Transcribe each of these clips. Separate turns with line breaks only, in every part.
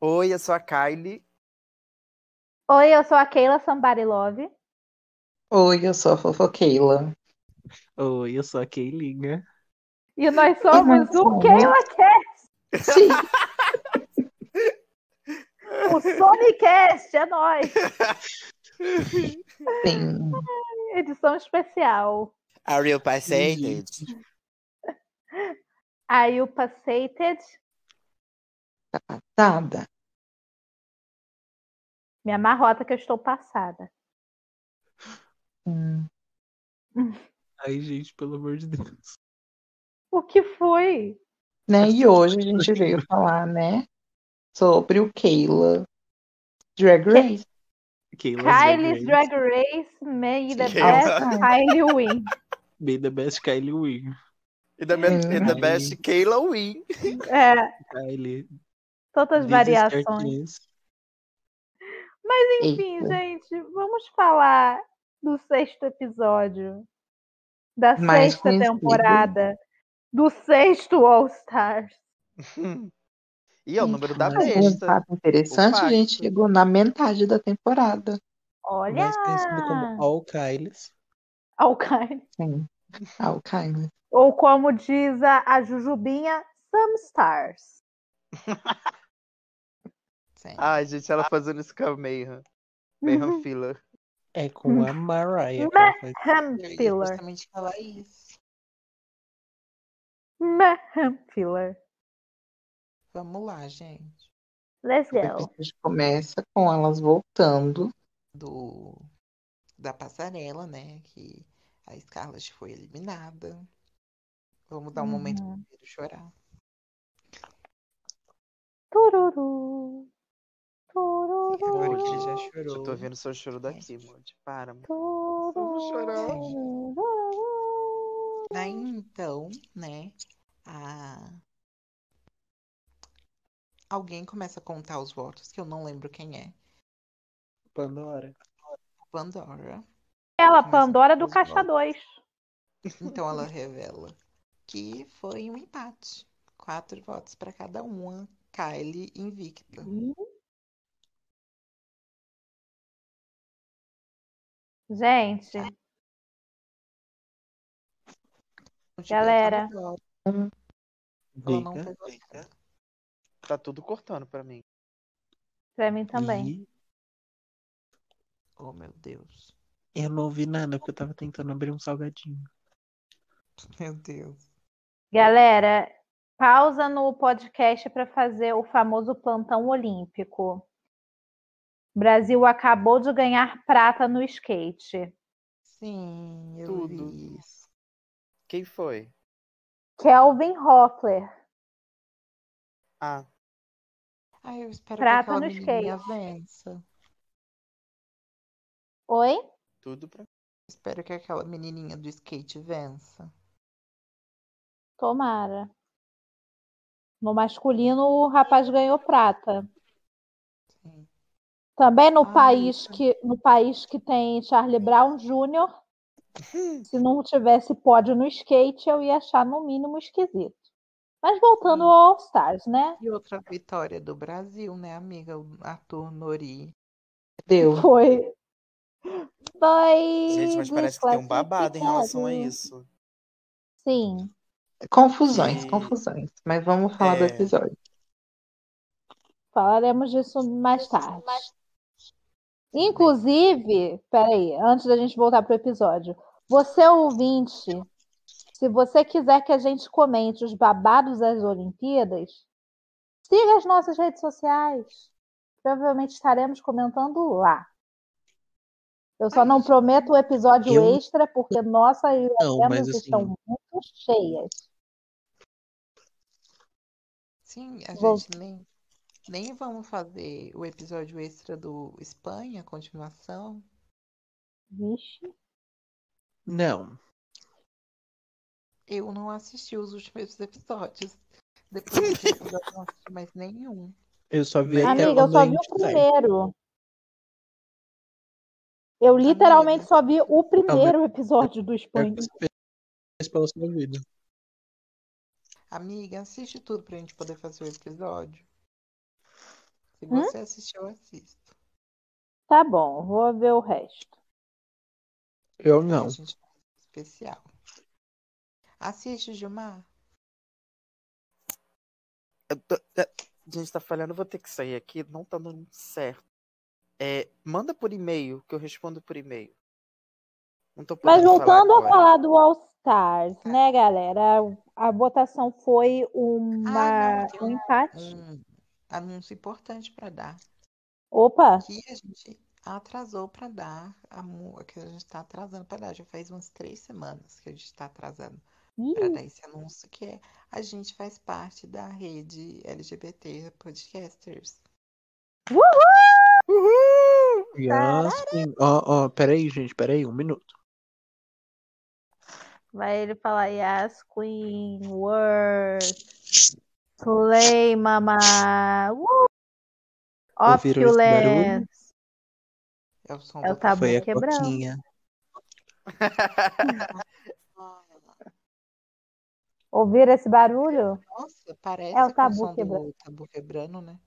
Oi, eu sou a Kylie.
Oi, eu sou a Keila Somebody Love.
Oi, eu sou a Fofoqueila.
Oi, eu sou a Keilinha.
E nós somos
Nossa.
o Keila Cast,
Sim,
o Sonicast, é nós.
sim.
Edição especial.
Are you passated?
Are you passated?
Nada.
Minha marrota que eu estou passada.
Hum.
Ai, gente, pelo amor de Deus.
O que foi?
Né? E hoje a gente veio falar, né? Sobre o Keila Drag Race.
Keila's
Kylie's
Drag Race.
Drag Race, may the
é
Keila.
best Kylie win.
Be the best Kylie win.
E the, be-
Hum.
e the best Kayla Win.
É,
Kylie.
todas as
this is your
variações.
chance.
Enfim,
Eita.
gente, vamos falar do sexto episódio da
Mais
sexta
conhecido.
temporada do sexto All Stars.
E é o número da
Mas um
besta.
fato interessante,
O
a gente
fato.
chegou na metade da temporada.
Olha,
Mais conhecido como All Kylies.
ao Kyle.
Sim. Ah, o Keila.
ou como diz a, a Jujubinha, some stars.
Sim.
Ai, gente, ela fazendo isso com a Mayhem.
Uhum.
Mayhem Filler.
É com
Hum.
a Mariah. que
Mas-
ela faz.
Eu ia
Filler.
justamente falar isso.
Filler.
Vamos lá, gente.
Let's
O
go.
episódio começa com elas voltando do da passarela, né? Que a Scarlett foi eliminada. Vamos dar um momento para
Uhum.
o Pedro chorar.
Tururu. Tururu.
Agora que ele já
Ai,
chorou.
Eu tô ouvindo seu choro daqui, Monte. Para, amor.
Tururu.
chorar.
Tururu.
Aí então, né? A... Alguém começa a contar os votos, que eu não lembro quem é.
Pandora.
Pandora.
Ela,
Começa
Pandora
com
do
os
Caixa
votos.
2.
Então ela revela que foi um empate. Quatro votos para cada uma. Kylie invicta.
Gente,
Continua
Galera.
com a Pandora, Ela não
Veiga.
foi votada.
Tá tudo cortando pra mim.
pra mim também.
Oh, meu Deus.
E eu não ouvi nada, porque eu tava tentando abrir um salgadinho.
Meu Deus.
Galera, pausa no podcast para fazer o famoso plantão olímpico. Brasil acabou de ganhar prata no skate.
Sim, eu
Tudo.
vi isso.
Quem foi?
Kelvin Hoffler.
Ah,
Ai, eu espero
Prata
que aquela
no
menininha vença. Eu
Oi?
tudo pra
Espero que aquela menininha do skate vença.
Tomara. No masculino, o rapaz ganhou prata.
Sim.
Também no
Ai,
país
tá.
que no país que tem Charlie Brown Jr., se não tivesse pódio no skate, eu ia achar no mínimo esquisito. Mas voltando
Sim.
ao All Stars, né?
E outra vitória do Brasil, né, amiga? O Arthur Nori.
Foi. Foi.
Gente, mas parece que tem um babado em relação a
desclassificado.
isso.
Sim.
Confusões,
E-
confusões. Mas vamos falar do
É.
episódio.
Falaremos disso mais tarde. Inclusive, peraí, antes da gente voltar pro episódio, você ouvinte, se você quiser que a gente comente os babados das Olimpíadas, siga as nossas redes sociais. Provavelmente estaremos comentando lá. Eu só
Ai,
não
gente.
prometo o episódio
Eu-
extra, porque nossas
Não,
agendas
mas assim,
estão É muito cheias.
Sim, a
Vou-
gente nem, nem vamos fazer o episódio extra do Espanha, a continuação.
Vixe.
não.
Eu não assisti os últimos episódios. Depois desse episódio, eu não assisti mais nenhum.
Eu só vi até
Amiga, eu
onde
só
a
vi o
gente sai.
primeiro. Eu literalmente só vi o primeiro episódio do
Quero
Espanha.
que você pense pela sua vida.
Amiga, assiste tudo pra gente poder fazer o episódio. Se você assistiu, eu assisto.
Tá bom, vou ver o resto.
Eu
Aí
não.
A gente faz um especial. Assiste, Gilmar.
Eu tô- é, Gente, tá falhando, eu vou ter que sair aqui, não tá dando muito certo. É, manda por e-mail, que eu respondo por e-mail. Não tô
Mas
podendo
voltando a
agora.
falar do All Stars, né, galera? A, a votação foi uma,
Ah, não, tem
um
um-
empate.
Um anúncio importante para dar.
Opa,
Que a gente atrasou para dar. A, mu- que a gente está atrasando para dar. Já faz umas três semanas que a gente está atrasando para
ih,
dar esse anúncio, que é a gente faz parte da rede LGBT Podcasters.
Yasmin. Ó, assim, ó, peraí, gente, peraí, um minuto.
vai ele falar Yes Queen, Word, Play Mama, uh, Off
Ouviram esse barulho?
É o som
É o tabu.
do
Tá
Foi a
quebrando.
coquinha.
tabu.
Ouviram esse barulho?
Nossa, parece
É o
com
tabu
som do
quebrando.
tabu quebrando, né?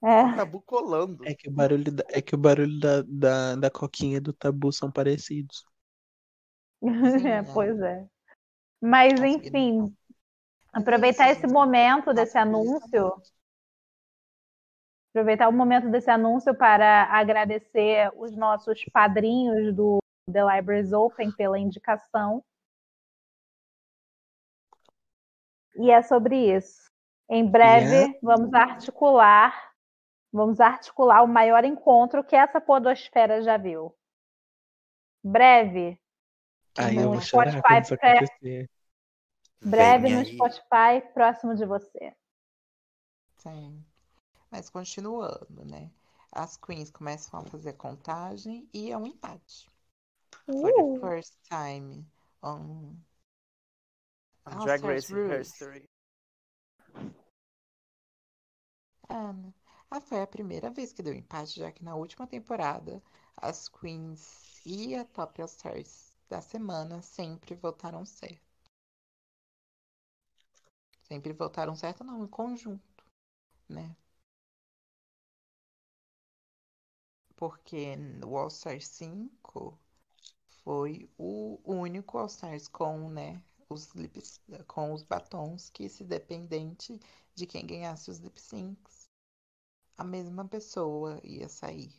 É,
Tabu colando.
É que o barulho da, é que o barulho da, da, da coquinha e do tabu são parecidos.
é, pois é. Mas,
Nossa,
enfim,
não.
aproveitar esse momento desse
Nossa,
anúncio.
é isso né?
aproveitar o momento desse anúncio para agradecer os nossos padrinhos do The Libraries Open pela indicação. E é sobre isso. Em breve
Yeah.
vamos articular, vamos articular o maior encontro que essa podosfera já viu. Breve,
Aí
Não,
eu vou
mas
chorar
Spotify
quando isso
pré-
acontecer.
breve
Vem
no
aí.
Spotify, próximo de você.
Sim. Mas continuando, né? As queens começam a fazer contagem e é um empate. For
Uh.
the first time on
Um Drag
All
Race
Stars Rules.
History.
Ana. Ah, foi a primeira vez que deu empate, já que na última temporada as queens e a top All stars da semana sempre votaram certo. Sempre votaram certo, não, em conjunto, né? Porque o All Star 5 foi o único All Stars com, né, os lips, com os batons que se dependente de quem ganhasse os lip syncs, a mesma pessoa ia sair.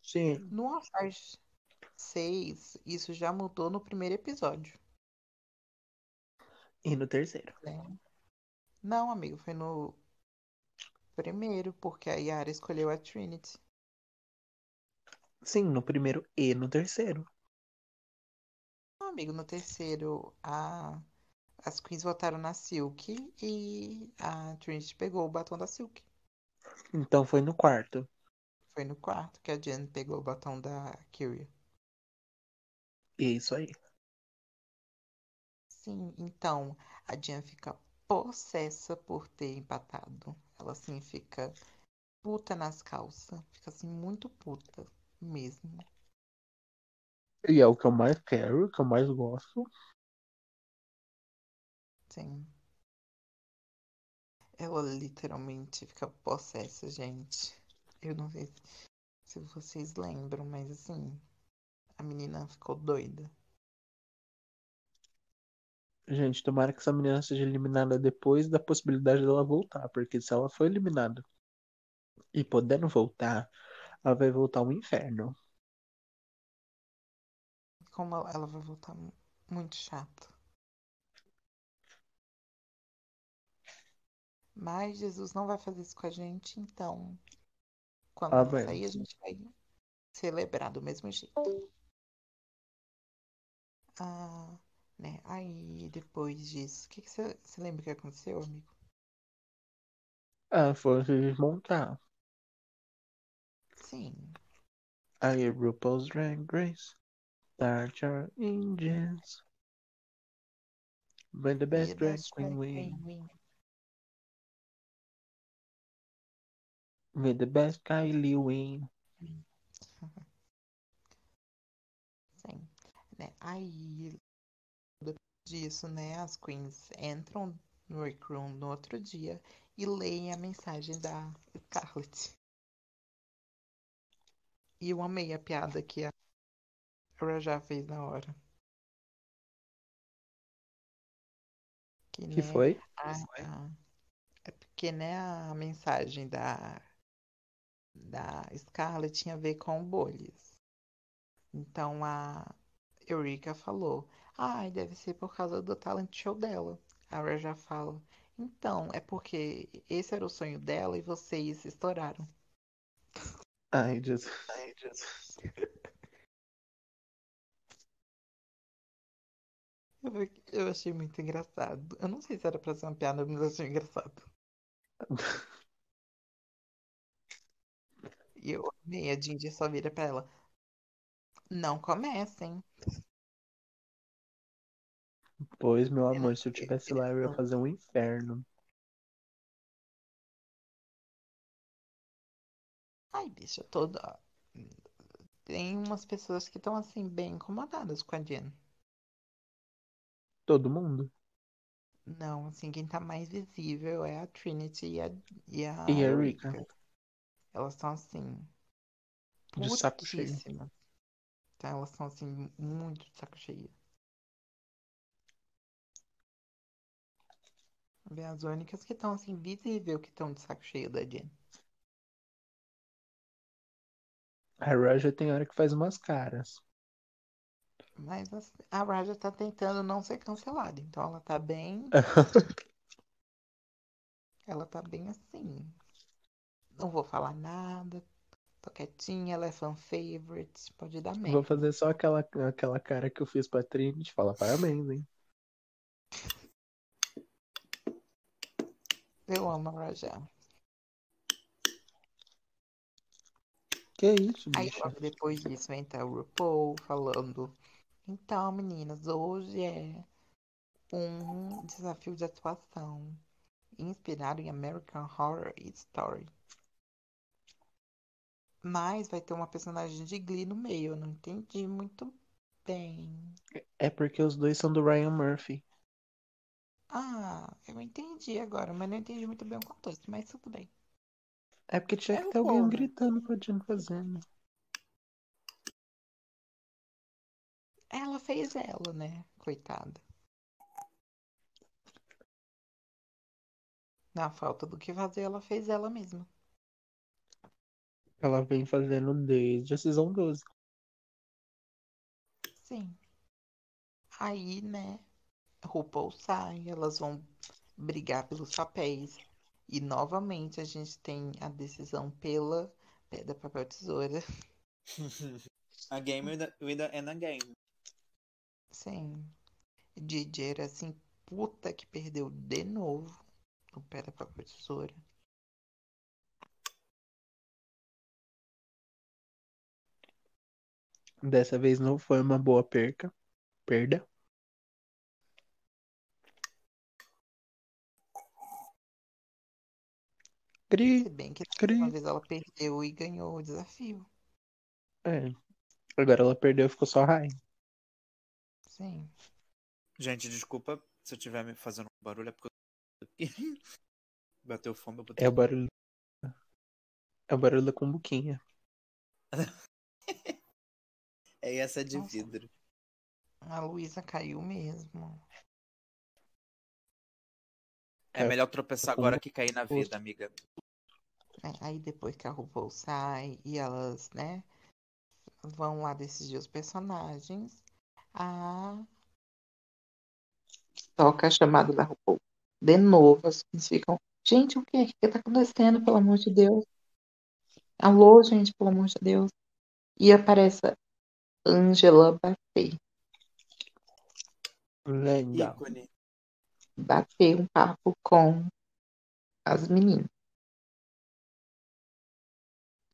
Sim.
No All Stars 6, isso já mudou no primeiro episódio.
E no terceiro.
Não, amigo, foi no primeiro, porque a Yara escolheu a Trinity.
Sim, no primeiro e no terceiro.
Não, amigo, no terceiro, a... as queens votaram na Silk e a Trinity pegou o batom da Silk.
Então foi no quarto.
Foi no quarto que a Jen pegou o batom da Kyrie.
E é isso aí.
Sim, então a Jen fica possessa por ter empatado. Ela assim fica puta nas calças. Fica assim muito puta mesmo.
E é o que eu mais quero, o que eu mais gosto.
Sim. Ela literalmente fica possessa, gente. Eu não sei se- se vocês lembram, mas assim, a menina ficou doida.
Gente, tomara que essa menina seja eliminada depois da possibilidade dela voltar, porque se ela for eliminada e podendo voltar, ela vai voltar ao inferno.
Como ela, ela vai voltar mu- muito chata. Mas Jesus não vai fazer isso com a gente, então. Quando
Ah,
ela
vai.
sair, a gente vai celebrar do mesmo jeito. Ah, né? Aí, depois disso, o que que você você lembra que aconteceu, amigo?
Ah, foram se desmontar.
Sim.
Aí, RuPaul's Drag Race. Start your engines. When the best
Minha
drag
best
queen
drag
win.
queen win.
When the best Kylie win.
Sim. Né? Aí, depois disso, né? As queens entram no Workroom no outro dia e leem a mensagem da Scarlett. E eu amei a piada que a Rajá fez na hora. Que,
Que
né,
foi?
a- a- é porque, né, a mensagem da, da Scarlett tinha a ver com bolhas. Então a Eureka falou, ai, deve ser por causa do talent show dela. A Raja fala, então, é porque esse era o sonho dela e vocês estouraram.
Ai, Jesus.
Eu fi- Eu achei muito engraçado. Eu não sei se era pra ser uma piada, mas eu achei engraçado. E eu amei, a Ginger só vira pra ela. Não comecem.
Pois, meu amor, se eu
sei,
tivesse lá, eu ia
não.
fazer um inferno.
Ai, bicho, eu tô. dó. Tem umas pessoas que estão assim, bem incomodadas com a Jen.
Todo mundo.
Não, assim, quem tá mais visível é a Trinity e a, e a
E a Rika.
Eureka. Elas estão assim.
De saco cheio.
putíssimas. Então elas estão assim, muito de saco cheio. Vê as únicas que estão assim, visível que estão de saco cheio da Jen.
A Raja tem hora que faz umas caras.
Mas assim, a Raja tá tentando não ser cancelada, então ela tá bem. Ela tá bem assim. Não vou falar nada. Tô quietinha, ela é fan favorite. Pode dar
Vou
merda.
fazer só aquela, aquela cara que eu fiz pra Trinity. Fala parabéns, hein?
Eu amo a Raja.
Que isso,
Aí
bicha?
logo depois disso entra o RuPaul falando. Então, meninas, hoje é um desafio de atuação inspirado em American Horror Story. Mas vai ter uma personagem de Glee no meio. Eu não entendi muito bem.
É porque os dois são do Ryan Murphy.
Ah, eu entendi agora, mas não entendi muito bem o contexto, mas tudo bem.
É porque tinha
É
que
o
ter alguém
Conan.
gritando pra Jane fazer, né?
Ela fez ela, né? Coitada. Na falta do que fazer, ela fez ela mesma.
Ela vem fazendo desde a Season 12.
Sim. Aí, né? RuPaul sai, elas vão brigar pelos papéis. E novamente a gente tem a decisão pela pedra, papel, tesoura.
A game with a, with a, and a game.
Sim. DJ era assim, puta que perdeu de novo no pedra, papel, tesoura.
Dessa vez não foi uma boa perca. Perda.
Se
Cri,
bem que da
cri.
última vez ela perdeu e ganhou o desafio.
É. Agora ela perdeu e ficou só raio.
Sim.
Gente, desculpa se eu estiver me fazendo um barulho, é porque eu... Bateu fome, eu botei...
É o barulho. É o barulho da cumbuquinha.
É essa de
Nossa.
vidro.
A Luísa caiu mesmo.
É
É.
melhor tropeçar agora que cair na vida, amiga.
É, Aí depois que a RuPaul sai e elas, né, vão lá decidir os personagens, a. Toca a chamada da RuPaul. De novo, as meninas ficam. Gente, o que é que tá acontecendo, pelo amor de Deus? Alô, gente, pelo amor de Deus. E aparece a Angela Bassett.
Legal.
Ícone.
bater um papo com as meninas.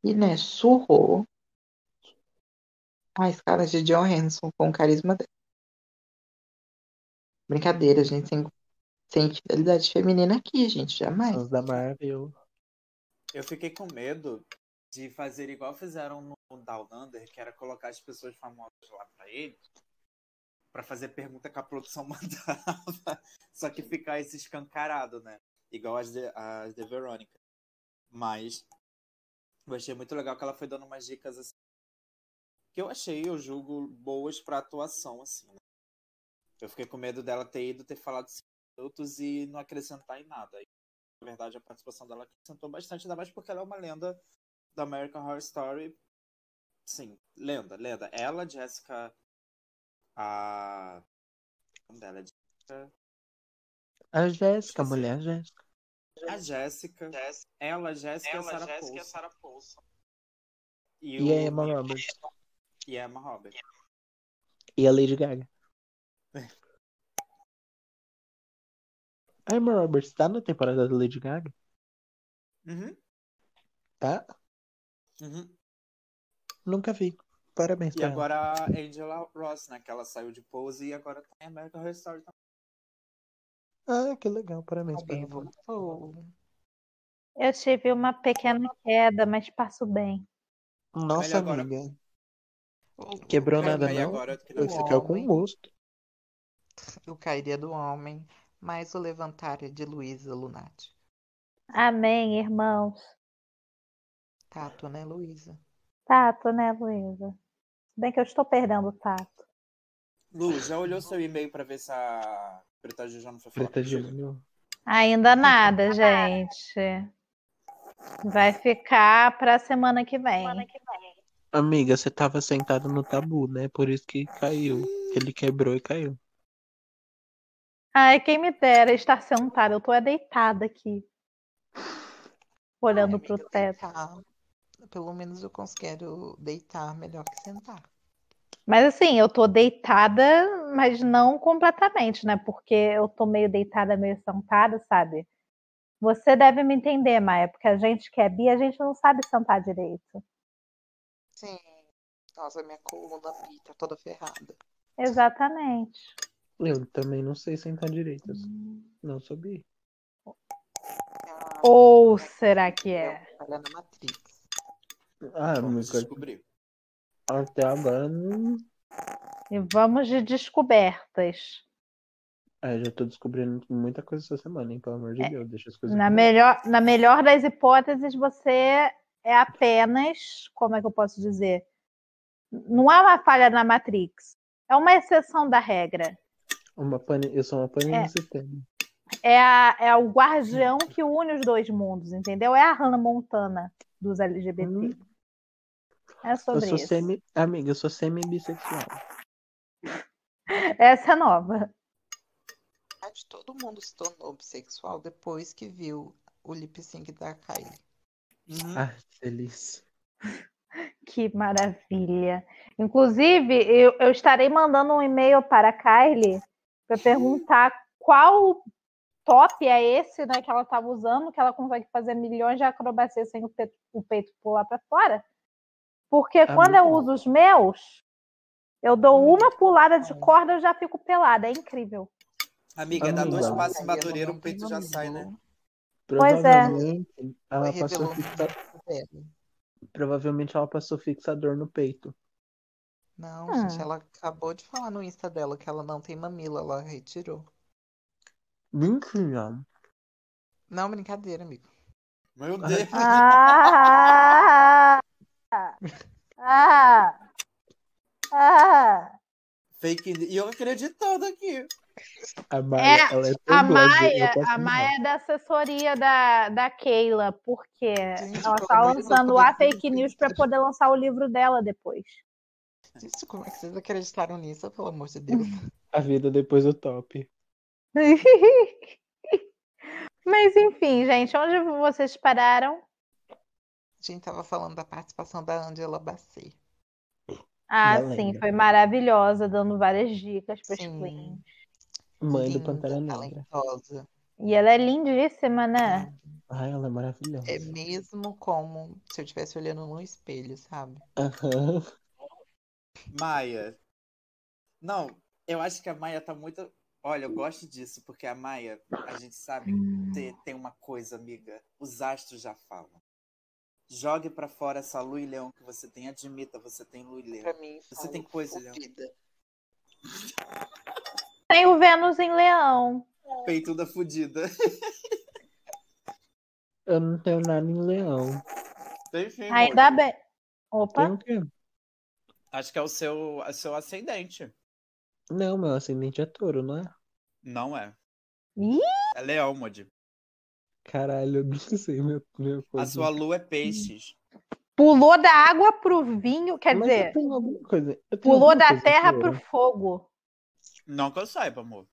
E, né, surrou a escala de John Hanson com o carisma dela. Brincadeira, gente, sem, sem fidelidade feminina aqui, gente, jamais.
Fãs da Marvel.
Eu fiquei com medo de fazer igual fizeram no Down Under, que era colocar as pessoas famosas lá pra eles. pra fazer pergunta que a produção mandava. Só que ficar esse escancarado, né? Igual as de, as de Verônica. Mas eu achei muito legal que ela foi dando umas dicas assim. Que eu achei, eu julgo, boas pra atuação, assim, né? Eu fiquei com medo dela ter ido, ter falado cinco minutos e não acrescentar em nada. E, na verdade, a participação dela acrescentou bastante, ainda mais porque ela é uma lenda da American Horror Story. Sim, lenda, lenda. Ela, Jessica. A. O nome dela é Jessica.
A Jéssica, mulher, a Jéssica.
A Jéssica. Ela, Jéssica e a Sarah Paulson.
E a Emma Roberts.
E a Emma Roberts.
E a Lady Gaga. A Emma Roberts tá na temporada da Lady Gaga?
Uhum,
Tá?
uhum.
Nunca vi. Parabéns
E
pra
agora a Angela Ross, né? Que ela saiu de pose e agora tá em American Horror Story também.
ela. Ah, que legal. Parabéns pra
Alguém
ela.
voltou.
Eu tive uma pequena queda, mas passo bem.
Nossa,
Olha agora.
amiga.
Ou-
Quebrou
eu
nada,
Aí
caí-
não?
agora que não-
Eu-
Você caiu é com
homem.
gosto.
Eu cairia do homem, mas o levantar é de Luísa Lunati.
Amém, irmãos.
Tato, né, Luísa?
Tato, né, Luísa? Se bem que eu estou perdendo o tato.
Lu, já olhou seu e-mail pra ver se a Preta Gil já não foi falar
Preta
contigo?
Gil.
Ainda nada, gente. Vai ficar pra semana que vem.
Amiga, você tava sentado no tabu, né? Por isso que caiu. Ele quebrou e caiu.
Ai, quem me dera estar sentada. Eu tô é deitada aqui. Olhando
Ai,
pro
amiga,
teto.
deitar. Pelo menos eu considero deitar melhor que sentar.
Mas assim, eu tô deitada, mas não completamente, né? Porque eu tô meio deitada, meio sentada, sabe? Você deve me entender, Maia, porque a gente que é bi, a gente não sabe sentar direito.
Sim. Nossa, minha coluna aqui tá toda ferrada.
Exatamente.
Eu também não sei sentar direito. assim. Não soube.
Ah,
Ou será que é?
eu- Ela é na Matrix.
Ah,
Vamos
amiga,
descobrir.
até agora hum, não.
E vamos de descobertas.
Ah, eu já tô descobrindo muita coisa essa semana, hein? Pelo amor de Deus, deixa as coisas.
Na melhor, na melhor das hipóteses, você é apenas, como é que eu posso dizer? Não é uma falha na Matrix. É uma exceção da regra.
Uma pane... Eu sou uma pane
É.
no sistema.
é, a- é o guardião que une os dois mundos, entendeu? É a Hannah Montana dos LGBT.
Hum.
É
Eu
sobre
sou
isso.
semi. Amiga, eu sou semi-bissexual.
Essa é nova.
Ah, de todo mundo se tornou bissexual depois que viu o lip sync da Kylie.
Uhum.
Ah, feliz.
Que maravilha. Inclusive, eu, eu estarei mandando um e-mail para a Kylie para perguntar qual top é esse né, que ela estava usando, que ela consegue fazer milhões de acrobacias sem o peito, o peito pular para fora. Porque quando eu
Amiga.
uso os meus, eu dou uma pulada de
Ai.
corda eu já fico pelada. É incrível.
Amiga, dá
Amiga.
dois passos em
Aí
madureira,
ela
o
não
peito
tem
já
amigo.
sai, né?
Pois é.
Provavelmente ela
Foi
passou
revelou.
fixa-
né?
Velho.
Provavelmente ela passou fixador no peito.
Não,
Ah.
gente, ela acabou de falar no Insta dela que ela não tem mamilo, ela retirou.
Mentira.
Não, brincadeira, amigo.
Meu Deus.
Ah! Ah! Ah!
Fake news. E eu acreditando aqui.
A Maia,
É,
ela é tão
A
blonde, eu
Maia,
posso
a
não.
Maia é da assessoria da, da Keila, porque
Gente,
ela
pelo
tá
amor de Deus,
lançando
como é
a
que vocês
fake news para poder lançar o livro dela depois.
Gente, como é que vocês acreditaram nisso, pelo amor de Deus?
A vida depois do top.
Mas enfim, gente, onde vocês pararam?
A gente tava falando da participação da Angela Bassett.
Ah,
Da
sim,
lenda.
foi maravilhosa, dando várias dicas para
Sim.
Queen.
Mãe do
Linda,
Pantera Negra.
talentosa.
E ela é lindíssima, né?
Ai, ela é maravilhosa.
É mesmo como se eu estivesse olhando no espelho, sabe?
Aham.
Maia. Não, eu acho que a Maia tá muito. Olha, eu gosto disso, porque a Maia, a gente sabe que tem- tem uma coisa, amiga. Os astros já falam. Jogue pra fora essa lua e leão que você tem. Admita, você tem lua e leão.
Pra mim, é
Você tem coisa, Léo?
fodida.
Tem o Vênus em Leão.
É.
Peituda fudida.
Eu não tenho nada em leão.
Tem sim,
Ainda
Mônica.
bem.
Tem
Opa,
o quê?
Acho que é o seu, é o seu ascendente.
Não, meu ascendente é touro, não é?
Não é.
um
Ih!
É leão, Modi.
Caralho, eu não sei meu, meu
A
coisa.
sua lua é peixes.
pulou da água pro vinho, quer
Mas eu
dizer,
tenho alguma coisa. eu tenho
pulou
alguma
da
coisa com
terra
touro.
pro fogo.
Não que eu saiba, amor.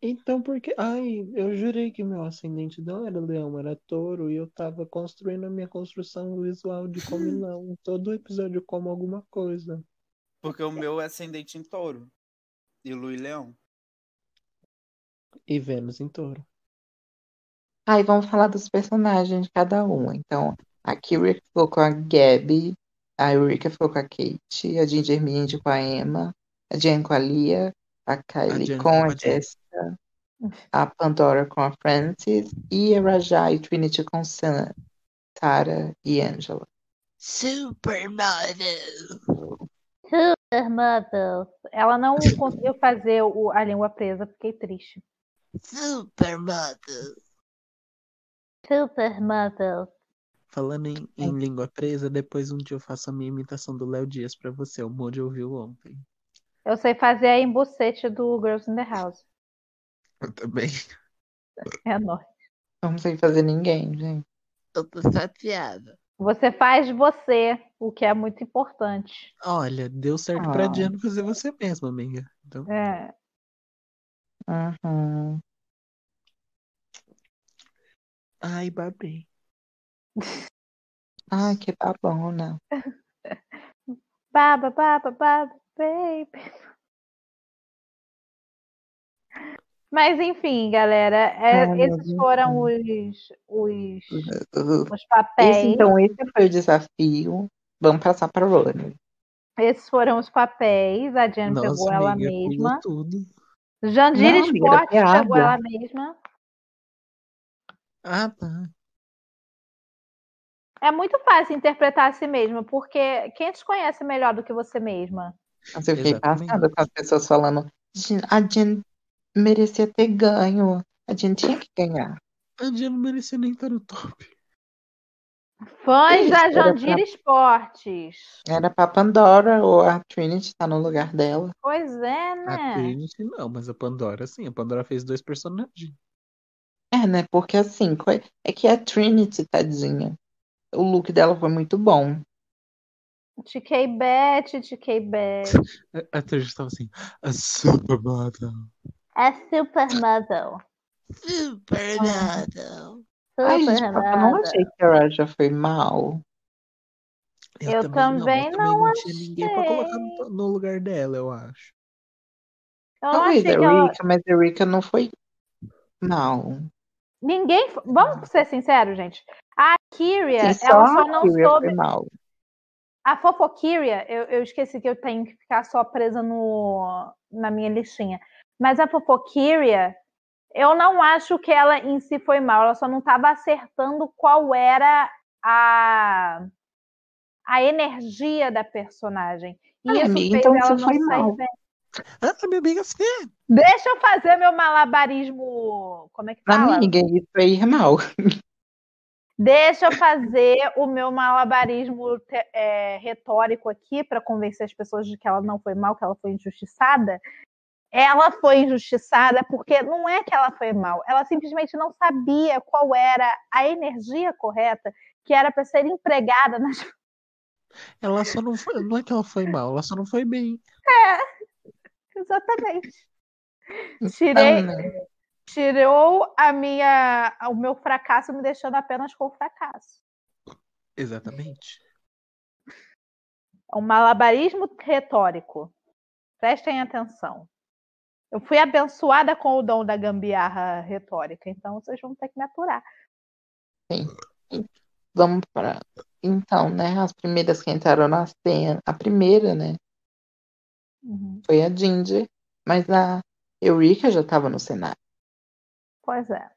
Então, por que. Ai, eu jurei que meu ascendente não era leão, era touro, e eu tava construindo a minha construção visual de como não. Todo episódio eu como alguma coisa.
Porque o meu é ascendente em touro. E lua e leão.
E Vênus em touro.
Aí vamos falar dos personagens de cada um. Então, a Kyrie ficou com a Gabby, a Eureka ficou com a Kate, a Ginger Mindy com a Emma, a Jen com a Lia, a Kylie
Jen
com
com
a
a Jen.
Jessica, a Pandora com a Frances e a Rajai e Trinity com Sam, Tara e Angela. Supermodel!
Mother. Ela não conseguiu fazer o- a língua presa, fiquei triste.
Supermodel!
Super Mother.
Falando em, em língua presa, depois um dia eu faço a minha imitação do Léo Dias pra você. O Moody ouviu ontem.
Eu sei fazer a embucete do Girls in the House.
Eu também.
É nóis.
Não sei fazer ninguém, gente.
Eu tô chateada.
Você faz você, o que é muito importante.
Olha, deu certo pra
Ah.
Diana fazer você mesma, amiga. Então,
É.
Uhum.
ai, babei.
Ai, que tá né? babona.
Baba, baba, baba, baby. Mas enfim, galera, é-
Ai, meu
esses
Deus.
foram os, os,
Uh,
os
Esse,
É
papéis.
então, esse foi o desafio. Vamos passar para o Rony.
Esses foram os papéis. A Jen
Nossa,
pegou Então ela
amiga, pulou
mesma.
tudo.
Jandira
Não, amiga,
Sport
era piada.
pegou ela mesma.
Ah, tá.
É muito fácil interpretar a si mesma, porque quem te conhece melhor do que você mesma?
Mas eu fiquei
Exatamente.
passada com as pessoas falando. "Gen- A Jen merecia ter ganho. A Jen tinha que ganhar.
A Diana não merecia nem estar no top.
Fãs
Isso,
da
era pra-
Jandira Esportes.
Era pra Pandora ou a Trinity tá no lugar dela.
Pois é,
A
né?
Trinity não, mas a Pandora sim. A Pandora fez dois personagens.
É, né? Porque assim, co- é que a Trinity, tadinha. O look dela foi muito bom.
TK Bet, TK Bet.
A, a Trinity tava assim, a Supermodel.
É Supermodel.
Supermodel.
Ai, gente,
é
eu não
Supermodel.
achei que a Raja foi mal.
Eu também
mas também não tinha ninguém pra colocar no, no lugar dela, eu acho.
Eu não
Talvez
achei
a
que ela...
Erika, mas a Erika não foi mal.
Ninguém... f- Vamos ser sinceros, gente. A Kyria,
Sim,
É, ela
só
só
a
não
Kyria
soube...
foi mal.
A fofoquíria, eu, eu esqueci que eu tenho que ficar só presa no, na minha listinha. Mas a fofoquíria, eu não acho que ela em si foi mal. Ela só não estava acertando qual era a, a energia da personagem. E
Ah,
isso
amiga,
fez
então
ela
você
não
foi
sair
mal.
bem.
Ah, minha amiga sim.
Deixa eu fazer meu malabarismo. Como é que fala?
Amiga, isso aí é mal.
Deixa eu fazer o meu malabarismo te- é, retórico aqui para convencer as pessoas de que ela não foi mal, que ela foi injustiçada. Ela foi injustiçada porque não é que ela foi mal, ela simplesmente não sabia qual era a energia correta que era para ser empregada nas.
Ela só não foi. Não é que ela foi mal, ela só não foi bem.
Exatamente.
Então,
Tirei,
né?
tirou a minha, o meu fracasso, me deixando apenas com o fracasso.
Exatamente.
É um malabarismo retórico. Prestem atenção. Eu fui abençoada com o dom da gambiarra retórica, então vocês vão ter que me aturar.
Vamos para. Então, né? As primeiras que entraram na cena. A primeira, né? Foi a Ginger. Mas a Eureka já estava no cenário.
Pois é.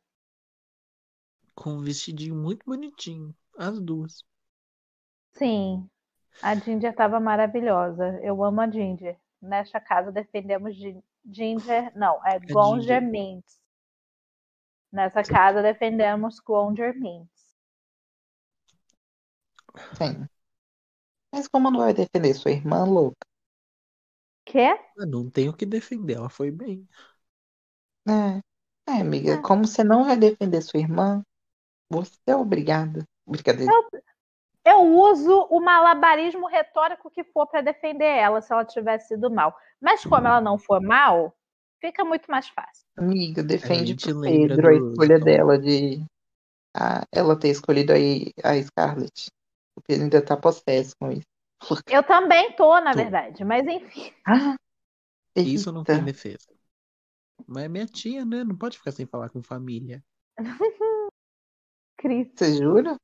Com um vestidinho muito bonitinho. As duas.
Sim. A Ginger estava maravilhosa. Eu amo a Ginger. Nesta casa defendemos gin- Ginger. Não, é
ginger.
Gonger Mints. Nessa casa defendemos Gonger Mints.
Sim. Mas como não vai defender sua irmã louca?
Quê?
Eu não tenho o que defender, ela foi bem.
É. É,
Ah.
amiga, como você não vai defender sua irmã, você é obrigada. Brincadeira.
Eu uso o malabarismo retórico que for para defender ela, se ela tivesse sido mal. Mas como ela não for mal, fica muito mais fácil.
Amiga, defende
gente
pro
lembra
Pedro a
do-
escolha dela de a- ela ter escolhido aí a Scarlett. O Pedro ainda tá possesso com isso.
Eu também tô, na
Tô.
verdade, mas enfim.
Ah,
Isso não tem
eita.
defesa. Mas é minha tia, né? Não pode ficar sem falar com família.
Cris,
Você jura?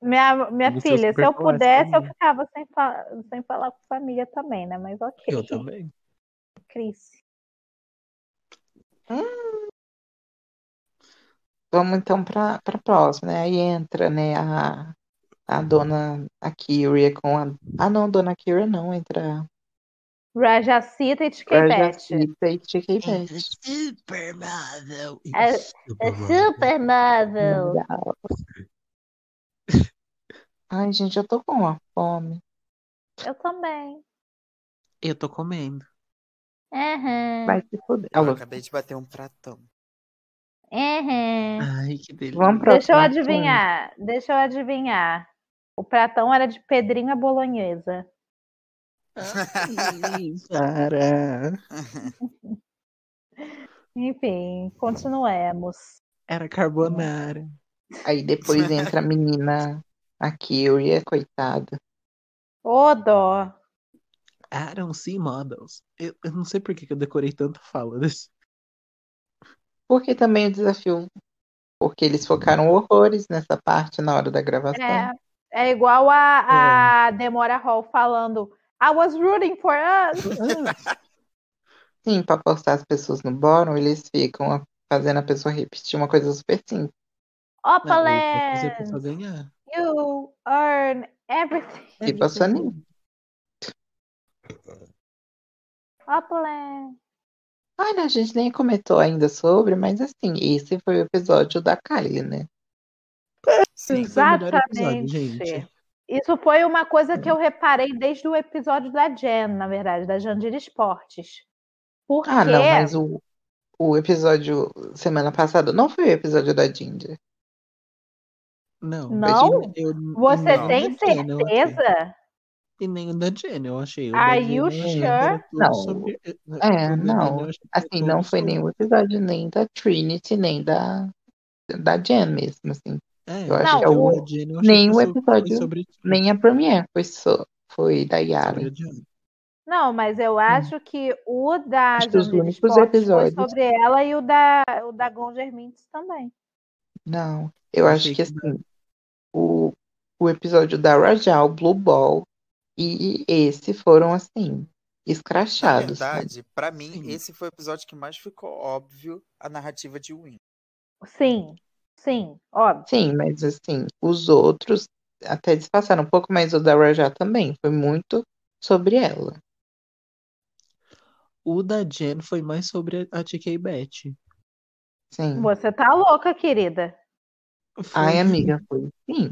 minha, minha
Você é
filha, se
super
eu
clássica,
pudesse, eu
né?
ficava sem, fa- sem falar com família também, né? Mas ok.
Eu também.
Cris.
Vamos então pra, pra próxima, né? Aí entra, né, a, a dona a Kyria com a. Ah, não, dona Kyria não, entra.
Rajacita e
a
Tiquebete.
Jacita e Chiquei Beth.
Supermóvel.
É- É supermóvel.
Legal. Ai, gente, eu tô com uma fome.
Eu também.
Eu tô comendo.
Uhum.
Vai se fuder.
Eu
Alô,
acabei de bater um pratão.
Uhum.
Ai, que delícia.
Vamos pra
Deixa eu
próxima.
né?
adivinhar. Deixa eu adivinhar. O pratão era de pedrinha bolonhesa.
Ai, Sara.
Enfim, continuemos.
Era carbonara.
Aí depois entra a menina, a Kyria, coitada.
Ô, dó.
Eram sim models. Eu, eu não sei por que que eu decorei tanta fala desse.
Porque também o desafio, porque eles focaram horrores nessa parte na hora da gravação.
Tá.
É, é igual a,
É.
a Demora Hall falando I was rooting for us.
Sim, pra postar as pessoas no bórum, eles ficam a- fazendo a pessoa repetir uma coisa super simples.
Não, eu vou fazer pra só
Opaland,
ganhar.
you earn everything.
É
E passou Tipo, nem.
Opaland.
Olha, ah, né, a gente nem comentou ainda sobre, mas assim, esse foi o episódio da Kylie, né?
Sim, foi o melhor episódio,
Exatamente.
gente.
Isso foi uma coisa que eu reparei desde o episódio da Jen, na verdade, da Jandira Esportes. Porque
Ah, não, mas o, o episódio semana passada não foi o episódio da Ginger.
Não,
Não?
eu- eu-
você
não,
tem
da Jenna, eu achei.
certeza?
E nem o da Jenna, eu achei. O
Are
da
you
Jenna
sure?
era tudo
Não.
sobre- eh,
É,
o
não.
da Jenna eu achei que era
Assim,
tudo
não foi
sobre-
nenhum episódio nem da Trinity, nem da, da Jen mesmo, assim.
É,
eu acho
que é o-
da Jenna eu achei
nem
que
o
foi sobre-
episódio,
foi sobre,
Nem a Premiere foi, só, foi da Yara.
sobre a Jenna.
Não, mas eu acho que o da
Acho que Hum. os
Jandira
únicos
Esportes foi
episódios-
sobre ela e o da, o da Gonger Mintz também.
Não, eu
Achei
acho que
que
assim, o, o episódio da Rajal, Blue Ball e esse foram assim,
Na
escrachados. né? sabe?
verdade, pra mim,
Sim.
esse foi o episódio que mais ficou óbvio a narrativa de Win.
Sim, sim, óbvio.
Sim, mas assim, os outros até disfarçaram um pouco, mas o da Rajal também foi muito sobre ela.
O da Jen foi mais sobre a TK Bet.
Sim.
Você tá louca, querida.
Ai, amiga, foi sim.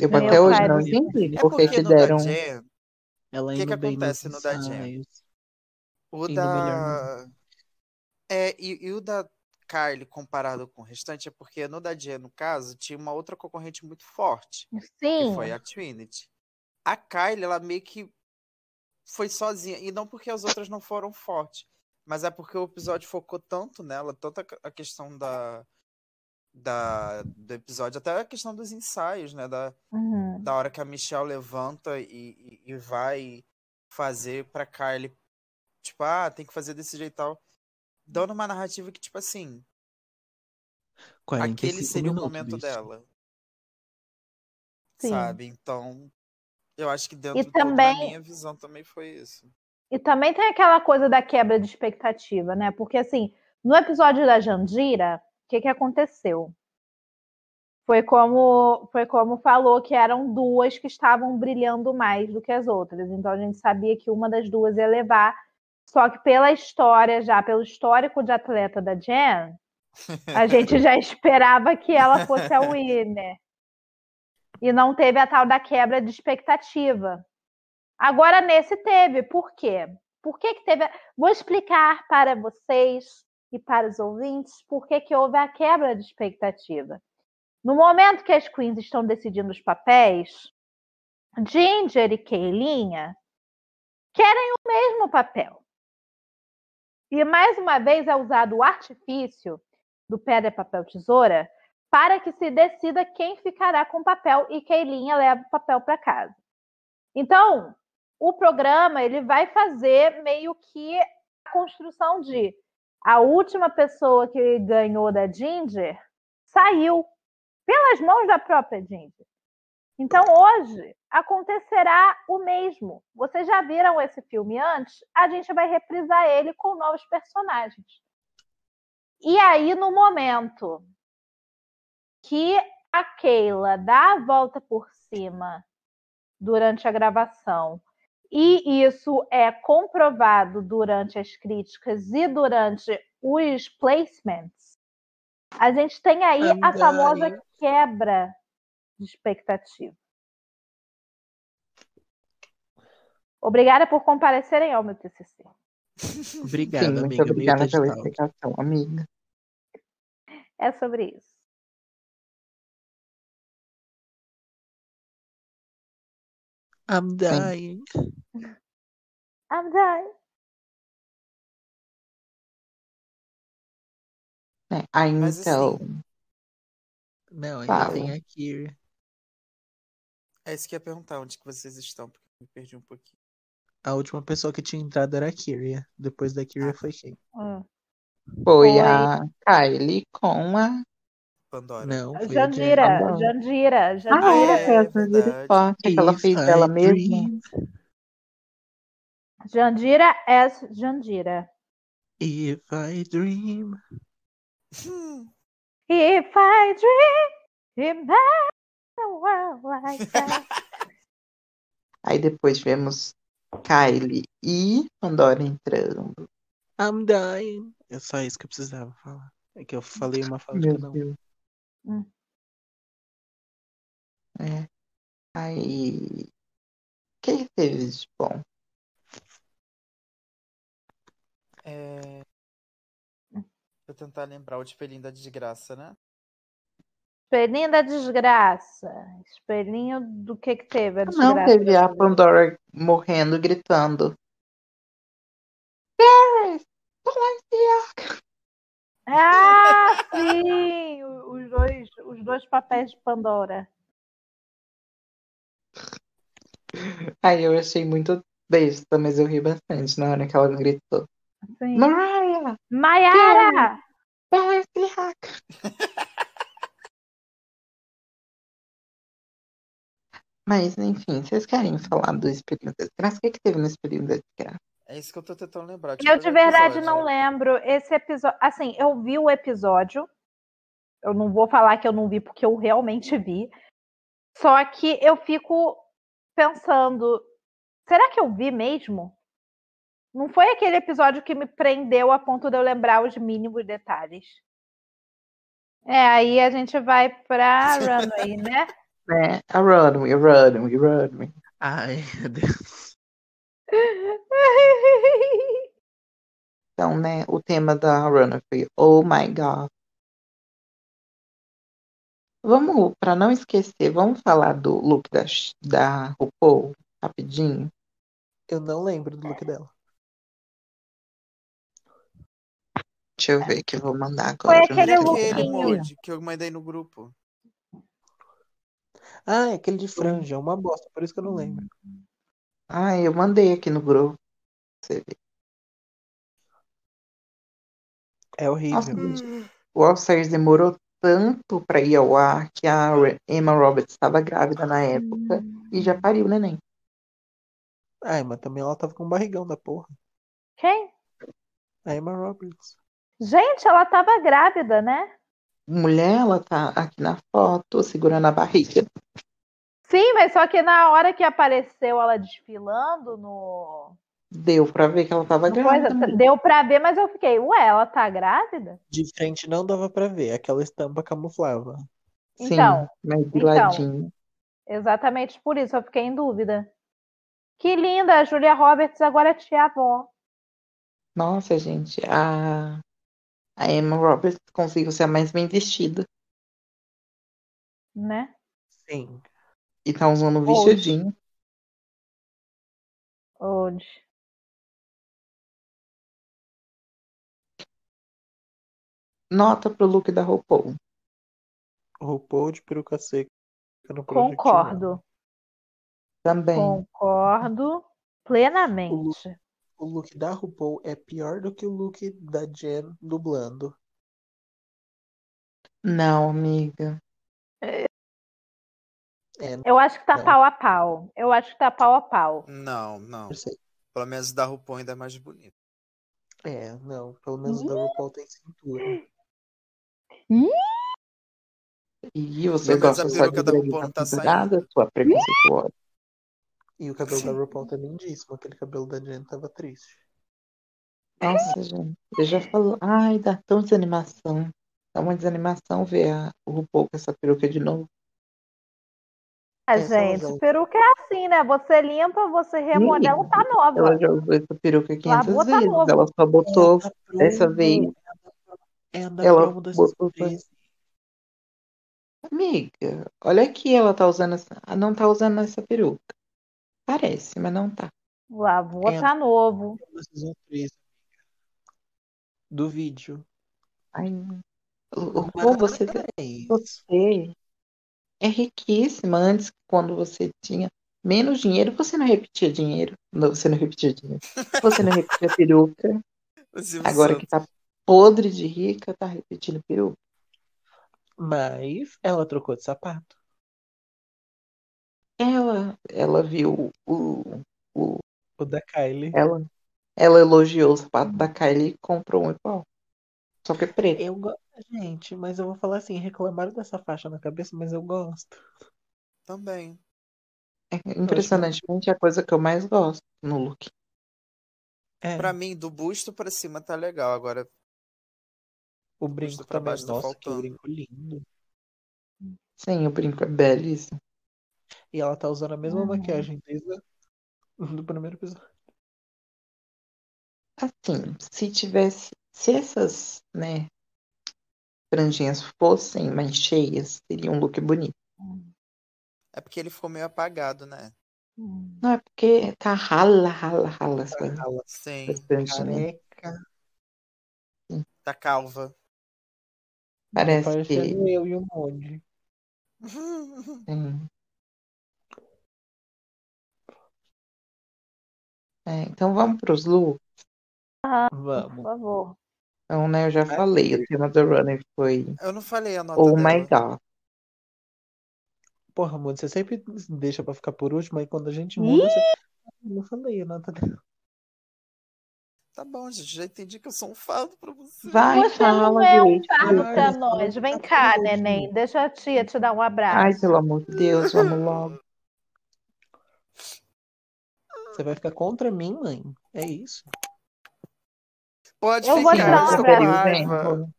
É, Eu
Meu
até hoje
pai
não
do céu.
entendi
É
É
por que
porque
que
no da
deram.
Jen,
Ela
O que
indo
que
bem nos
acontece no da Jen?
ensaios.
o
Indo
da.
melhor
né?
É, e, e o da Kylie comparado com o restante é porque no da Jen, no caso, tinha uma outra concorrente muito forte, que
Sim,
foi a Trinity. A Kylie, ela meio que foi sozinha. E não porque as outras não foram fortes, mas é porque o episódio focou tanto nela, tanto a, a questão da, da, do episódio, até a questão dos ensaios, né? Da,
uhum,
da hora que a Michelle levanta e, e- e vai fazer pra Kylie, tipo, ah, tem que fazer desse jeito e tal. Dando uma narrativa que, tipo assim,
45
aquele seria o
minutos
momento
disso.
dela.
Sim.
Sabe? Então, eu acho que dentro do,
também-
da minha visão também foi isso.
E também tem aquela coisa da quebra de expectativa, né? Porque assim, no episódio da Jandira, o que, que aconteceu? Foi como, foi como falou que eram duas que estavam brilhando mais do que as outras. Então a gente sabia que uma das duas ia levar. Só que pela história já, pelo histórico de atleta da Jen, a gente já esperava que ela fosse a winner. E não teve a tal da quebra de expectativa. Agora nesse teve. Por quê? Por que, que teve? a- Vou explicar para vocês e para os ouvintes por que, que houve a quebra de expectativa. No momento que as queens estão decidindo os papéis, Ginger e Keilinha querem o mesmo papel. E mais uma vez é usado o artifício do pedra, papel, tesoura para que se decida quem ficará com o papel e Keilinha leva o papel para casa. Então, o programa ele vai fazer meio que a construção de a última pessoa que ganhou da Ginger saiu pelas mãos da própria Ginger. Então hoje acontecerá o mesmo. Vocês já viram esse filme antes? A gente vai reprisar ele com novos personagens. E aí no momento que a Keila dá a volta por cima durante a gravação e isso é comprovado durante as críticas e durante os placements, a gente tem aí a
Andai.
famosa quebra de expectativa. Obrigada por comparecerem ao meu TCC.
Obrigado,
Sim, muito
amiga.
obrigada
meio
pela
TED Talk.
explicação, amiga.
É sobre isso.
I'm dying.
I'm done.
É, aí
Mas, assim,
então,
Não, ainda
Fala.
tem aqui.
É isso que eu ia perguntar, onde que vocês estão, porque eu me perdi um pouquinho.
A última pessoa que tinha entrado era a Kyria. Depois da Kyria foi quem?
Hum.
foi
Foi.
a Kylie com a.
Pandora.
Não, foi a
Jandira,
Jen.
Jandira.
Jandira,
Ah,
Jandira,
era
é
foi a Jandira
verdade.
Fox, que ela
If
fez
I
dela mesma.
dream,
Jandira S. Jandira.
if I dream.
Hum,
If I dream, imagine a world like that.
Aí depois vemos Kylie e Pandora entrando.
I'm dying. É só isso que eu precisava falar. É que eu falei uma fala de
Meu
cada um.
Deus.
Hum.
É. Aí. O que que teve de bom?
É... Vou tentar lembrar o espelhinho da desgraça, né?
Espelhinho da desgraça. Espelhinho do que que teve? A desgraça.
Não, teve a Pandora morrendo, gritando. Paris! Don't like the
Ah, sim! o- Os dois, os dois papéis de Pandora.
art." Aí eu achei muito besta, mas eu ri bastante na hora que ela gritou.
Sim.
Mariah! é
Maiara!
Don't like the art." Mas, enfim, vocês querem falar do Espelhinho da Desgraça? O que, que teve no Espelhinho da Desgraça?
É isso que eu tô tentando lembrar. tipo,
Eu de verdade
né?
não lembro. Esse episódio. Assim, eu vi o episódio. Eu não vou falar que eu não vi, porque eu realmente vi. Só que eu fico pensando: será que eu vi mesmo? Não foi aquele episódio que me prendeu a ponto de eu lembrar os mínimos detalhes. É, aí a gente vai pra Runway, né?
Né? A Runway, Runway, Runway.
Ai, meu Deus.
Então, né, o tema da Runner foi Oh My God. Vamos, para não esquecer, vamos falar do look da, Sh- da RuPaul rapidinho.
Eu não lembro do look dela.
Deixa eu ver que eu vou mandar
Foi
agora.
aquele
Aquele
Não sei se
aquele
tá.
lookinho.
mod que eu mandei no grupo.
Ah, é aquele de franja. É uma bosta. Por isso que eu não lembro.
Ah, eu mandei aqui no grupo. Você vê.
É
Nossa,
horrível.
gente, o All Stars demorou tanto para ir ao ar que a Re- Emma Roberts estava grávida na época e
Hum.
já pariu o neném.
Ai, mas também ela tava com um barrigão da porra.
Quem?
A Emma Roberts.
Gente, ela tava grávida, né?
mulher, ela tá aqui na foto, segurando a barriga.
Sim, mas só que na hora que apareceu ela desfilando no.
Deu pra ver que ela tava
no coisa,
grávida. mulher.
deu pra ver, mas eu fiquei, ué, ela tá grávida?
De frente não dava pra ver, aquela estampa camuflava.
Sim,
Então,
mas de
então.
ladinho.
exatamente por isso eu fiquei em dúvida. Que linda, a Julia Roberts agora é tia-avó.
Nossa, gente, a... a Emma Roberts conseguiu ser a mais bem vestida.
Né?
Sim.
E tá usando um
Hoje.
vestidinho.
Hoje.
Nota pro look da RuPaul.
RuPaul de peruca seca no Project
Concordo.
Também.
Concordo plenamente.
O look da RuPaul é pior do que o look da Jen dublando.
Não, amiga.
É,
Eu acho que tá
É.
pau a pau. Eu acho que tá pau a pau.
Não, não.
eu sei.
Pelo menos o da RuPaul ainda é mais bonito.
É, não. Pelo menos o da RuPaul tem cintura.
E você
Pelo menos
gosta
a
só
peruca
de
da
dread
RuPaul não tá
pendurada, sua preconceituosa.
E o cabelo da RuPaul tá lindíssimo. Aquele cabelo da Jen tava triste.
Nossa, gente. Eu já falo. Ai, dá tão desanimação. Dá uma desanimação ver a o RuPaul com essa peruca de novo.
Ah,
Essa é uma
gente,
zona.
peruca é assim, né? Você limpa, você remodela, tá
Ela
nova.
já usou essa peruca 500
Lavou, tá
vezes.
novo.
Ela só botou.
É a da
dessa
promo,
vez.
É a da
Ela
promo das
botou pra-
surpresas.
Amiga, olha aqui, ela tá usando essa. ah, Não tá usando essa peruca. Parece, mas não tá.
Lavou,
É.
tá novo.
da season 3, amiga. Do vídeo. É
Ai, o- o
Mas
RuPaul, você,
peraí.
você é riquíssima. Antes, quando você tinha menos dinheiro, você não repetia dinheiro. Não, você não repetia dinheiro. Você não repetia peruca.
O Silvio
Agora que
Santos.
tá podre de rica, tá repetindo peru.
Mas ela trocou de sapato.
Ela, ela viu o, o
O da Kylie.
ela, ela elogiou o sapato da Kylie e comprou um igual. Só que é preto.
Eu gosto. Gente, mas eu vou falar assim, reclamaram dessa faixa na cabeça, mas eu gosto.
Também.
É impressionantemente é a coisa que eu mais gosto no look.
É,
Pra mim, do busto pra cima tá legal. Agora,
o brinco
custa pra
também.
baixo tá
Nossa,
faltando.
que brinco lindo.
Sim, o brinco é belíssimo.
E ela tá usando a mesma
Uhum.
maquiagem desde a- do primeiro episódio.
Assim, se tivesse, se essas, né, franjinhas fossem mais cheias, seria um look bonito.
é porque ele ficou meio apagado, né?
Não é porque tá rala, rala, rala essa,
Ela
Sim.
essa franjinha.
careca.
Tá calva.
Parece
Tá
que
parecendo eu e o Monde.
Sim. É, então vamos para os looks.
Por
Vamos.
favor.
Então, né, eu já
Vai,
falei, o
Fê.
tema do Runner foi
Eu não falei a nota
Oh
dela.
my God.
Porra, Monde, você sempre deixa pra ficar por último, aí quando a gente muda, você. Não falei, a nota dela.
Tá bom, gente. Já entendi que eu sou um fardo pra você.
Vai,
Você não
fala,
é um
gente.
fardo
Ai,
pra
você
nós. Vem
tá
cá,
tudo.
neném. Deixa a tia te dar um
Ai,
abraço.
pelo amor de Deus, vamos logo.
Você vai ficar contra mim, mãe? É isso.
Pode
Eu vou te
ficar,
dar um
eu tô com
abraço.
raiva.
genro.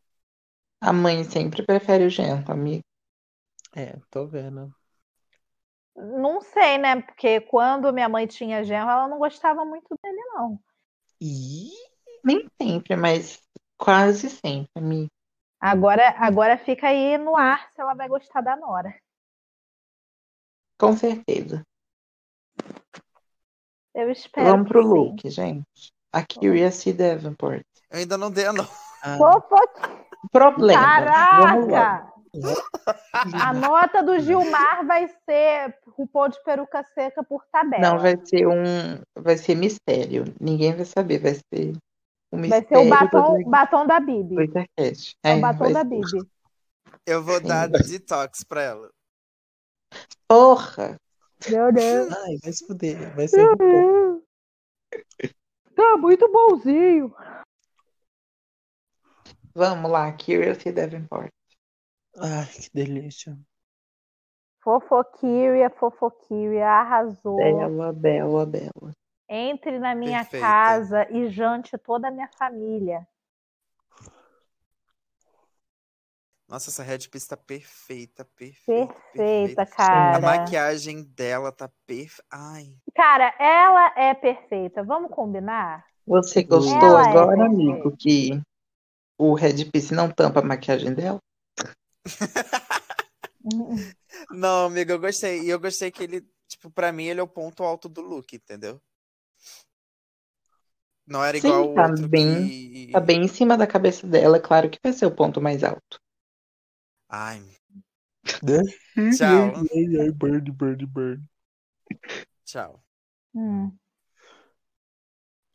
A mãe sempre prefere o genro, amigo.
É, tô vendo.
Não sei, né? Porque quando minha mãe tinha genro, ela não gostava muito dele, não.
E
Nem sempre, mas quase sempre, amigo.
Agora, agora fica aí no ar se ela vai gostar da Nora.
Com certeza.
Eu espero.
Vamos pro
que sim.
look, gente. Aqui o C. Davenport.
Eu ainda não dei a nota.
Ah,
Fofoqueira!
Problema. Vamos logo.
Caraca! A nota do Gilmar vai ser RuPaul de peruca seca por tabela.
Não, vai ser um. Vai ser mistério. Ninguém vai saber. Vai ser um
Vai
mistério
ser o
do
batom,
Drag
batom da Bibi.
Quest.
É
É,
o batom
vai
da
ser.
Bibi.
Eu vou dar detox pra ela.
Porra!
Meu Deus.
Ai, vai se fuder. Vai ser RuPaul.
Tá muito bonzinho.
Vamos lá, Curious e Davenport.
Ai, que delícia.
Fofoquíria, fofoquíria, arrasou.
É.
Bela, bela, bela.
Entre na minha
Perfeita.
casa e jante toda a minha família.
Nossa, essa Red Piece tá perfeita, perfeita.
Perfeita,
A
cara.
maquiagem dela tá perfeita. Ai,
Cara, ela é perfeita. Vamos combinar?
Você gostou
Ela é
agora,
perfeita.
amigo, que o Red Piece não tampa a maquiagem dela?
Uhum.
Não, amigo, eu gostei. E eu gostei que ele, tipo, pra mim ele é o ponto alto do look, entendeu? Não era
Sim,
igual o
tá
outro
bem-
que...
Tá bem em cima da cabeça dela, é claro que vai ser o ponto mais alto.
Ai, Tchau.
Ai, ai, Bird, bird, bird.
tchau.
Hum.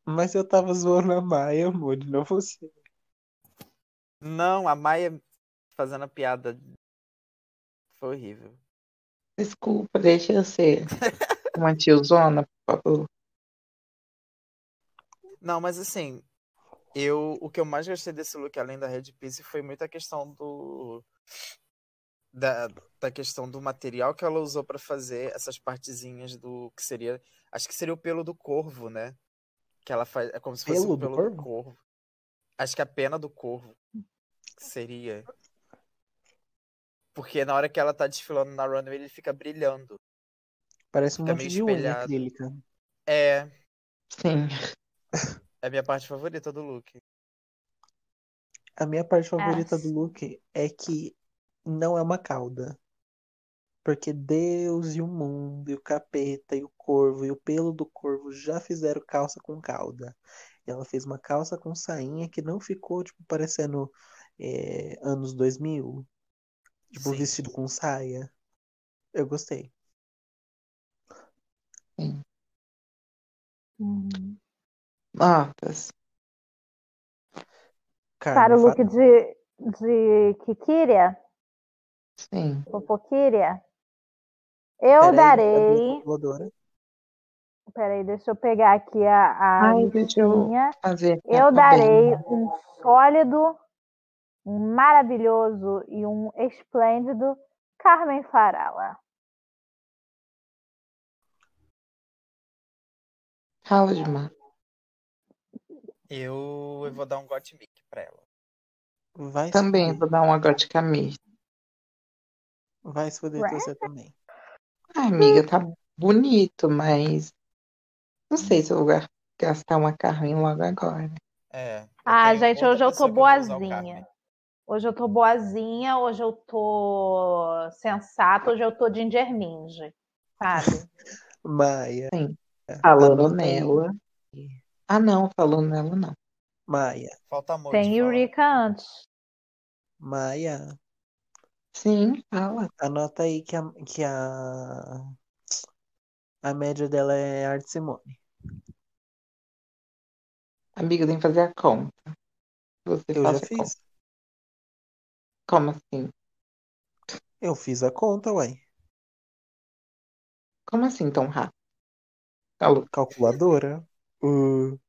Mas eu tava zoando a Maia, amor, e não você.
Não, a Maia fazendo a piada foi horrível.
Desculpa, deixa eu ser uma tiozona, por favor.
Não, mas assim, eu o que eu mais gostei desse look, além da Red Piece, foi muito a questão do da, da questão do material que ela usou pra fazer essas partezinhas do que seria, acho que seria o pelo do corvo, né? Que ela faz, é como se fosse
Pelo
o
do
pelo
corvo?
Acho que a pena do corvo seria. Porque na hora que ela tá desfilando na runway, ele fica brilhando.
Parece um
Fica
monte
meio
de unha
espelhado.
acrílica.
É,
Sim.
é a minha parte favorita do look.
A minha parte favorita
Ah.
do look é que não é uma cauda. Porque Deus e o mundo, e o capeta, e o corvo, e o pelo do corvo já fizeram calça com cauda. E ela fez uma calça com sainha que não ficou, tipo, parecendo é, anos 2000. Tipo,
Sim.
vestido com saia. Eu gostei.
Uhum.
Notas.
Cara, o
Carmen,
look
fala.
de, de Kikiria,
Sim.
Fofoquiria, eu
Peraí, cadê a tá
darei.
calculadora?
Peraí, deixa eu pegar aqui a, a
Ai, deixa eu
listinha.
fazer. Ah, tá
Eu
a tabela.
darei um sólido, um maravilhoso e um esplêndido Carmen Farala.
Fala demais.
Eu, eu vou dar um got mic pra ela.
Vai se
Também
fuder.
vou dar uma gótica mista.
Vai se fuder
Ué?
você também.
Ah, amiga, tá bonito, mas não sei se eu vou ga- gastar uma Carmen logo agora.
É. eu
Ah,
tenho
gente, hoje
outra
eu tô
pessoa que eu vou usar o
boazinha.
Carmen.
Hoje eu tô boazinha, hoje eu tô sensata, hoje eu tô Ginger Minge, sabe?
Maia.
Sim.
anota
Falando
aí.
nela. Ah, não, falando nela, não.
Maia.
Falta amor.
Tem
de falar.
Eureka antes.
Maia.
Sim, fala.
Anota aí que a, que a, a média dela é Arte Simone.
Amiga, tem que fazer a conta. Você
Eu já
faz a conta.
fiz.
Como assim?
Eu fiz a conta, uai.
Como assim tão rápido? Alô?
Calculadora. Uh,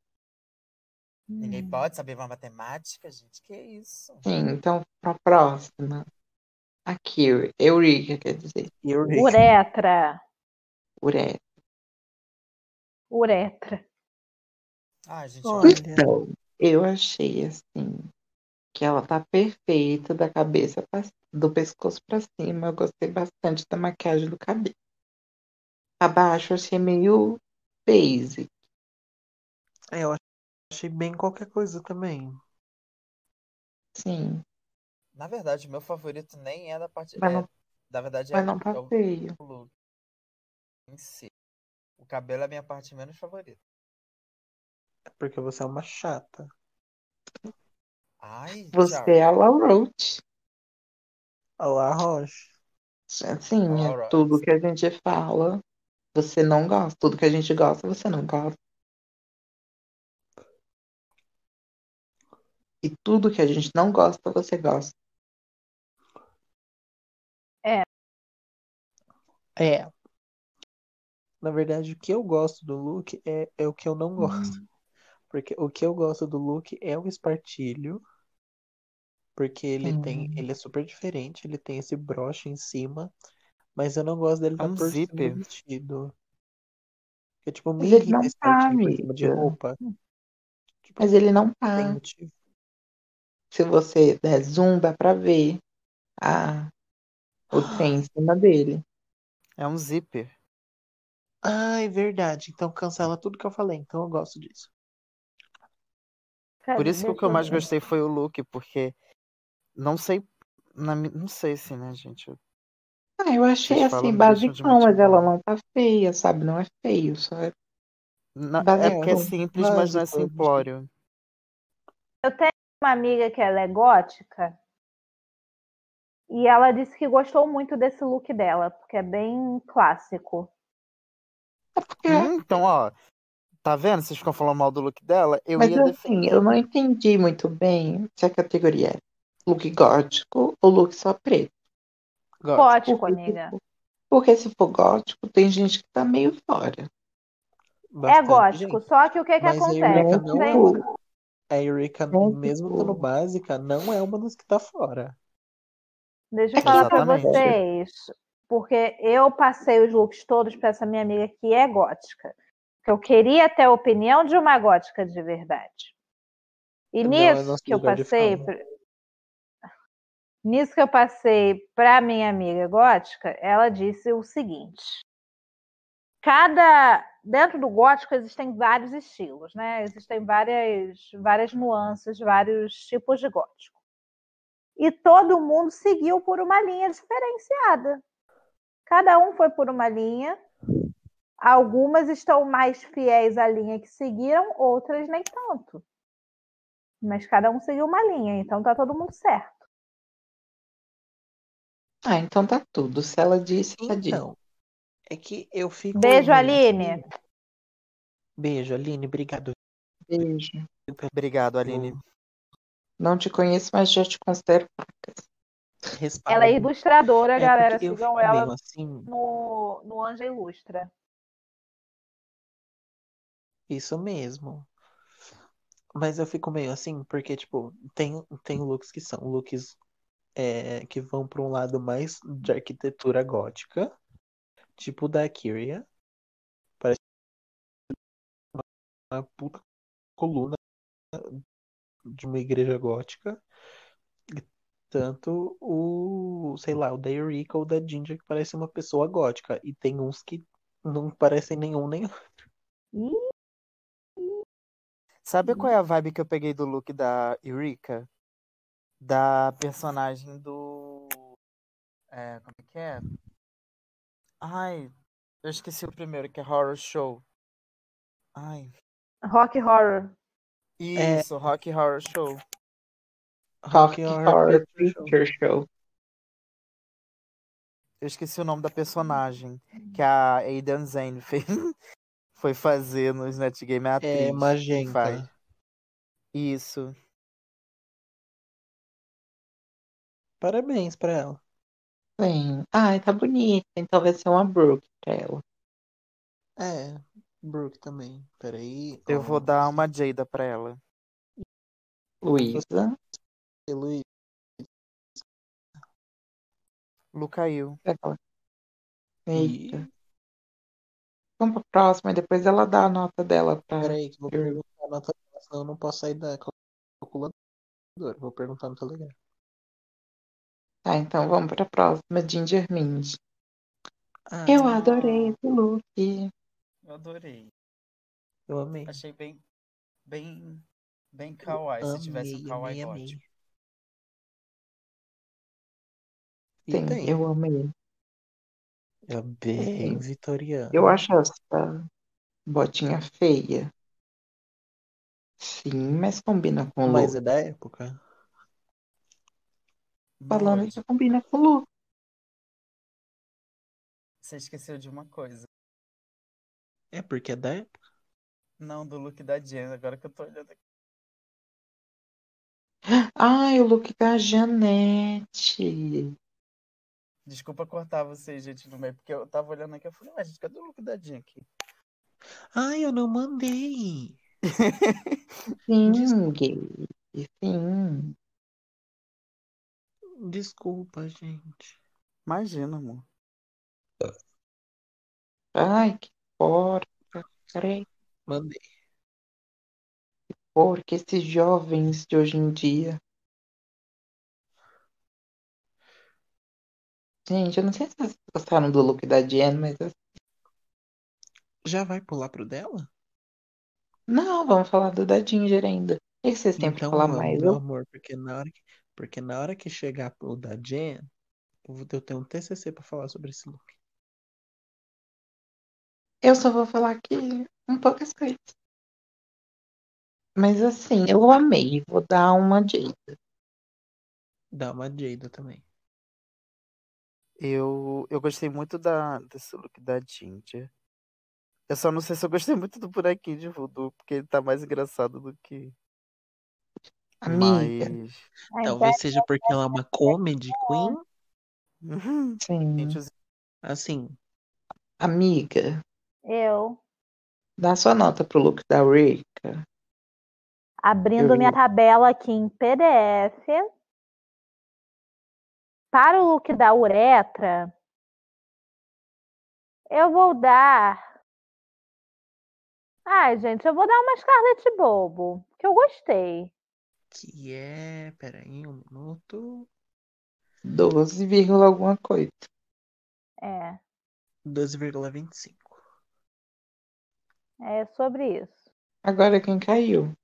Ninguém
Hum.
pode saber uma matemática, gente. Que isso?
Sim, então, pra próxima. Aqui, Eurica, quer dizer,
Eureka.
Uretra.
Ureia.
Uretra.
Ah, gente,
Olha.
Então, eu achei assim que ela tá perfeita da cabeça pra- do pescoço pra cima. Eu gostei bastante da maquiagem do cabelo. Abaixo eu achei meio basic.
É, eu achei bem qualquer coisa também.
Sim,
na verdade, o meu favorito nem é da parte.
Mas não-
é, na verdade, é,
mas não tá
é o
feio.
look em si. O cabelo é a minha parte menos favorita.
É Porque você é uma chata.
Ai, tchau.
Você é a La Roach.
Olá, Roche.
Assim,
A La
é
Roach.
tudo que a gente fala, você não gosta. Tudo que a gente gosta, você não gosta. E tudo que a gente não gosta, você gosta.
É. Na verdade, o que eu gosto do look é, é o que eu não gosto. Porque o que eu gosto do look é o espartilho. Porque ele
Hum.
tem, ele é super diferente, ele tem esse broche em cima, mas eu não gosto dele
É
estar
um
por cima do
zíper.
vestido. Porque, tipo, me
Mas ele
irrita
não
esse
tá,
artigo em cima de
amiga.
roupa. Tipo,
Mas ele não
não tem
tá.
motivo.
Se você der zoom, dá pra ver a... o trem em cima dele.
É um zíper.
Ah, é verdade. Então cancela tudo que eu falei. Então eu gosto disso.
Por isso que o que eu mais gostei foi o look, porque não sei. na mi- não sei se, né, gente? Eu-
Ah, eu achei
Vocês falam,
assim,
me deixam de
basicão, mas
motivar.
ela não tá feia, sabe? Não é feio, só é.
na- é
Baseado.
porque é simples, mas não é
Básico, eu
simplório.
Eu tenho uma amiga que ela é gótica e ela disse que gostou muito desse look dela, porque é bem clássico.
É porque.
Hum, então, ó. Tá vendo? Vocês ficam falando mal do look dela? Eu
Mas
ia
assim, eu não entendi muito bem se a categoria é look gótico ou look só preto.
defender.
Gótico,
Porque se
amiga.
for- Porque se for gótico, tem gente que tá meio fora.
É
Bastante
gótico,
gente.
só que o que que
Mas a
acontece?
Eureka
Né?
não
Tem-
é uma. A Eureka,
Né?
mesmo
Tipo-
estando básica, não é uma das que tá fora.
Deixa eu
É que
falar pra
Exatamente.
vocês, porque eu passei os looks todos pra essa minha amiga que é gótica. Que eu queria ter a opinião de uma gótica de verdade. E
Não, é
nisso
nosso
que eu
lugar de
passei,
fala.
pra- nisso que eu passei pra minha amiga gótica, ela disse o seguinte: cada dentro do gótico existem vários estilos, né? Existem várias várias nuances, vários tipos de gótico. E todo mundo seguiu por uma linha diferenciada. Cada um foi por uma linha. Algumas estão mais fiéis à linha que seguiram, outras nem tanto. Mas cada um seguiu uma linha, então tá todo mundo certo.
Ah, então tá tudo. Se ela disse, tá dito.
Então, é que eu fico
Beijo,
meio
Aline.
assim- Beijo, Aline. Obrigado.
Beijo.
Obrigado, Aline.
Não te conheço, mas já te considero.
Respaldo.
Ela é ilustradora,
É
galera.
porque eu
Sigam
fico
ela
meio assim,
no, no Anja Ilustra.
isso mesmo. Mas eu fico meio assim, porque, tipo, tem, tem looks que são looks é, que vão para um lado mais de arquitetura gótica, tipo o da Kyria. Parece uma, uma puta coluna de uma igreja gótica. E tanto o, sei lá, o da Eureka ou da Ginger que parece uma pessoa gótica. E tem uns que não parecem nenhum nem
Sabe qual é a vibe que eu peguei do look da Eureka? Da personagem do. É, como é que é? Ai, eu esqueci o primeiro, que é Horror Show. Ai.
Rock Horror.
É.
Isso, Rock Horror Show.
Rock
Horror
Horror
Picture Show.
Picture Show.
Eu esqueci o nome da personagem que a Aidan Zane fez, foi fazer no Snatch Game. É a atriz
É
que
magenta.
faz. Isso.
Parabéns pra ela.
Sim. Ai, tá bonita. Então vai ser uma Brooke pra ela.
É, Brooke também. Peraí.
Eu
ó,
vou dar uma Jada pra ela.
Luísa.
e Luiz.
Lucaiu.
pra ela. Eita.
E...
Vamos pra próxima e depois ela dá a nota dela pra.
Peraí, que eu vou
Eu-
perguntar na tua... Senão eu não posso sair da calculadora. Vou perguntar no Telegram.
Tá, então vamos pra próxima. Ginger Mint.
Ah,
Eu adorei esse look.
Eu adorei.
eu amei.
Achei bem. Bem. Bem kawaii. Se tivesse um
Amei,
kawaii
amei, amei.
gótico.
E
Sim,
tem.
eu amei.
É bem
Sim.
vitoriana.
Eu acho essa botinha feia. Sim, mas combina com o
Mas
look.
é da época.
Falando
Morde.
que combina com o look.
Você esqueceu de uma coisa.
É porque é da época.
Não, do look da Jen, agora que eu tô olhando aqui.
Ai, o look da Janete.
Desculpa cortar vocês, gente, no meio, porque eu tava olhando aqui e falei, ué, gente, cadê o look da Jen aqui?
Ai, eu não mandei.
Sim, gay. Sim.
Desculpa, gente.
Imagina, amor.
Ai, que porca. Peraí,
Mandei.
porca esses jovens de hoje em dia. Gente, eu não sei se vocês gostaram do look da Jen, mas eu-
Já vai pular pro dela?
não, vamos falar do da Ginger ainda. O que que vocês têm pra
Então
falar
vamos,
mais?
meu amor, porque na hora que, porque na hora que chegar o da Jen, eu vou eu tenho um TCC pra falar sobre esse look.
Eu só vou falar aqui um poucas coisas. Mas assim, eu amei. Vou dar uma de.
Dá uma Jada também.
Eu, eu gostei muito da, desse look da Ginger. Eu só não sei se eu gostei muito do bonequinho de voodoo, porque ele tá mais engraçado do que.
Amiga.
Mas.
A
Talvez seja porque ela é uma comedy
né?
queen.
Uhum. Sim.
Gente, os-
Assim,
Amiga,
Eu,
dá sua nota pro look da Rika.
abrindo
Eu-
minha tabela aqui em PDF. Para o look da uretra, eu vou dar. Ai, gente, eu vou dar uma Scarlet Bobo, que eu gostei.
que é. Peraí, um minuto.
12, vírgula alguma coisa.
É,
12,25.
é sobre isso.
Agora quem caiu?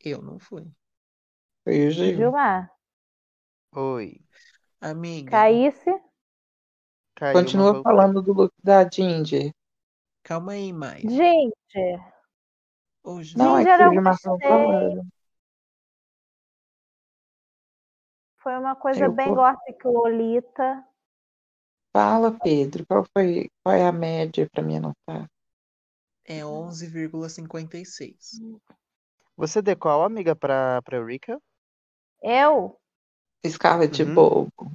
Eu não fui.
Foi o Gil.
Gilmar,
Oi.
Amiga,
caísse.
Caiu, mas
Continua
voltou.
falando do look da Ginger.
calma aí, Maia.
Gente,
Hoje
Não, é
Ginger,
que
eu
o Gilmar tava
gostei.
falando.
foi uma coisa
Eu
bem
vou-
gothic Lolita.
Fala, Pedro, qual foi, qual é a média pra me anotar?
é 11,56.
Você deu qual, amiga, pra, pra Eureka?
Eu,
Scarlett
Uhum.
Bobo.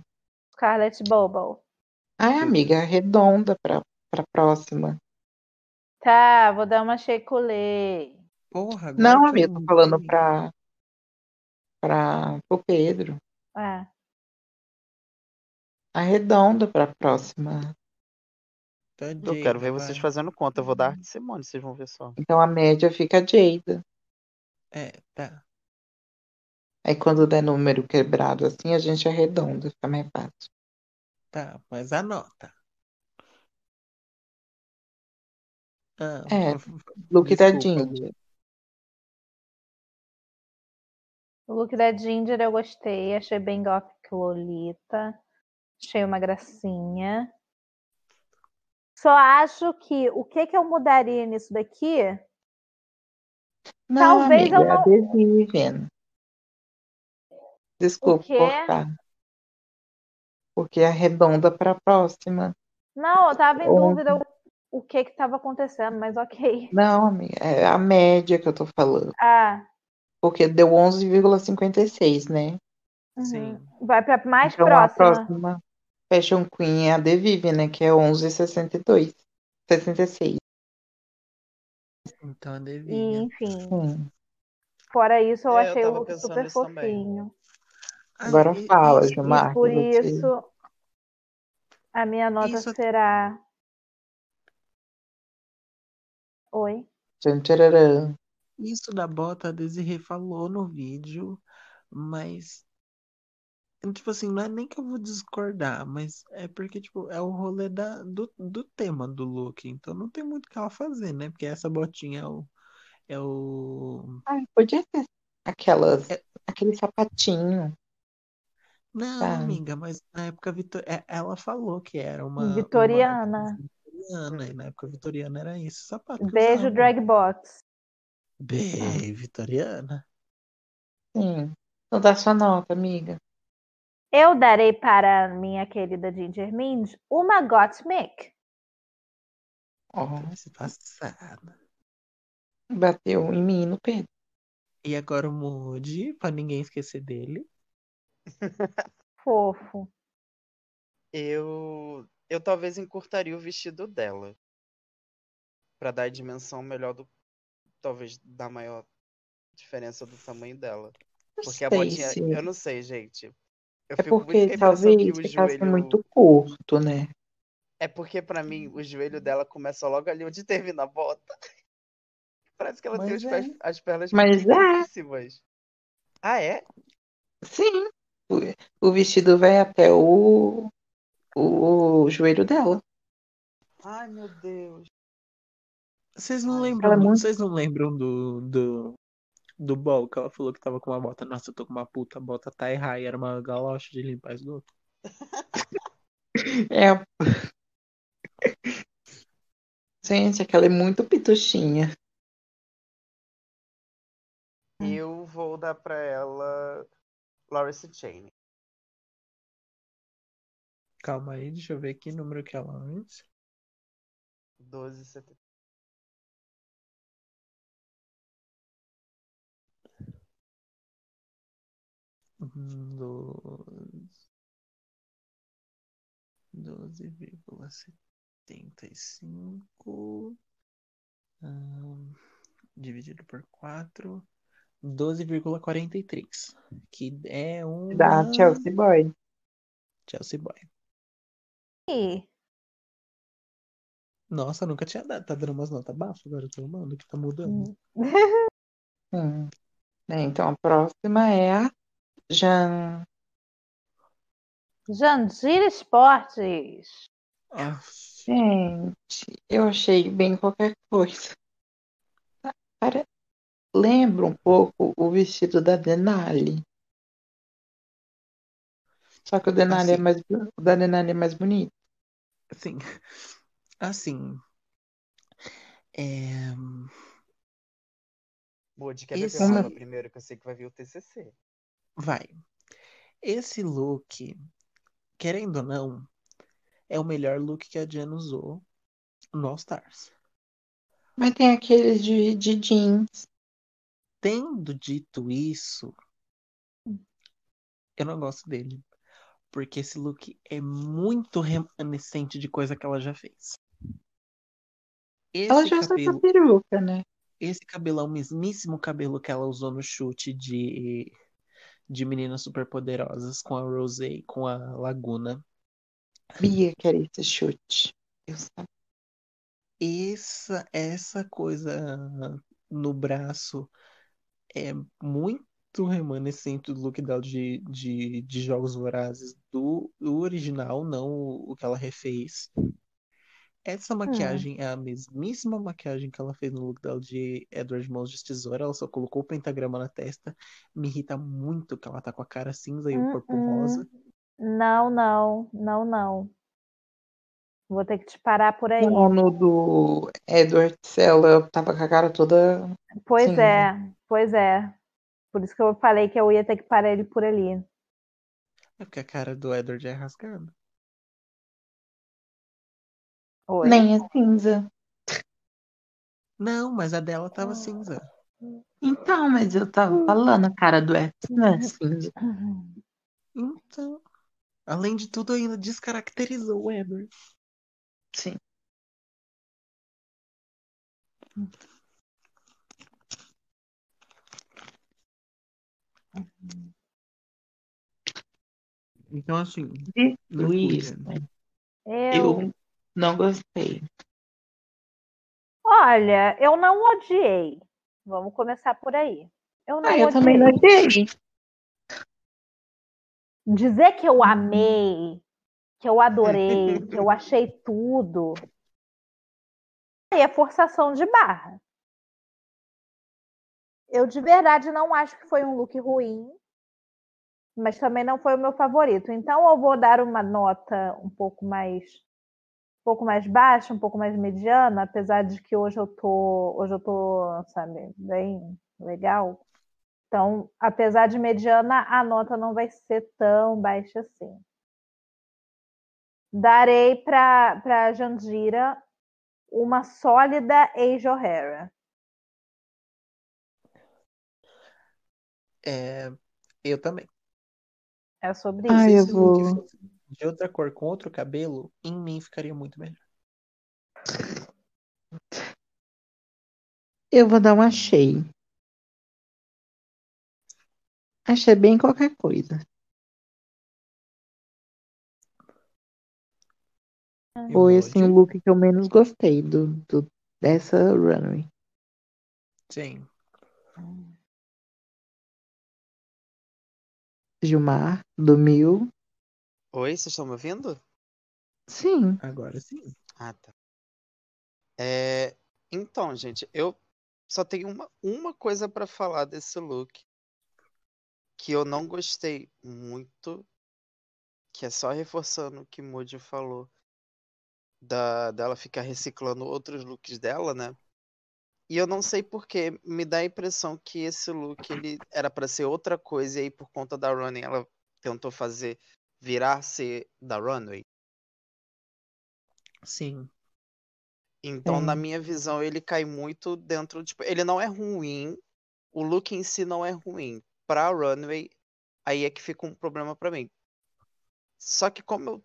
Scarlet Bobo. Hum.
Ai, amiga, arredonda pra, pra próxima.
Tá, vou dar uma cheiculei.
Porra, agora
Não,
que eu
amiga, tô falando
lembrei.
pra, pra, pro Pedro.
É.
Arredonda pra próxima.
Da
Eu quero
tá, Jada,
ver vocês
vai.
fazendo conta. Eu vou dar arte de Simone, vocês vão ver só.
Então a média fica Jada.
É, tá.
Aí quando der número quebrado assim, a gente arredonda, fica mais fácil.
Tá, mas anota. Ah,
É,
f- f-
Look da
desculpa, Lu.
Ginger.
O look da Ginger eu gostei, achei bem gothic Lolita. Achei uma gracinha. Só acho que o que, que eu mudaria nisso daqui?
Não,
Talvez eu
amiga, é
não-
adesivem. Desculpa
quê?
cortar. Porque arredonda pra próxima.
Não, eu tava em
Ou-
dúvida o, o que que tava acontecendo, mas ok.
Não, amiga, é a média que eu tô falando.
Ah,
Porque deu 11,56, né?
uhum.
Sim.
vai pra mais
Então a
próxima.
próxima Fashion Queen é a The Vivi, né? Que é 11,62. 66.
Então a
E,
Devinha.
enfim,
Hum.
Fora isso, eu
É, eu
achei o
tava
look
pensando
super
nisso também.
fofinho.
Ah,
Agora
e-
fala,
isso,
Gilmar.
e
que
por
você-
tipo isso, a minha nota
Isso-
será. Oi?
Tchan, tchararã.
isso da bota a Desirê falou no vídeo, mas. Tipo assim, não é nem que eu vou discordar, mas é porque, tipo, é o rolê da, do, do tema do look. Então não tem muito o que ela fazer, né? Porque essa botinha é o. É o...
Ai, podia ter aquelas,
É-
aquele sapatinho.
Não,
Tá.
amiga, mas na época Vitor... ela falou que era uma.
Vitoriana.
Uma... Vitoriana, e na época vitoriana era esse sapato que
Beijo,
usava.
drag box.
Bem, vitoriana.
Sim. Então dá sua nota, amiga.
Eu darei para a minha querida Ginger Mind uma Gottmik.
Ó,
Tá se passada.
bateu em mim e no Pedro.
E agora o Moody, pra ninguém esquecer dele.
Fofo.
Eu, eu talvez encurtaria o vestido dela. Pra dar a dimensão melhor do. Talvez da maior diferença do tamanho dela. Porque a
sei
botinha.
se-
Eu não sei, gente. Eu
É
fico muito com a
porque
impressão que
talvez
o
ficasse
joelho.
muito curto, né?
É porque pra mim o joelho dela começa logo ali onde termina a bota. Parece que ela tem
Mas
os pés-
é.
as pernas
Mas é.
pequeníssimas. Ah, é?
Sim. O- O vestido vai até o, o, o joelho dela.
Ai, meu Deus.
Vocês não
Ai,
lembram,
ela é muito-
vocês não lembram do, do, do Bol, que ela falou que tava com uma bota. Nossa, eu tô com uma puta bota tie high, era uma galocha de limpar esgoto.
É. Gente, aquela é muito pituchinha. Hum.
Eu vou dar pra ela Lawrence Chain.
Calma aí, deixa eu ver que número que é ela antes.
12,70.
Doze. 12,75 ahn, dividido por 4, 12,43, que é um
Da Chelsea Boy.
Chelsea Boy.
Ih,
Nossa, nunca tinha dado. Tá dando umas notas bafas agora, eu tô amando que tá mudando.
Hum. Né, Então a próxima é a Jan.
Jandira Esportes.
Ah,
Gente, eu achei bem qualquer coisa. Pare- Lembra um pouco o vestido da Denali. Só que o Denali é
Assim.
mais, o da Denali é mais bonito.
Assim, assim, é,
Bode, quer ver
Esse-
teu
Uhum.
mapa primeiro, que eu sei que vai vir o TCC.
vai. Esse look, querendo ou não, é o melhor look que a Jen usou no All Stars.
Mas tem aqueles de, de jeans.
Tendo dito isso, eu não gosto dele. Porque esse look é muito remanescente de coisa que ela já fez.
Ela
Esse
já usa
cabelo,
essa peruca, né?
esse cabelo é o mesmíssimo cabelo que ela usou no chute de, de Meninas Superpoderosas com a Rosé, com a Laguna.
Bia que era esse chute. Eu sabia.
Essa, essa coisa no braço é muito remanescente do look dela de, de, de Jogos Vorazes, do, do original, não o, o que ela refez. Essa maquiagem é a mesmíssima maquiagem que ela fez no look dela de Edward Mãos de Tesoura, ela só colocou o pentagrama na testa. Me irrita muito que ela tá com a cara cinza e o corpo
Hum, hum.
rosa.
Não, não, não, não. Vou ter que te parar por aí.
O ano do Edward Sella tava com a cara toda.
Pois
Sim.
é, pois é. Por isso que eu falei que eu ia ter que parar ele por ali.
É porque a cara do Edward é rasgada.
Oi.
Nem é cinza.
Não, mas a dela tava cinza.
Então, mas eu tava falando, a cara do Edward não é cinza.
Então, além de tudo, ainda descaracterizou o Edward.
Sim.
Então, assim,
Dito
Mercúrio,
isso,
né?
Eu,
eu não gostei.
olha, eu não odiei. Vamos começar por aí. Eu não
Ah, eu
odiei.
também não achei.
Dizer que eu amei, que eu adorei, que eu achei tudo. Aí é forçação de barra. Eu de verdade não acho que foi um look ruim, mas também não foi o meu favorito. Então eu vou dar uma nota um pouco mais um pouco mais baixa, um pouco mais mediana, apesar de que hoje eu tô, hoje eu tô, sabe, bem legal. Então, apesar de mediana, a nota não vai ser tão baixa assim. Darei para para Jandira uma sólida Age O'Hara.
É, eu também.
É sobre isso.
Ah,
Se
eu
esse look
vou-
fosse de outra cor com outro cabelo, em mim ficaria muito melhor.
Eu vou dar um achei. Achei bem qualquer coisa. Foi assim o look que eu menos gostei do, do- dessa runway.
Sim.
Gilmar, do Mil.
Oi, vocês estão me ouvindo?
Sim,
Agora sim.
Ah, tá. É, então, gente, eu só tenho uma, uma coisa pra falar desse look que eu não gostei muito, que é só reforçando o que Moody falou da dela ficar reciclando outros looks dela, né? E eu não sei porquê, me dá a impressão que esse look ele era pra ser outra coisa e aí por conta da running ela tentou fazer virar ser da runway.
Sim.
Então,
É.
na minha visão, ele cai muito dentro. Tipo, ele não é ruim. O look em si não é ruim. Pra runway, aí é que fica um problema pra mim. Só que como eu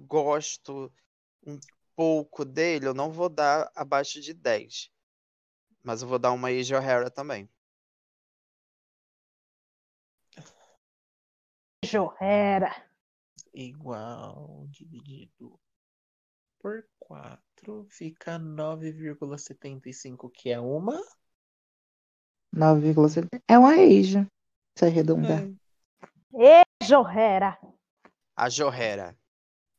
gosto um pouco dele, eu não vou dar abaixo de 10. Mas eu vou dar uma Asia O'Hara também.
Jorrera.
Igual dividido por 4 fica 9,75, que é uma.
9,7. É uma Asia. Se arredondar.
É,
Jorrera.
A Johera.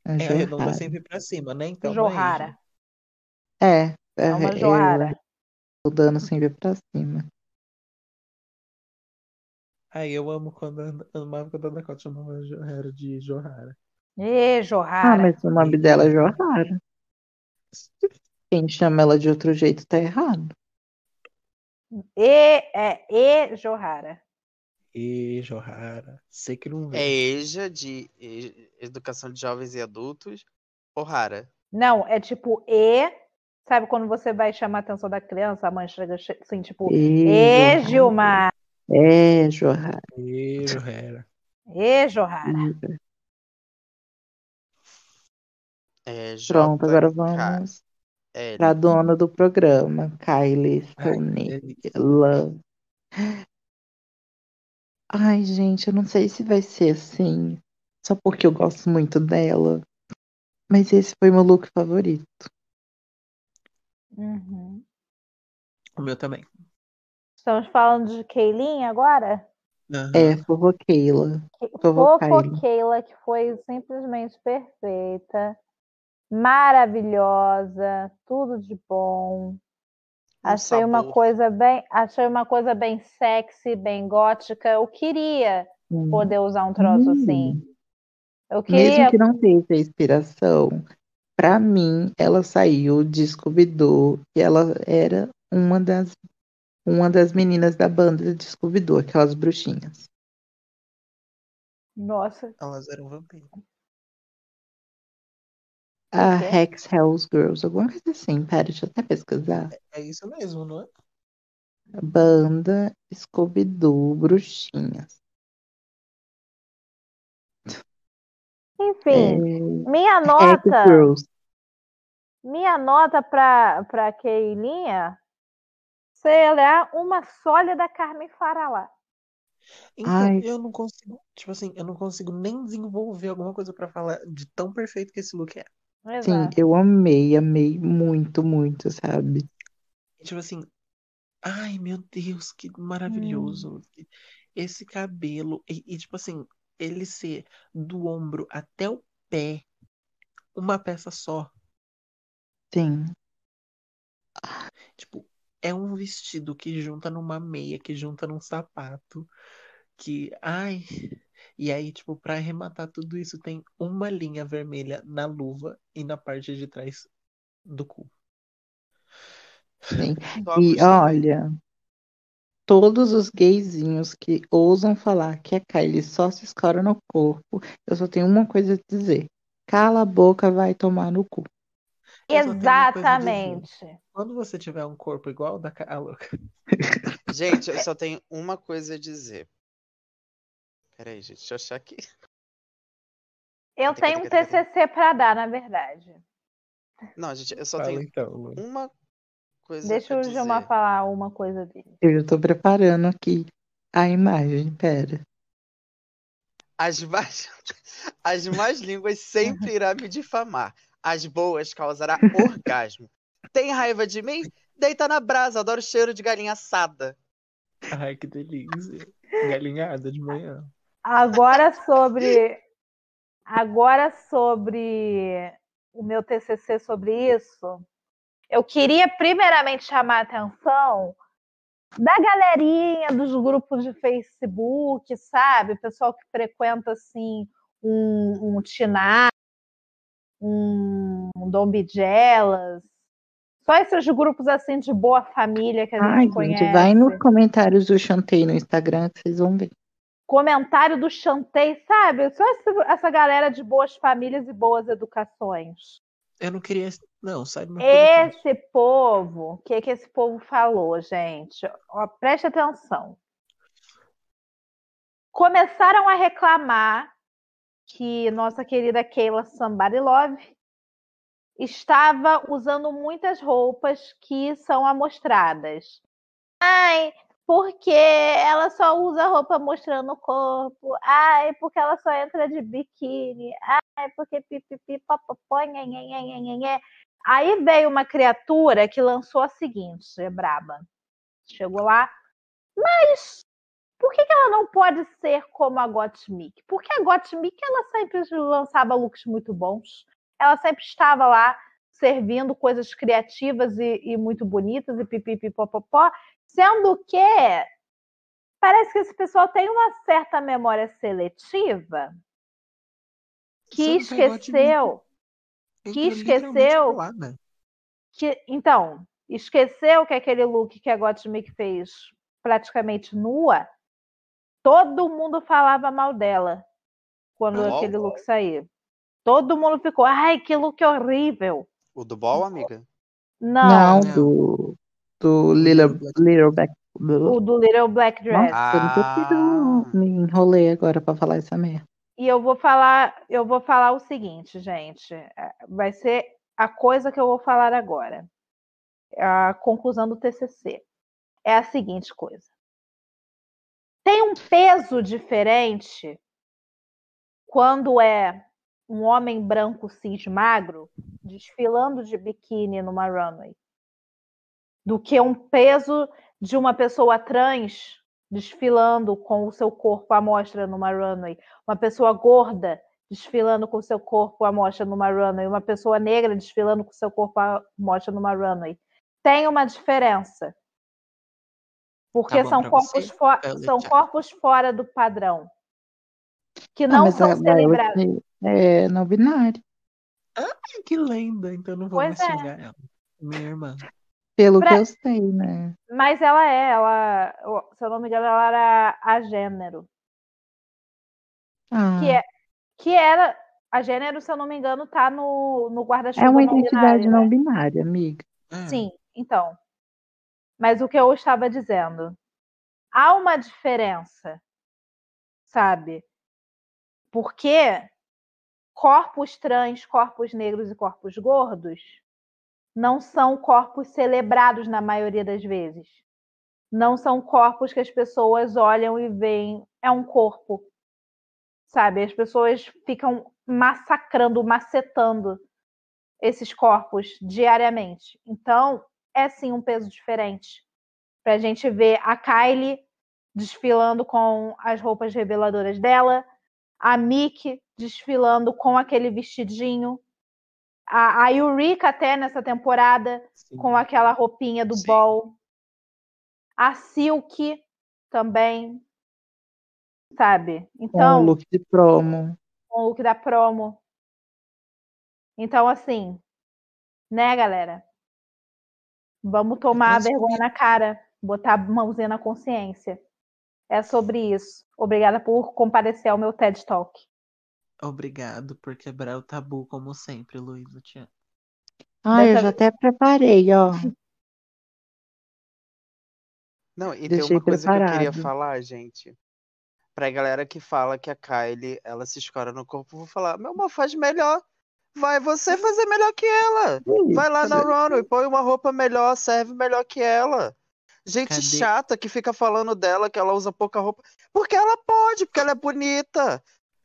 É,
é arredonda sempre pra cima, né? Então, não é
Jorrara.
isso.
É,
É
é,
uma
é,
Johara.
arredondando sempre pra cima.
Ai, eu amo quando a- eu amava quando a Dakota chamava Jo- era de Johara.
Ê,
Ah,
Jorrara.
mas o nome dela é Jorrara. Quem chama ela de outro jeito tá errado.
E, é, e Johara.
E Johara, sei que não vê.
É Asia de E- Educação de Jovens e Adultos. O'Hara.
Não, é tipo E. Sabe quando você vai chamar a atenção da criança, a mãe chega che- assim, tipo,
É,
E Gilmar.
É, Jorrara.
E Johara.
E Johara.
É
Pronto, agora vamos
JKL.
pra dona do programa, Kylie
é
Stoney. Love. Ai, gente, eu não sei se vai ser assim, só porque eu gosto muito dela. Mas esse foi meu look favorito. Hum.
Uhum.
O meu também.
Estamos falando de Keilin agora?
É, fofoqueila. Fofocaile.
Fofoqueila, que foi simplesmente perfeita, maravilhosa, tudo de bom.
Um
Achei uma
sabor.
coisa bem, achei uma coisa bem sexy, bem gótica. Eu queria
Hum.
poder usar um troço
Hum.
assim. Eu
Mesmo
queria,
que não seja inspiração, pra mim ela saiu de Scooby-Doo e ela era uma das uma das meninas da banda de Scooby-Doo, aquelas bruxinhas.
nossa,
Elas eram vampiras.
A
quê?
Hex Hells Girls, alguma coisa assim, pera, deixa eu até pesquisar.
É isso mesmo, não é?
Banda Scooby-Doo, bruxinhas.
enfim, minha
É, Hex
nota,
Girls.
minha nota para para Keilinha será uma sólida Carmen Faralá.
Então,
Ai.
eu não consigo, tipo assim, eu não consigo nem desenvolver alguma coisa pra falar de tão perfeito que esse look é.
Sim,
Exato.
eu amei, amei muito, muito, sabe?
E, Tipo assim, ai meu Deus, que maravilhoso. Esse cabelo, e, e, tipo assim, ele ser do ombro até o pé, uma peça só.
Sim.
Tipo, é um vestido que junta numa meia, que junta num sapato, que, ai. E aí, tipo, pra arrematar tudo isso, tem uma linha vermelha na luva e na parte de trás do cu.
Sim.
Tô
E
acostumado.
olha, todos os gayzinhos que ousam falar que a Kylie só se escora no corpo, eu só tenho uma coisa a dizer. Cala a boca, vai tomar no cu.
Eu só tenho uma coisa a dizer.
Exatamente.
Quando você tiver um corpo igual ao da Ca- a louca.
Gente, eu só tenho uma coisa a dizer. Peraí, gente, deixa eu achar aqui.
Eu
Cadê,
tenho um
cadê, cadê, cadê?
TCC para dar, na verdade.
Não, gente, eu só
Fala
tenho
então, Lu.
uma coisa
Deixa
a
o
dizer.
Gilmar falar uma coisa dele.
Eu já tô preparando aqui a imagem, pera.
As más, as más línguas sempre irá me difamar. As boas causará orgasmo. Tem raiva de mim? Deita na brasa, adoro cheiro de galinha assada.
Ai, que delícia. Galinhada de manhã.
Agora sobre. Agora sobre o meu TCC sobre isso, eu queria primeiramente chamar a atenção da galerinha dos grupos de Facebook, sabe? O pessoal que frequenta assim um, um Tiná, um, um Dom Bijelas. Só esses grupos assim de boa família que a gente
Ai,
conhece.
gente, vai nos comentários do Chantei no Instagram que vocês vão ver.
comentário do Chantei, sabe? Só esse- essa galera de boas famílias e boas educações.
Eu não queria. Não, sai do meu podcast.
Esse povo, o que, que esse povo falou, gente? Ó, preste atenção. Começaram a reclamar que nossa querida Keila Somebody Love estava usando muitas roupas que são amostradas. Ai, porque ela só usa roupa mostrando o corpo. Ai, porque ela só entra de biquíni. Ai, porque pipipi, popopó, nhan, nhan, nhan, nhan, nhan, nhan. Aí veio uma criatura que lançou a seguinte, é braba. Chegou lá, mas por que, que ela não pode ser como a Gottmik? Porque a Gottmik, ela sempre lançava looks muito bons. Ela sempre estava lá servindo coisas criativas e, e muito bonitas e pipipipopopó. Sendo que parece que esse pessoal tem uma certa memória seletiva que
Você não pegou a de mim.
esqueceu que
Eu tô literalmente né?
esqueceu-
pelada.
que- então, esqueceu que aquele look que a Gottmik fez praticamente nua, todo mundo falava mal dela quando
Lol.
aquele look saiu. Todo mundo ficou, ai, que look horrível.
O do Ball, amiga?
Não,
não.
do, do Little,
Black-
Little Black.
o do Little Black Dress.
Nossa, não
Ah.
tô tendo- me enrolei agora pra falar essa merda.
E eu vou falar, eu vou falar o seguinte, gente. é, Vai ser a coisa que eu vou falar agora. A conclusão do TCC é a seguinte coisa. Tem um peso diferente quando é um homem branco cis magro desfilando de biquíni numa runway do que um peso de uma pessoa trans desfilando com o seu corpo à mostra numa runway, uma pessoa gorda desfilando com o seu corpo à mostra numa runway, uma pessoa negra desfilando com o seu corpo à mostra numa runway. Tem uma diferença. Porque
Tá bom
são,
pra
corpos
você,
fo-
Violet
são
Jackson?
corpos fora do padrão. Que não,
Ah, mas
são
a
celebrados.
Violet é não binário.
Ai, que lenda, então não vou
Pois
mais
é.
xingar ela. Minha irmã.
Pelo
Pra-
que eu sei, né?
Mas ela é, ela, eu- se eu não me engano, ela era a gênero.
Ah, Hum.
Que é, que era a gênero, se eu não me engano, tá no, no guarda-chuva
é uma
não
identidade
binário,
não
né?
binária, amiga.
É,
Sim, então. Mas o que eu estava dizendo, há uma diferença, sabe? Porque corpos trans, corpos negros e corpos gordos não são corpos celebrados na maioria das vezes. Não são corpos que as pessoas olham e veem. É um corpo, sabe? As pessoas ficam massacrando, macetando esses corpos diariamente. Então, é sim um peso diferente. Pra gente ver a Kylie desfilando com as roupas reveladoras dela, a Mickey desfilando com aquele vestidinho, a, a Eureka até nessa temporada
sim.
com aquela roupinha do
Sim.
ball. A Silk também, sabe?
Com o
Então,
Um look de promo.
com o look da promo. Então, assim, né, galera? Vamos tomar a
penso
vergonha na cara, botar a mãozinha na consciência. É sobre isso. Obrigada por comparecer ao meu TED Talk.
Obrigado por quebrar o tabu, como sempre, Luiz. Eu te amo.
Ah, eu
Dessa
já até preparei, ó.
Não, e tem
Deixei
uma coisa que eu queria
preparado.
falar, gente. Pra galera que fala que a Kylie, ela se escora no corpo, eu vou falar, meu amor, faz melhor. Vai você fazer melhor que ela. Vai lá na runway, põe uma roupa melhor, serve melhor que ela. Gente
Cadê?
chata que fica falando dela que ela usa pouca roupa. Porque ela pode, porque ela é bonita.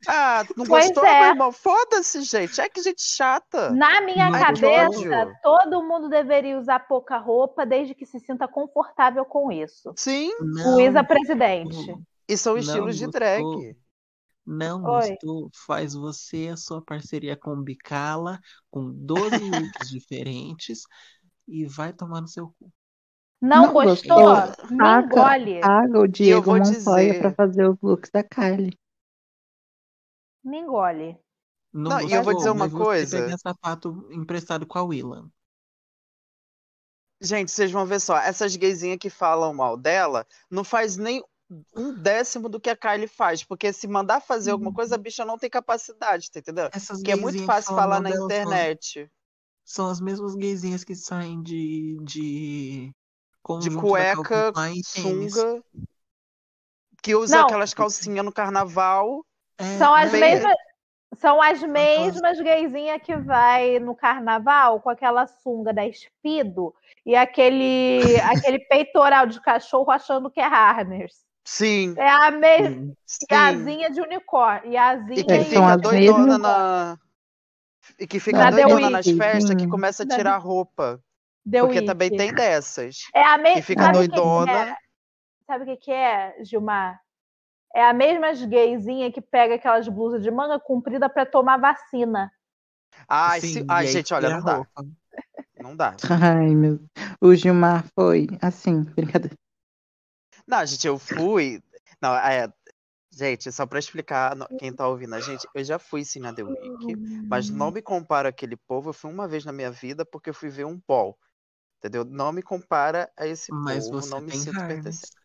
Ah, não
Pois
gostou,
é.
meu irmão? Foda-se, gente. É que gente chata.
Na minha
Ai, que
cabeça,
ódio.
todo mundo deveria usar pouca roupa desde que se sinta confortável com isso.
Sim,
Não,
Luísa presidente.
e são
Não
estilos de
gostou.
drag.
não
Oi.
gostou? Faz você a sua parceria com o Bicala, com 12 looks diferentes, e vai tomar no seu cu.
Não,
Não
gostou?
gostou?
Me
Saca.
engole.
Paga Ah, o Diego
vou
Montoya
dizer-
pra fazer os looks da Kylie.
Me engole.
Não,
Não, e eu vou
gostou,
dizer uma
mas você
coisa.
Pegar sapato emprestado com a Willan.
Gente, vocês vão ver só, essas gaysinhas que falam mal dela, não faz nem um décimo do que a Kylie faz, porque se mandar fazer alguma coisa, a bicha não tem capacidade, tá entendendo?
Essas
Porque é muito
gaysinhas Uhum. que
fácil
falam
falar
mal
na
dela são-
internet.
São as mesmas gaysinhas que saem de, de
De
conjunto da Calvin
cueca,
Klein e tênis.
sunga, que usa
Não.
aquelas calcinhas no carnaval.
É,
São as
bem-
mesmas. São as
aquelas-
mesmas gaysinhas que vai no carnaval com aquela sunga da Espido e aquele, aquele peitoral de cachorro achando que é harness.
Sim,
É a mesma
Sim.
Hum, sim.
e a asinha de unicórnio. E a
E
asinha
que
É,
e...
são
fica
as
doidona
mesmas-
na... E que fica
Na The
doidona
Week.
nas festas, que começa a
Na-
tirar roupa.
The
Porque
Week.
também tem dessas.
É a
Que
mesma.
fica
Sabe o que que é?
doidona.
Sabe o que, que é, Gilmar? É a mesma gaysinha que pega aquelas blusas de manga comprida pra tomar vacina.
Ai,
Sim,
se...
e
Ai,
aí
gente, olha,
tira a
não dá.
roupa.
Não dá.
Ai, meu. O Gilmar foi assim, brincadeira.
Não, gente, eu fui. Não, é. Gente, só pra explicar no- quem tá ouvindo a gente, eu já fui sim na The Week, mas
Uhum.
não me compara aquele povo. Eu fui uma vez na minha vida porque eu fui ver um pol. Entendeu? Não me compara a esse
Mas
povo,
você
não me
tem
sinto
harness.
pertencente.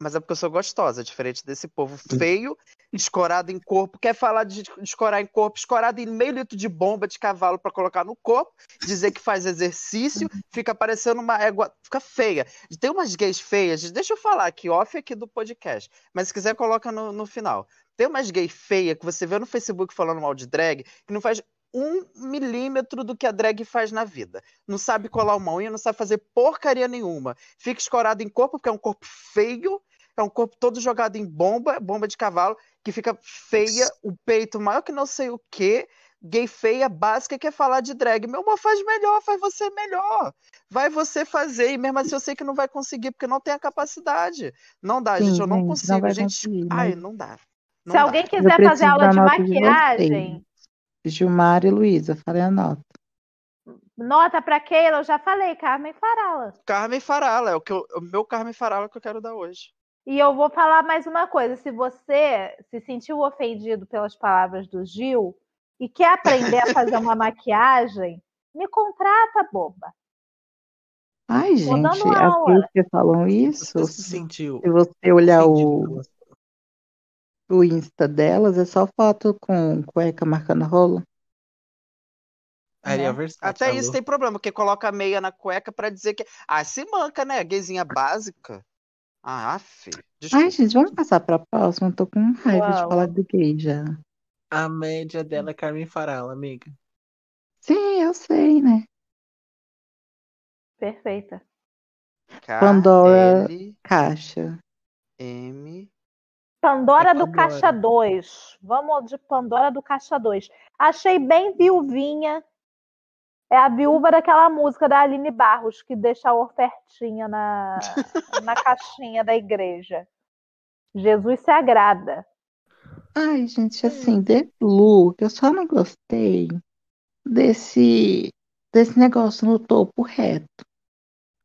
Mas é porque eu sou gostosa, diferente desse povo
Hum.
feio, escorado em corpo. Quer falar de escorar em corpo, escorado em meio litro de bomba de cavalo pra colocar no corpo, dizer que faz exercício,
Uhum.
fica parecendo uma égua, fica feia. Tem umas gays feias, deixa eu falar aqui, off aqui do podcast, mas se quiser coloca no, no final. Tem umas gays feias que você vê no Facebook falando mal de drag, que não faz um milímetro do que a drag faz na vida. Não sabe colar uma unha, não sabe fazer porcaria nenhuma. Fica escorado em corpo, porque é um corpo feio, é um corpo todo jogado em bomba, bomba de cavalo, que fica feia, o peito maior que não sei o quê. Gay feia básica quer falar de drag. Meu amor, faz melhor, faz você melhor. Vai você fazer, e mesmo assim eu sei que não vai conseguir, porque não tem a capacidade. Não dá,
Sim,
gente, eu não
gente, não
consigo.
vai
gente,
conseguir,
ai,
mas-
não dá. Não
Se
dá.
alguém quiser fazer
preciso
aula
da
de
nota de
maquiagem,
Gilmar e Luísa, falei a nota.
nota pra Keila, eu já falei, Carmen Farala.
Carmen Farala, é o, que eu- o meu Carmen Farala que eu quero dar hoje.
E eu vou falar mais uma coisa: se você se sentiu ofendido pelas palavras do Gil e quer aprender a fazer uma maquiagem, me contrata, boba.
Ai,
Tô dando
gente, as
aula.
pessoas que falam isso,
Você se
se
sentiu
você olhar
ofendido
o,
pelas-
o Insta delas, é só foto com cueca marcando rolo.
Né?
Aria é Versace,
Até
alô.
isso tem problema, porque coloca a meia na cueca pra dizer que. Ah, se manca, né? Gayzinha básica. Ah, fi.
Ai,
Desculpa.
gente, vamos passar pra próxima. Eu tô com raiva de
Uau.
falar de gay já.
A média dela é Carmen Farala, amiga.
Sim, eu sei, né?
Perfeita.
Pandora.
K,
Caixa.
L, M.
Pandora
É
do
Pandora.
Caixa 2. Vamos de Pandora do Caixa 2. Achei bem viuvinha. É a viúva daquela música da Aline Barros, que deixa a ofertinha na, na caixinha da igreja. Jesus se agrada.
Ai, gente, assim, de look, eu só não gostei desse, desse negócio no topo reto.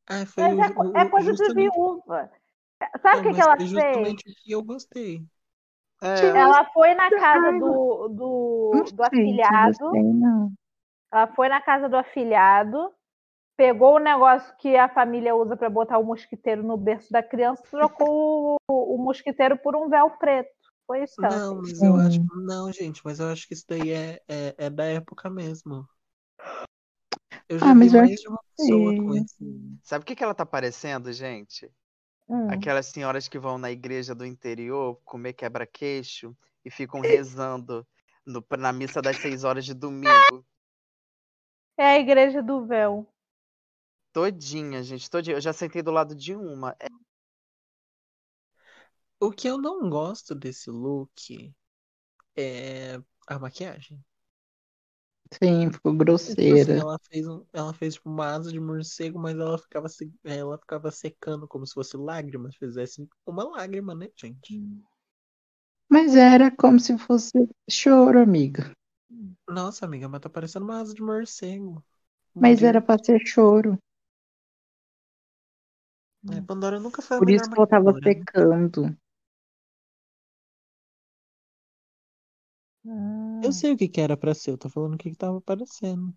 Ah, foi
Mas
o,
é, co-
o-
é coisa de
justamente,
viúva. Sabe o
não,
que, que
mas
ela
foi
fez?
justamente o que eu gostei.
É,
Ela foi na casa
Ai,
do, do,
Não
do
sei se
afilhado.
é.
gostei, não.
Ela foi na casa do afilhado, pegou o negócio que a família usa para botar o mosquiteiro no berço da criança, trocou o, o mosquiteiro por um véu preto. Foi isso que ela
Não,
fez.
mas eu acho.
Sim.
Não, gente, mas eu acho que isso daí é, é, é da época mesmo. Eu já
Ah,
vi
mas eu
mais
acho
de uma pessoa com
feio.
esse.
sabe o que, que ela tá parecendo, gente?
Hum.
Aquelas senhoras que vão na igreja do interior comer quebra-queixo e ficam rezando no- na missa das seis horas de domingo.
É a igreja do véu.
Todinha, gente, todinha. Eu já sentei do lado de uma. É,
O que eu não gosto desse look é, a maquiagem.
Sim, ficou
Tipo assim,
grosseira.
ela fez, um- ela fez tipo, uma asa de morcego, mas ela ficava, se- ela ficava secando como se fosse lágrimas, fizesse uma lágrima, né, gente?
Hum. Mas era como se fosse choro, amiga.
Nossa, amiga, mas tá parecendo uma asa de morcego. Meu
Mas
Deus.
era pra ser choro.
É, Pandora nunca foi a
Hum. Por
melhor
isso que ela tava
maquiadora, né?
secando.
Hum.
Eu sei o que que era pra ser, eu tô falando o que que tava aparecendo.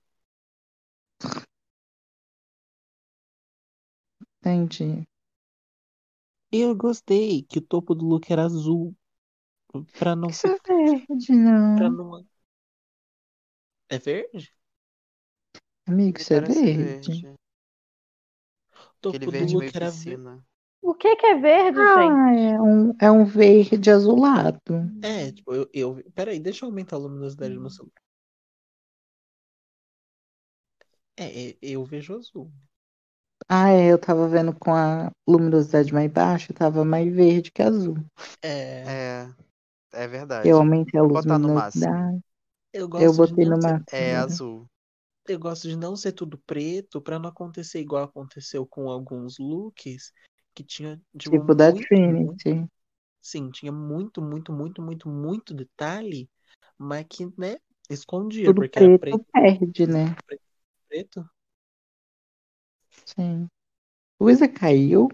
Entendi.
Eu gostei que o topo do look era azul. Pra não
Isso um
ser.
é verde,
Pra
não.
não... É verde?
Amigo,
Ele
isso é
parece
verde.
verde.
O
Aquele
topo do
verde meio
look era verde.
piscina.
O que que é verde, gente?
Ah, é um, é um verde azulado.
É, tipo, eu, eu. Peraí, deixa eu aumentar a luminosidade
Hum.
do meu celular. É, é, eu vejo azul.
Ah, é, eu tava vendo com a luminosidade mais baixa, tava mais verde que azul.
É,
É, é verdade.
Eu aumentei a
Botar no máximo.
luminosidade.
eu
Eu
gosto de
botei
não
no
ser,
É
máximo.
azul.
eu gosto de não ser tudo preto pra não acontecer igual aconteceu com alguns looks que tinha, tipo,
Tipo da
muito, muito
Trinity.
Sim, tinha muito, muito, muito, muito, muito detalhe, mas que, né, escondia,
Tudo
porque era
preto
preto,
perde, né?
preto.
Sim. Luísa caiu?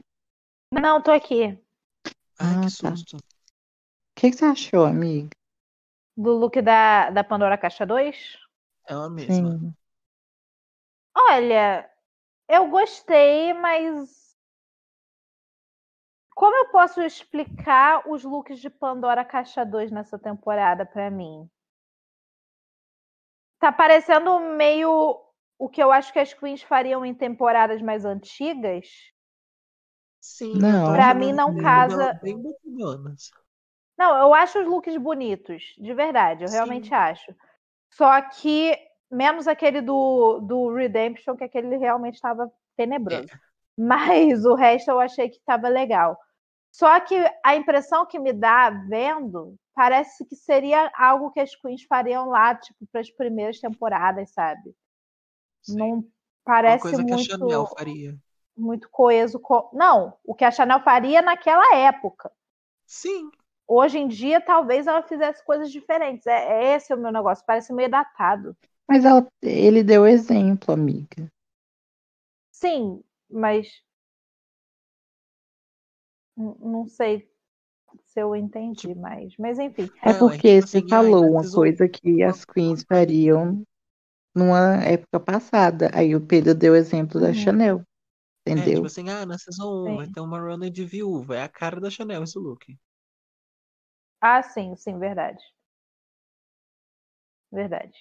Não, tô aqui.
Ai, que
Ah, tá. O
susto.
que que você achou, amiga?
Do look da, da Pandora Caixa 2?
Ela É mesma.
Sim.
Olha, eu gostei, mas. Como eu posso explicar os looks de Pandora Caixa 2 nessa temporada pra mim? Tá parecendo meio o que eu acho que as queens fariam em temporadas mais antigas.
Sim, então, é eu
Não.
tava
Pra
chamando
mim não
de É
casa.
bem bacanas.
Não, eu acho os looks bonitos, de verdade, eu
Sim.
realmente acho. Só que, menos aquele do, do Redemption, que aquele realmente
É.
estava tenebroso. Mas o resto eu achei que estava legal. Só que a impressão que me dá vendo parece que seria algo que as queens fariam lá, tipo, para as primeiras temporadas, sabe?
Sim.
Não
Uma
parece
coisa que a Chanel
muito,
faria.
muito coeso com. Não, o que a Chanel faria naquela época.
Sim,
Hoje em dia, talvez ela fizesse coisas diferentes. É, é esse o meu negócio. Parece meio datado.
Mas ela, ele deu exemplo, amiga.
Sim, mas n- não sei se eu entendi mais. Mas enfim.
É
não, é
porque
tipo
você
assim, ai,
falou uma
precisou
coisa que
uma
as queens
coisa.
fariam numa época passada. Aí o Pedro deu exemplo da
Uhum.
Chanel,
É, tipo
entendeu?
assim, ah, na season 1 vai
Sim.
ter uma runner de viúva. É a cara da Chanel esse look.
Ah, sim, sim, verdade. Verdade.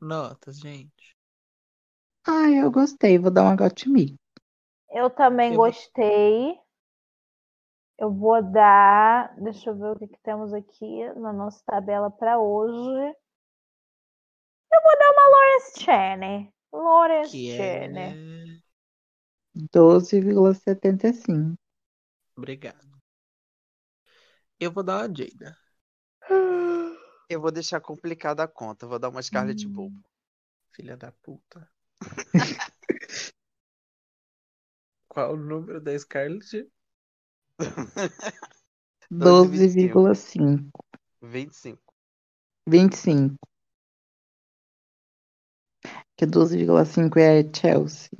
Notas, gente.
Ah, eu gostei, vou dar uma gotimi.
Eu também
Eu vou-
gostei. Eu vou dar. Deixa eu ver o que, que temos aqui na nossa tabela para hoje. Eu vou dar uma Lawrence Cheney. Lawrence
Que
Cheney.
é.
12,75.
Obrigado. Eu vou dar uma Jada.
Eu vou deixar complicada a conta. Vou dar uma Scarlet
Hum.
Bobo.
Filha da puta. Qual o número da Scarlet?
12,25.
12,5.
25.
25. Que 12,5 é Chelsea.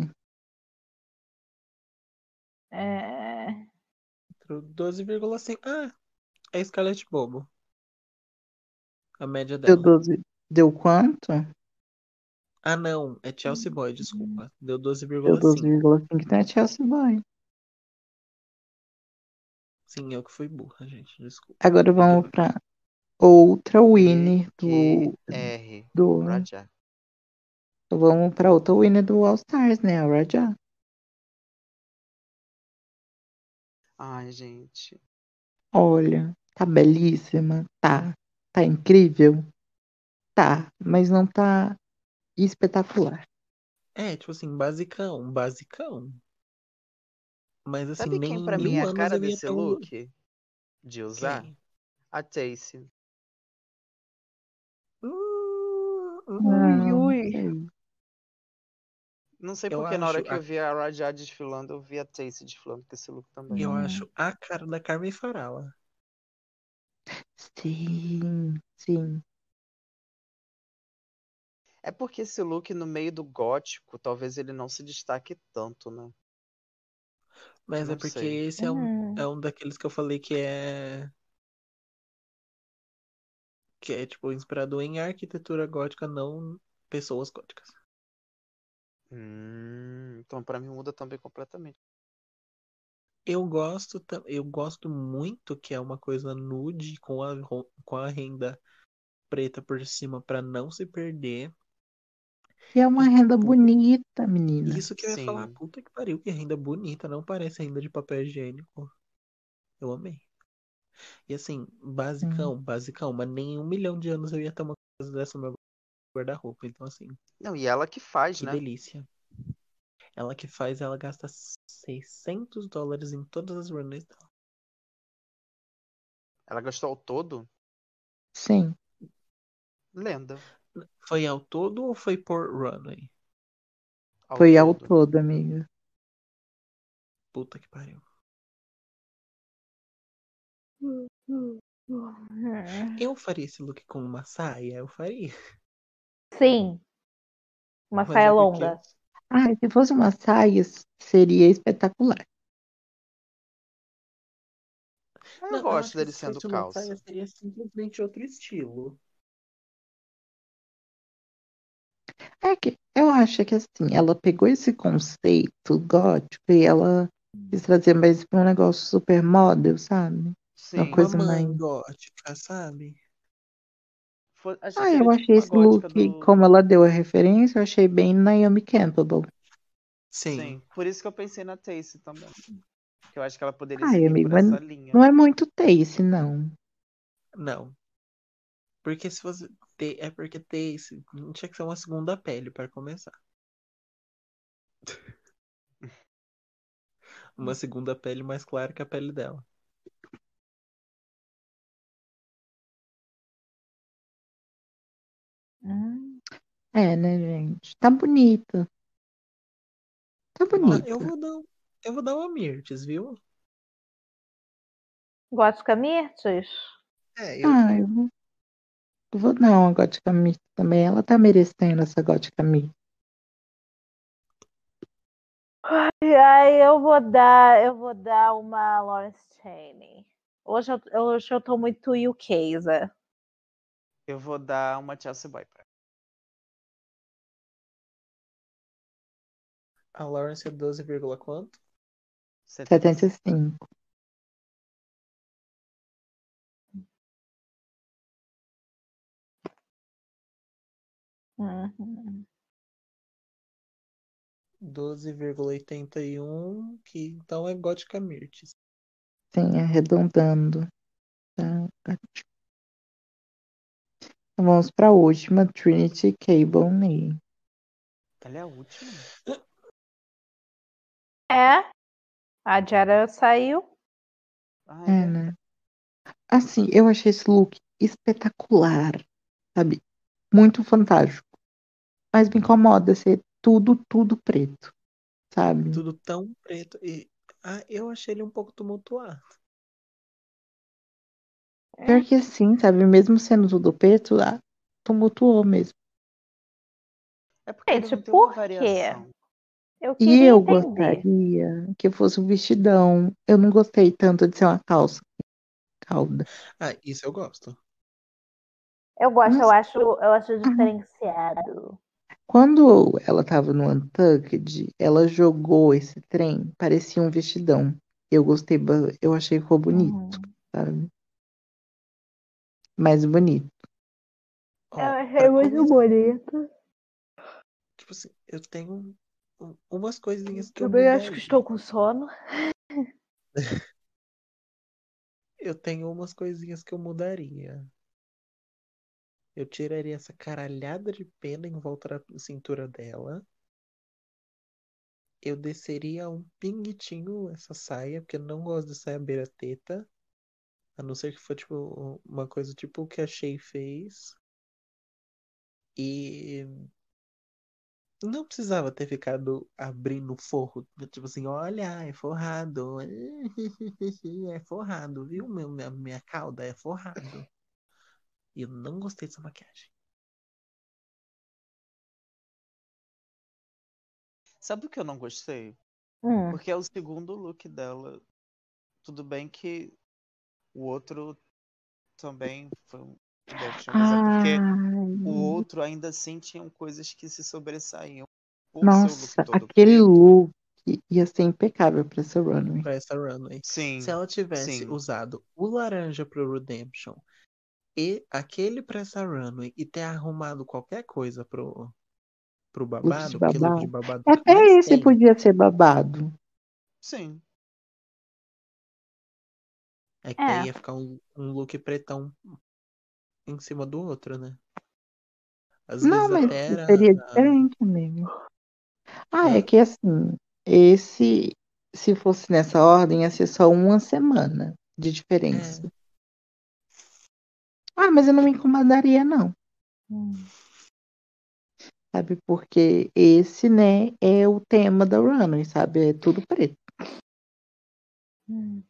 É...
12,5. Ah, é Scarlet Bobo. A média
Deu
dela.
12. Deu quanto?
Ah, não. É Chelsea Boy, desculpa. Deu
Deu
12,5.
12,5, então é Chelsea Boy.
Sim, eu que fui burra, gente. Desculpa.
Agora vamos pra outra winner do,
Q-R.
do.
Raja.
Vamos pra outra winner do All Stars, né? A Raja.
Ai, gente.
Olha, tá belíssima, tá. Tá incrível, tá. Mas não tá espetacular.
É, tipo assim, basicão, basicão. Mas assim,
Sabe
nem
quem
em
pra
mil
mim é a
anos
cara
eu ia um
desse
tão-
look? De usar?
Quem?
A Tacy.
Hum, hum,
Ah,
ui.
sei.
Não sei
Eu
porque na hora
acho
que
a-
eu vi a Rajah desfilando, eu vi a Tacy desfilando com esse look também.
Eu
Hum.
acho a cara da Carmen Farala.
Sim, sim.
É porque esse look no meio do gótico, talvez ele não se destaque tanto, né?
Mas é
Não
porque
sei.
esse é
Uhum.
um,
Hum.
é um daqueles que eu falei que é. Que é, tipo, inspirado em arquitetura gótica, não pessoas góticas.
Hum, então pra mim muda também completamente.
Eu gosto, ta- eu gosto muito que é uma coisa nude com a, ro- com a renda preta por cima pra não se perder.
E é uma
E,
renda
tipo,
bonita, menina.
Isso que eu ia falar,
É, Sim.
puta que pariu, que renda bonita, não parece renda de papel higiênico. Eu amei. E assim, basicão,
Uhum.
basicão, mas nem em um milhão de anos eu ia ter uma coisa dessa no meu guarda-roupa. Então, assim,
Não, e ela que faz,
que
né?
delícia. Ela que faz, ela gasta 600 dólares em todas as runaways dela.
Ela gastou ao todo?
Sim.
Lenda.
Foi ao todo ou foi por runway?
Ao
Foi ao
todo.
todo, amiga.
Puta que pariu.
Uhum.
Eu faria esse look com uma saia, eu faria.
Sim. Uma
Mas
saia
é porque-
longa.
Ah, se fosse uma saia, seria espetacular.
Eu
Não, eu acho
gosto
que
dele
se
sendo
fosse uma
calça.
saia, seria simplesmente outro estilo.
É que eu acho que assim, ela pegou esse conceito gótico e ela quis trazer mais pra um negócio super model, sabe? Uma
Sim.
coisa
Uma
mais.
mãe gótica, sabe?
Fo- Acho que
Ah, eu
seria tipo
achei
uma
esse
gótica
look,
do.
como ela deu a referência, eu achei bem Naomi Campbell.
Sim.
Sim. Por isso que eu pensei na Tacy também. Que eu acho que ela poderia
Ai,
seguir
amigo,
por
mas
essa linha.
Não é muito Tace, não.
Não. Porque se você. te- É porque ter esse. Não tinha que ser uma segunda pele para começar. Uma segunda pele mais clara que a pele dela.
Hum.
É, né, gente? Tá bonita. Tá
Ó,
bonita.
eu vou dar. um- Eu vou dar uma Mirtes, viu?
Gótica Mirtes?
É, eu.
Ah, eu vou- vou dar uma gótica mista também. Ela tá merecendo essa gótica mista.
E aí eu vou dar, eu vou dar uma Lawrence Cheney. Hoje eu, hoje eu tô muito UKza.
Eu vou dar uma Chelsea Boy pra
A Lawrence é 12, vírgula quanto?
ela. 75.
75.
Uhum.
12,81, que então é gótica Mirtes.
Sim, arredondando. Tá ótimo. Então Vamos pra última, Trinity K. Bonet.
Ela é a última.
É, a Jara saiu.
Ah,
É,
é.
né? Assim, eu achei esse look espetacular, sabe? Muito fantástico. Mas me incomoda ser tudo, tudo preto, sabe?
Tudo tão preto. E. Ah, eu achei ele um pouco tumultuado.
Pior que assim, sabe? Mesmo sendo tudo preto, ah, tumultuou mesmo.
É porque ele
Gente,
não tem uma
por quê?
variação.
Eu
E
queria
eu
entender.
gostaria que fosse um vestidão. Eu não gostei tanto de ser uma calça. Calda.
Ah, isso eu gosto.
Eu gosto, eu
Nossa. Uhum.
acho, eu acho diferenciado.
Quando ela tava no Untucked, ela jogou esse trem, parecia um vestidão. Eu gostei, ba- eu achei que ficou bonito,
Uhum.
sabe? Mais bonito.
Ó,
Eu achei
Tá
pra
Ah, é muito
começar,
bonito.
tipo assim, eu tenho um- umas coisinhas que eu
Também acho que
mudaria.
estou com sono.
Eu tenho umas coisinhas que eu mudaria. Eu tiraria essa caralhada de pena em volta da cintura dela. eu desceria um pinguitinho essa saia, porque eu não gosto de saia beira teta. A não ser que for tipo uma coisa tipo o que a Shea fez. E não precisava ter ficado abrindo forro, tipo assim, olha, é forrado. É forrado, viu? Meu, minha, minha cauda é forrado. E eu não gostei dessa maquiagem.
Sabe o que eu não gostei?
Hum.
Porque é o segundo look dela. Tudo bem que o outro também foi um. diversion, Mas é
Ah.
porque o
Uhum.
outro ainda assim tinham coisas que se sobressaíam por
Nossa,
seu look todo
aquele
preto.
look ia ser impecável pra essa runway.
Pra essa runway.
Sim,
Se ela tivesse
sim.
usado o laranja pro Redemption e aquele pra essa runway e ter arrumado qualquer coisa pro, pro babado, porque look de babado
É Até
assim,
mais
esse
tem,
podia ser babado.
sim.
é que
É.
daí ia ficar um, um look pretão em cima do outro, né? Às
Não, mas
vezes até era
seria
a-
diferente mesmo. Ah,
Ah.
é que assim, esse, se fosse nessa ordem, ia ser só uma semana de diferença.
É.
Ah, mas eu não me incomodaria, não.
Hum.
Sabe, porque esse, né, é o tema da runway, sabe? É tudo preto.
Hum.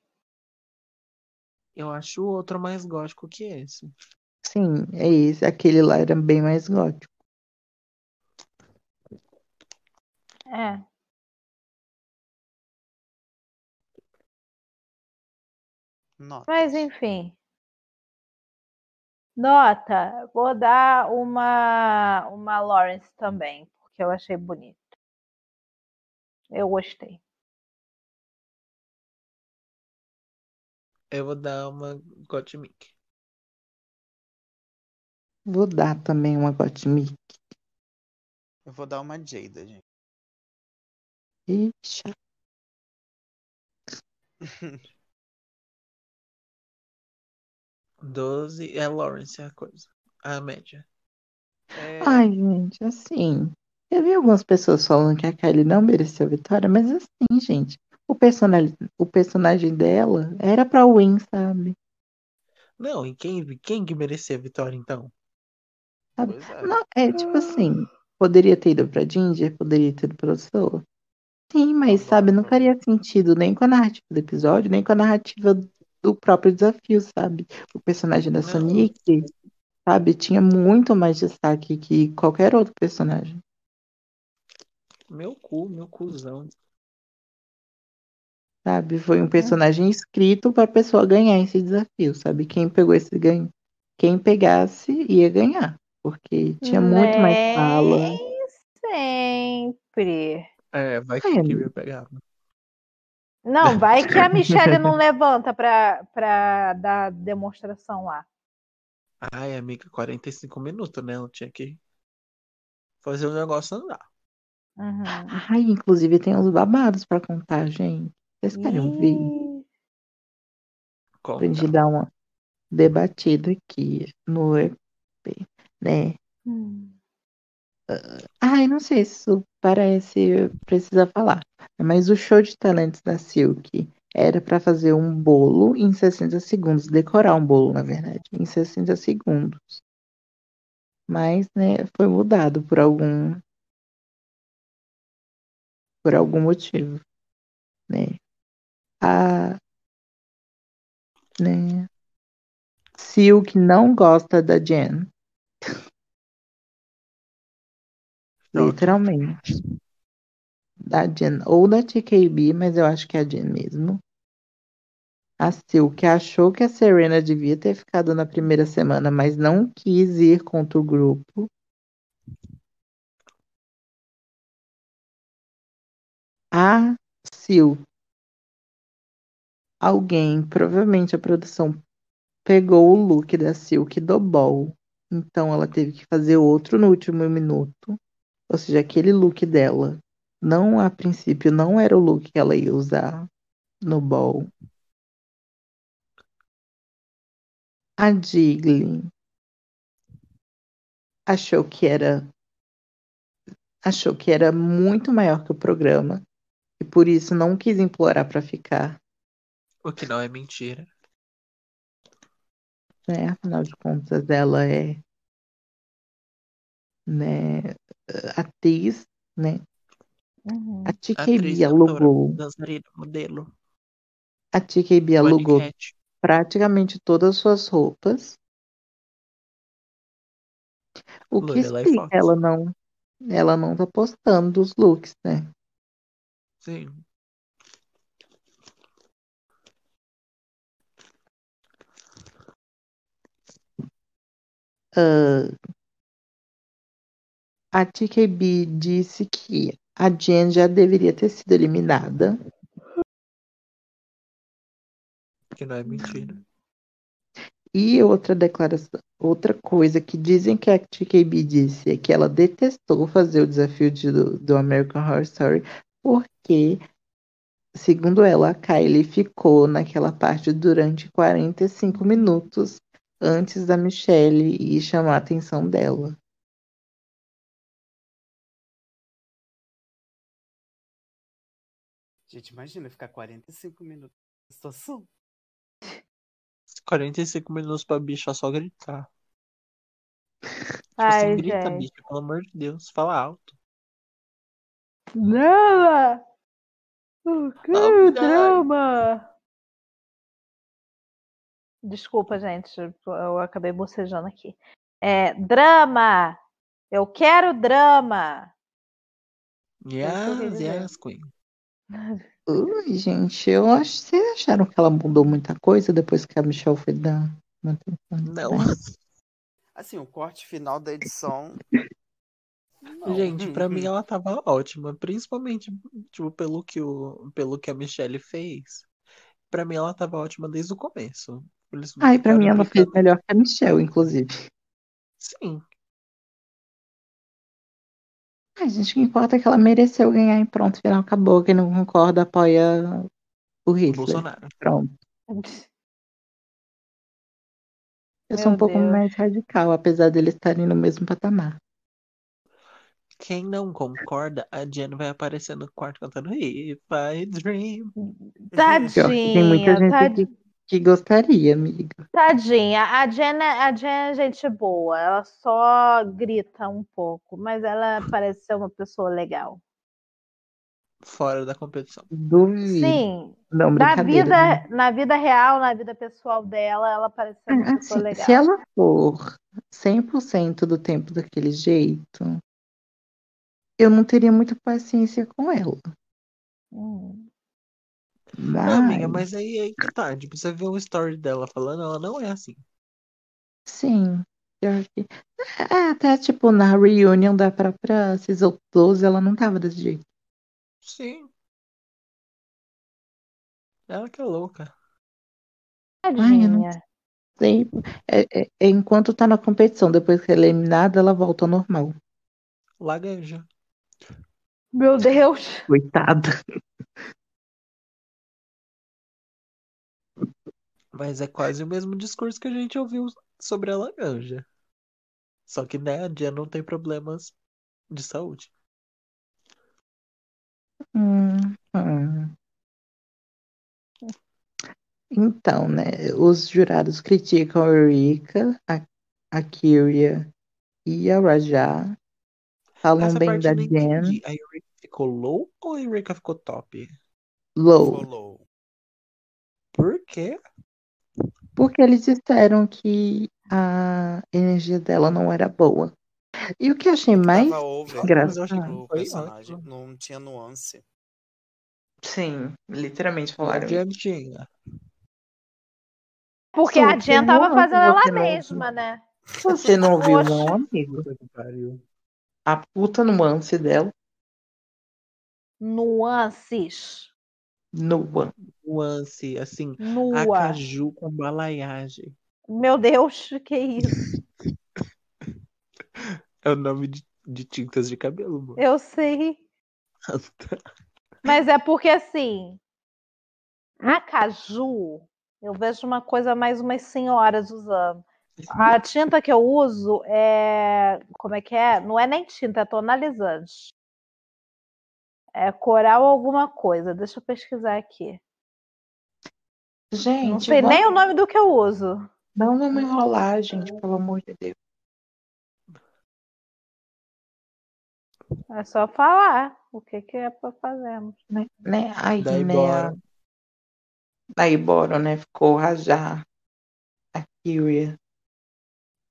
Eu acho o outro mais gótico que esse.
Sim, é esse. Aquele lá era bem mais gótico.
É.
Nossa.
Mas enfim. Nota, vou dar uma uma Lawrence também, porque eu achei bonito. Eu gostei.
Eu vou dar uma Gottmik.
Vou dar também uma Gotmic.
Eu vou dar uma Jada, gente.
Ixi,
doze É Lawrence a coisa. A média.
É,
Ai, gente, assim. Eu vi algumas pessoas falando que a Kylie não mereceu vitória, mas assim, gente, o, personali- o personagem dela era pra win, sabe?
Não, e quem, quem que merecia a vitória então?
pois é.
Não, é tipo assim, poderia ter ido pra Ginger, poderia ter ido pra outra pessoa. Sim, mas sabe, não faria sentido nem com a narrativa do episódio, nem com a narrativa do próprio desafio, sabe? O personagem da
Não.
Sonic, sabe, tinha muito mais destaque que qualquer outro personagem.
Meu cu, meu cuzão.
Sabe? Foi um personagem escrito para a pessoa ganhar esse desafio, sabe? Quem pegou esse ganho, quem pegasse ia ganhar, porque tinha muito mais
Nem
fala.
Sempre.
É, vai que
É.
o Kibir pegava.
Não, vai que a Michelle não levanta pra, pra dar demonstração lá.
Ai, amiga, 45 minutos, né? Eu tinha que fazer o negócio andar.
Uhum.
Ai, inclusive tem uns babados para contar, gente. Vocês
um
querem ver?
Ih,
Conta.
Pra gente dar uma debatida aqui no EP, né?
hum.
Ai, não sei se isso parece precisar falar, mas o show de talentos da Silk era para fazer um bolo em 60 segundos, decorar um bolo, na verdade, em 60 segundos. Mas, né, foi mudado por algum por algum motivo, né? A né, Silk não gosta da Jen,
Choque.
literalmente. Da Jen ou da TKB, mas eu acho que é a Jen mesmo. A Silk achou que a Serena devia ter ficado na primeira semana, mas não quis ir contra o grupo. A Silk. Alguém, provavelmente a produção, pegou o look da Silk do Ball. Então ela teve que fazer outro no último minuto. Ou seja, aquele look dela. Não, a princípio, não era o look que ela ia usar no Ball. A Jiggly achou que era achou que era muito maior que o programa E por isso não quis implorar pra ficar,
O que não é mentira.
né? Afinal de contas, ela é né, atriz, né?
Uhum.
A
Atriz,
TKB
cantora,
alugou,
dançarina, modelo,
a TKB alugou
manequete.
praticamente todas as suas roupas. O que
Lorelai
explica
Fox.
ela não, ela não tá postando os looks, né?
Sim.
A TKB disse que a Jen já deveria ter sido eliminada,
Que não é mentira.
E outra declaração, outra coisa que dizem que a TKB disse é que ela detestou fazer o desafio de- do, do American Horror Story, porque, segundo ela, a Kylie ficou naquela parte durante 45 minutos antes da Michelle e chamar a atenção dela.
Gente, imagina ficar 45 minutos na situação.
45 minutos pra bicha só gritar. Tipo assim,
Ai,
grita,
gente.
bicha, pelo amor de Deus, fala alto.
Drama! O que
Vamos,
drama? Desculpa, gente, eu acabei bocejando aqui. É, drama! Eu quero drama! isso que eu quis
Yes,
dizer.
yes, Queen.
Ui, gente, eu acho vocês acharam que ela mudou muita coisa depois que a Michelle foi dar uma atenção?
Não.
pra ela?
Assim, o corte final da edição. Não.
Gente, pra
Uhum.
mim ela tava ótima, principalmente tipo, pelo que o, pelo que a Michelle fez. Pra mim ela tava ótima desde o começo. Eles
Ai, pra
ficaram
mim ela fez
brincando.
melhor que a Michelle, inclusive.
Sim,
A gente, o que importa é que ela mereceu ganhar e pronto, final acabou. Quem não concorda apoia o Hitler.
Bolsonaro.
Pronto. Eu sou
Meu
um pouco
Deus.
mais radical, apesar deles estarem no mesmo patamar.
Quem não concorda, a Jen vai aparecer no quarto cantando If I Dream.
Pior que tem muita
Tadinha,
gente
tadinha.
que, que gostaria, amiga.
Tadinha, a Jen, é- a Jen é gente boa, ela só grita um pouco, mas ela parece ser uma pessoa legal.
Fora da competição.
Duvido.
Sim,
Não,
na
brincadeira.
vida, na vida real, na vida pessoal dela, ela parece ser
né?
uma pessoa
Assim,
legal.
se ela for 100% do tempo daquele jeito, eu não teria muita paciência com ela.
Hum.
Ah, amiga,
Mas,
mas aí, aí que tá. Tipo, você vê um story dela falando, ela não é assim.
sim. pior que- Ah, Até, tipo, na reunião da própria Season 12, ela não tava desse jeito.
Sim. Ela que é louca.
Ai, eu não
Tadinha.
sei. É- é- é enquanto tá na competição, depois que ela é eliminada, ela volta ao normal.
Lagueja.
Meu Deus.
Coitada.
Mas é quase o mesmo discurso que a gente ouviu sobre a laranja. Só que, né, a Jen não tem problemas de saúde.
Hum, hum. Então, né? Os jurados criticam a Eureka, a, a Kyria e a Rajá. Falam
Essa
bem
parte
da
eu não
Jen.
entendi. A Eureka ficou low ou a Eureka ficou top?
Low.
Follow.
Por quê?
Porque eles disseram que a energia dela não era boa. E o que eu achei mais
Tava over
Nossa, mas eu achei que
engraçado.
pro
foi
personagem.
ótimo.
Não tinha nuance.
Sim, literalmente
E a
falaram isso.
Jen tinha.
Porque
Su,
a
você
Jen
não
tava
ouviu,
fazendo ela
você não ouviu.
mesma, né?
Você não ouviu, não,
Poxa.
amigo.
Puta que pariu.
A puta nuance dela.
Nuances.
Nua.
Nuance, Um assim, a
Nua.
Caju com balaiagem.
Meu Deus, que isso?
É o nome de, de tintas de cabelo, mano.
Eu sei. Mas é porque assim, a Caju, eu vejo uma coisa mais umas senhoras usando. A tinta que eu uso é. Como é que é? Não é nem tinta, é tonalizante. É coral alguma coisa. Deixa eu pesquisar aqui.
Gente,
Não sei
vamos-
nem o nome do que eu uso.
não vamos enrolar, gente, pelo amor de Deus.
É só falar o que, que é pra fazermos.
Né? né? Aí,
Daí
né?
bora.
Daí bora, né? Ficou Rajar, a Kyria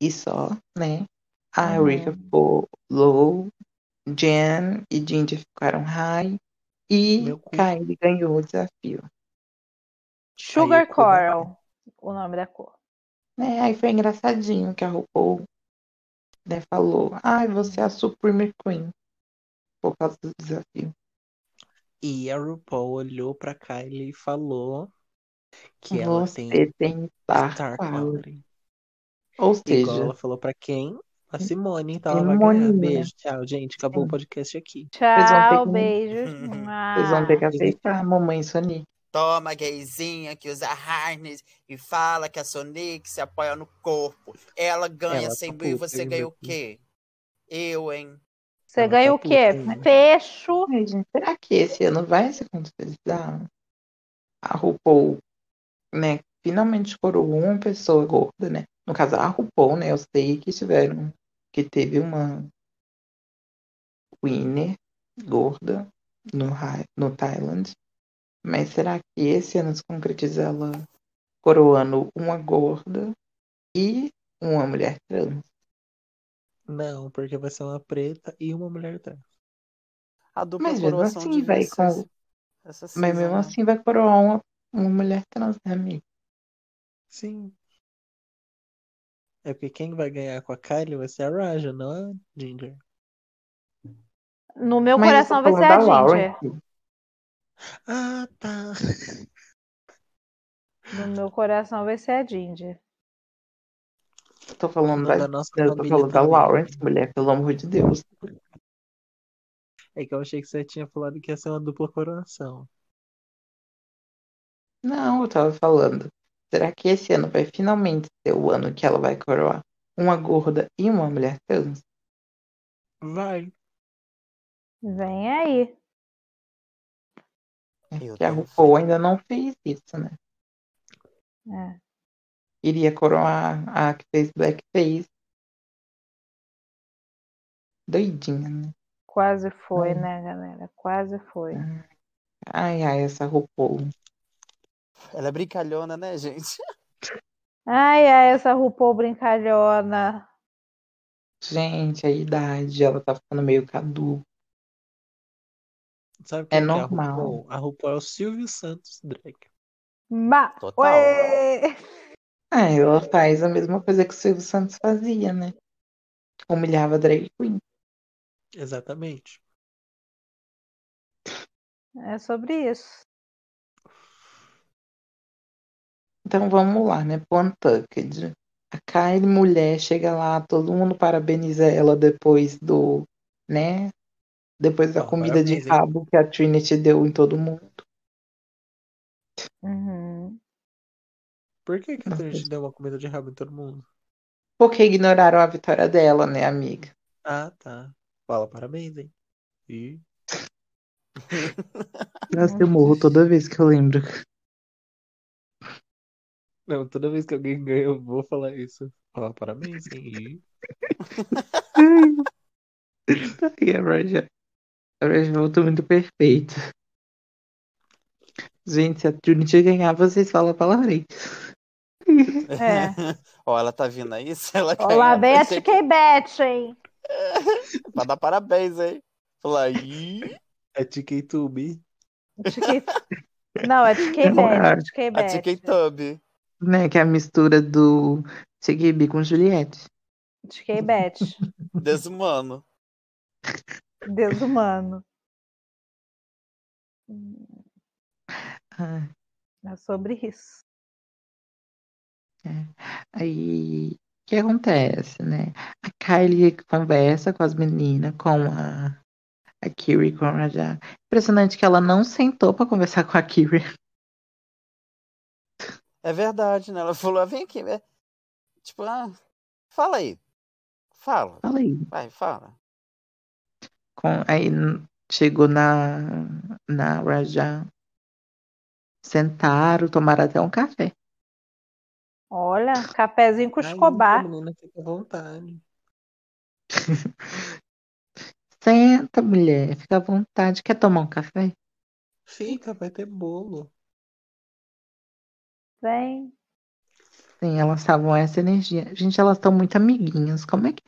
e só, né? A
Uhum.
Rika ficou low, Jen e Ginger ficaram high e
Meu cu.
Kylie ganhou o desafio.
Sugar
cor da-
Coral, o nome da cor.
Né? Aí foi engraçadinho que a RuPaul né, falou: Ai, você é a Supreme Queen por causa do desafio.
E a RuPaul olhou pra Kylie e falou que ela tem
você tem Star
Star
Power.
Power.
Ou
Igual
seja,
ela falou pra quem? A
Hum,
Simone, então ela vai ganhar.
Simoninha.
Beijo, tchau, gente. Acabou
Sim.
o podcast aqui.
Tchau,
que-
beijos.
vocês vão ter que
Mua.
aceitar, mamãe Sonic.
Toma, gayzinha que usa harness e fala que a Sonic se apoia no corpo. Ela ganha
Ela tá
100 mil e
puta,
você
hein,
ganha o
Beto?
quê? Eu, hein?
Você
Ela tá
ganha o quê?
puta ainda.
Fecho.
Ai, gente, será que esse ano vai se concretizar? A RuPaul, né, finalmente coroou uma pessoa gorda, né? No caso, a RuPaul, né? Eu sei que tiveram, que teve uma winner gorda no, Ra- no Thailand. Mas será que esse ano se concretiza ela coroando uma gorda e uma mulher trans?
Não, porque vai ser uma preta e uma mulher trans.
A dupla
Mas mesmo
coroação
assim,
de
vai com...
essa
Mas
season,
mesmo
né?
assim vai coroar uma, uma mulher trans, né, amiga?
Sim. É porque quem vai ganhar com a Kylie vai ser a Raja, não a Ginger.
No meu
Mas eu tô
coração vai ser
falando
a é.
da Lauren,
Ginger.
que
Ah, tá.
No meu coração vai ser a Ginger.
Eu tô falando
Não,
da,
da nossa
eu tô
família
falando da
também.
Lawrence, mulher, pelo amor de Deus.
É que eu achei que você tinha falado que ia ser uma dupla coroação.
Não, eu tava falando. Será que esse ano vai finalmente ser o ano que ela vai coroar uma gorda e uma mulher trans?
Vai.
Vem aí.
Eu
É Que a
tenho
RuPaul ainda não fez isso, né?
É.
Iria coroar a que fez Blackface. Doidinha, né?
Quase foi,
Ai.
né, galera? Quase foi.
Ai, ai, essa RuPaul.
Ela é brincalhona, né, gente?
Ai, ai, essa RuPaul brincalhona.
Gente, a idade, ela tá ficando meio caduca.
Sabe
É
quem que é a
normal.
RuPaul? A RuPaul é o Silvio Santos drag.
Bah.
Total.
Oi!
Ah, ela faz a mesma coisa que o Silvio Santos fazia, né? Humilhava a drag queen.
Exatamente.
É sobre isso.
Então vamos lá, né? Pro Untucked. A Kylie, mulher, chega lá, todo mundo parabeniza ela depois do, né? Depois da
Ó,
comida de
parabéns, hein?
rabo que a Trinity deu em todo mundo.
Uhum.
Por que que a
Nossa.
Trinity deu uma comida de rabo em todo mundo?
Porque ignoraram a vitória dela, né, amiga?
Ah, tá. Fala parabéns, hein? E
Nossa, eu morro toda vez que eu lembro.
não, toda vez que alguém ganha, eu vou falar isso. Fala parabéns, hein? E
Ai, Tá a Raja. A Raja voltou muito perfeita. Gente, se a Trinity ganhar, vocês falam palavrei.
É.
Ó, ela tá vindo aí, se ela ganhar,
Olá, bem a
vai ter É, que-
TK Bet, hein?
Pra dar parabéns, hein? Falar, ih,
a TK Tube.
TK... Não, é TK
Eu
Bet.
acho.
TK
a tá-
Bet.
Chicken Tub.
Né, que é a mistura do Seguibi com Juliette.
TK Bet.
Desumano.
Desumano. Hum,
Ah.
É sobre isso.
Aí, o que acontece, né? A Kylie conversa com as meninas, com a, a Kiri, com a Raja. Impressionante que ela não sentou pra conversar com a Kiri.
É verdade, né? Ela falou, ah, vem aqui, né? Tipo, ah, fala aí. Fala,
Fala aí.
vai, fala.
Com, aí, n- Chegou na, na Rajá. Sentaram, tomaram até um café.
Olha, cafezinho com
Aí,
Escobar.
A menina fica à vontade.
Senta, mulher, fica à vontade. Quer tomar um café?
Fica, vai ter bolo.
Vem.
Sim, elas estavam essa energia. Gente, elas estão muito amiguinhas. Como é que.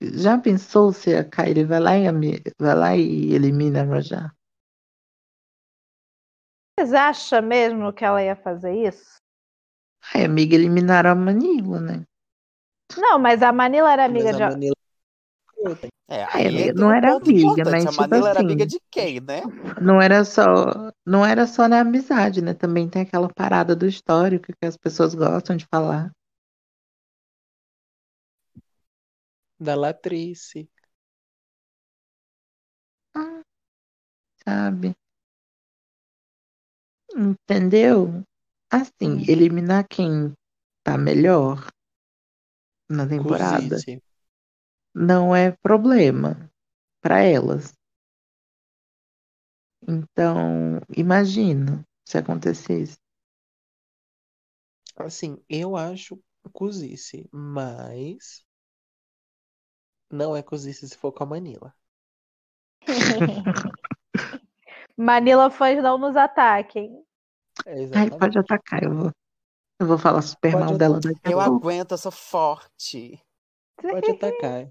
Já pensou se a Kylie vai lá e, ami- vai lá e elimina a Rajá?
Vocês acham mesmo que ela ia fazer isso?
Ai, amiga, eliminaram a Manila, né?
Não, mas a Manila era amiga
Mas
de.
a Manila... Puta,
É,
Ah,
aí
amiga,
entra
não
um
era
ponto
amiga,
importante.
mas
a
tipo
Manila era
assim,
amiga de quem, né?
Não era só, não era só na amizade, né? Também tem aquela parada do histórico que as pessoas gostam de falar.
Da Latrice.
Sabe? Entendeu? Assim,
Hum.
eliminar quem tá melhor na temporada
Cusite.
não é problema pra elas. Então, imagina se acontecesse.
Assim, eu acho cozice, mas não é cozice se for com a Manila.
Manila fãs não nos ataquem.
É
Ai,
exatamente.
pode atacar, eu vou, eu vou falar super
Pode
mal dela daqui a
Eu
pouco.
aguento, eu sou forte.
Pode atacar.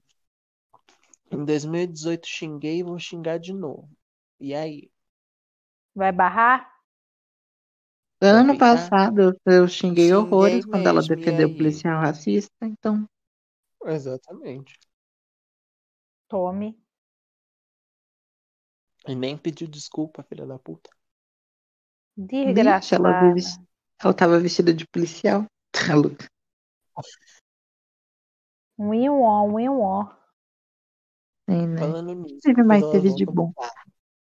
Em 2018 xinguei e vou xingar de novo. E aí?
Vai barrar?
Ano
Também, ah,
passado eu
tá?
xinguei
xinguei
horrores quando ela
mesmo, e
defendeu o
aí?
policial racista, então
Exatamente.
Tome.
E nem pediu desculpa, filha da puta.
Bicho, ela,
Desgraçada.
vis- ela tava vestida de policial. Tá louca.
Um e um ó, um e um ó.
Sim, né?
Falando nisso,
Teve mais
elas
teve
vão
de
tomar-
bom.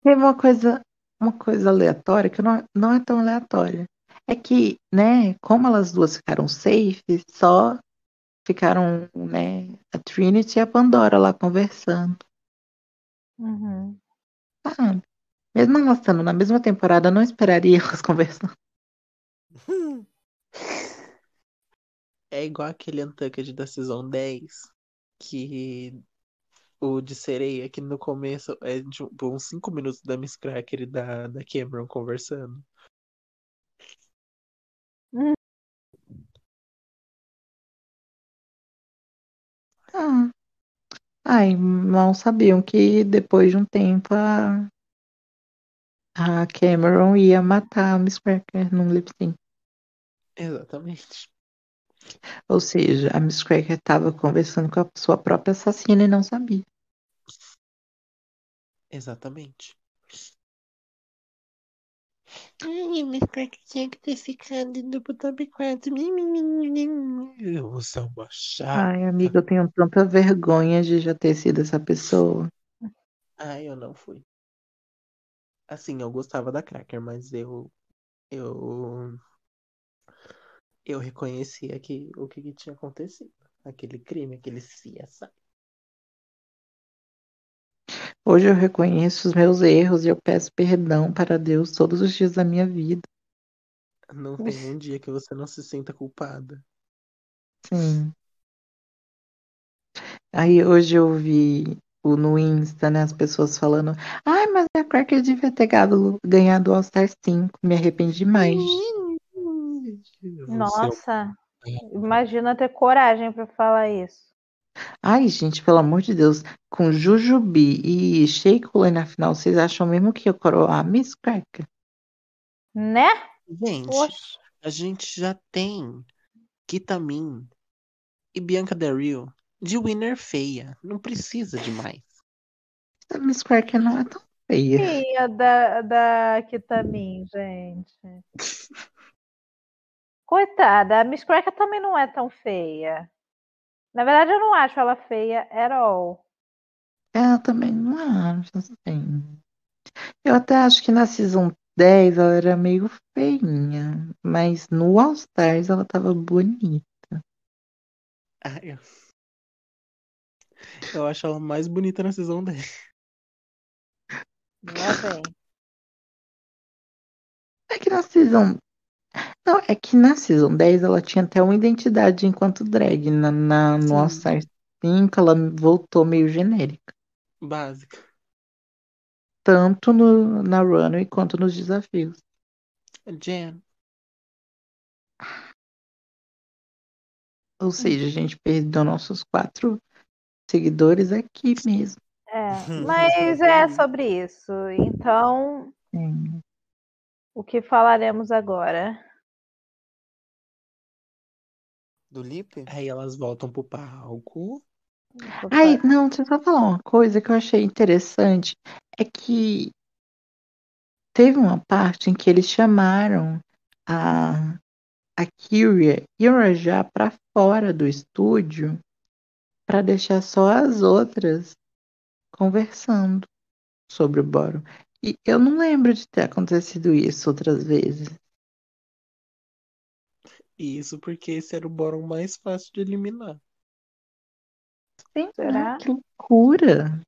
Teve uma coisa, uma coisa aleatória que não, não é tão aleatória. É que, né, como elas duas ficaram safe, só ficaram, né, a Trinity e a Pandora lá conversando.
Uhum.
Sabe? Mesmo elas estando na mesma temporada, eu não esperaria elas conversando.
É igual aquele Untucked da Season 10, que o de sereia, que no começo é de um- por uns 5 minutos da Miss Cracker e da, da Cameron conversando.
Hum.
Ah. Ai, mal sabiam que depois de um tempo a, a Cameron ia matar a Miss Cracker num lip sync.
Exatamente.
Ou seja, a Miss Cracker estava conversando com a sua própria assassina e não sabia.
Exatamente.
Ai, mas pra que tinha que ter ficado no top 4?
Eu sou uma chata.
Ai, amiga, eu tenho tanta vergonha de já ter sido essa pessoa.
Ai, eu não fui. Assim, eu gostava da Cracker, mas eu. Eu. Eu reconhecia que, o que, que tinha acontecido. Aquele crime, aquele CSI.
Hoje eu reconheço os meus erros e eu peço perdão para Deus todos os dias da minha vida.
Não tem um dia que você não se sinta culpada.
Sim. Aí hoje eu vi o- no Insta, né, as pessoas falando: Ai, mas a Cracker devia ter gado- ganhado o All-Star 5. Me arrependi demais.
Você é um-
Nossa, imagina ter coragem pra falar isso.
Ai, gente, pelo amor de Deus, com Jujubi e Sheikulay na final, vocês acham mesmo que ia coroar a Miss Cracker?
Né?
Gente,
Poxa.
a gente já tem Kitamin e Bianca Del Rio de winner feia. Não precisa de mais.
A Miss Cracker não é tão feia.
E a da, da Kitamin, gente. Coitada, a Miss Cracker também não é tão feia. Na verdade, eu não acho ela feia at all.
Ela também não acho assim. Eu até acho que na Season 10 ela era meio feinha, mas no All Stars ela tava bonita.
Ah, eu... eu acho ela mais bonita na Season 10.
Lá vem.
É que na Season. Não, é que na Season 10 ela tinha até uma identidade enquanto drag. Na, na, no All Star 5 ela voltou meio genérica.
Básica.
Tanto no, na Runway quanto nos desafios.
Jen.
Ou seja, a gente perdeu nossos quatro seguidores aqui mesmo.
É, mas é sobre isso. Então,
Sim.
o que falaremos agora?
Do Lipe?
Aí elas voltam pro palco.
Ai, não, deixa eu só falar uma coisa que eu achei interessante. É que teve uma parte em que eles chamaram a, a Kyria e o Rajá pra fora do estúdio pra deixar só as outras conversando sobre o Boro. E eu não lembro de ter acontecido isso outras vezes.
E Isso porque esse era o bórum mais fácil de eliminar.
Sim,
Será?
que loucura!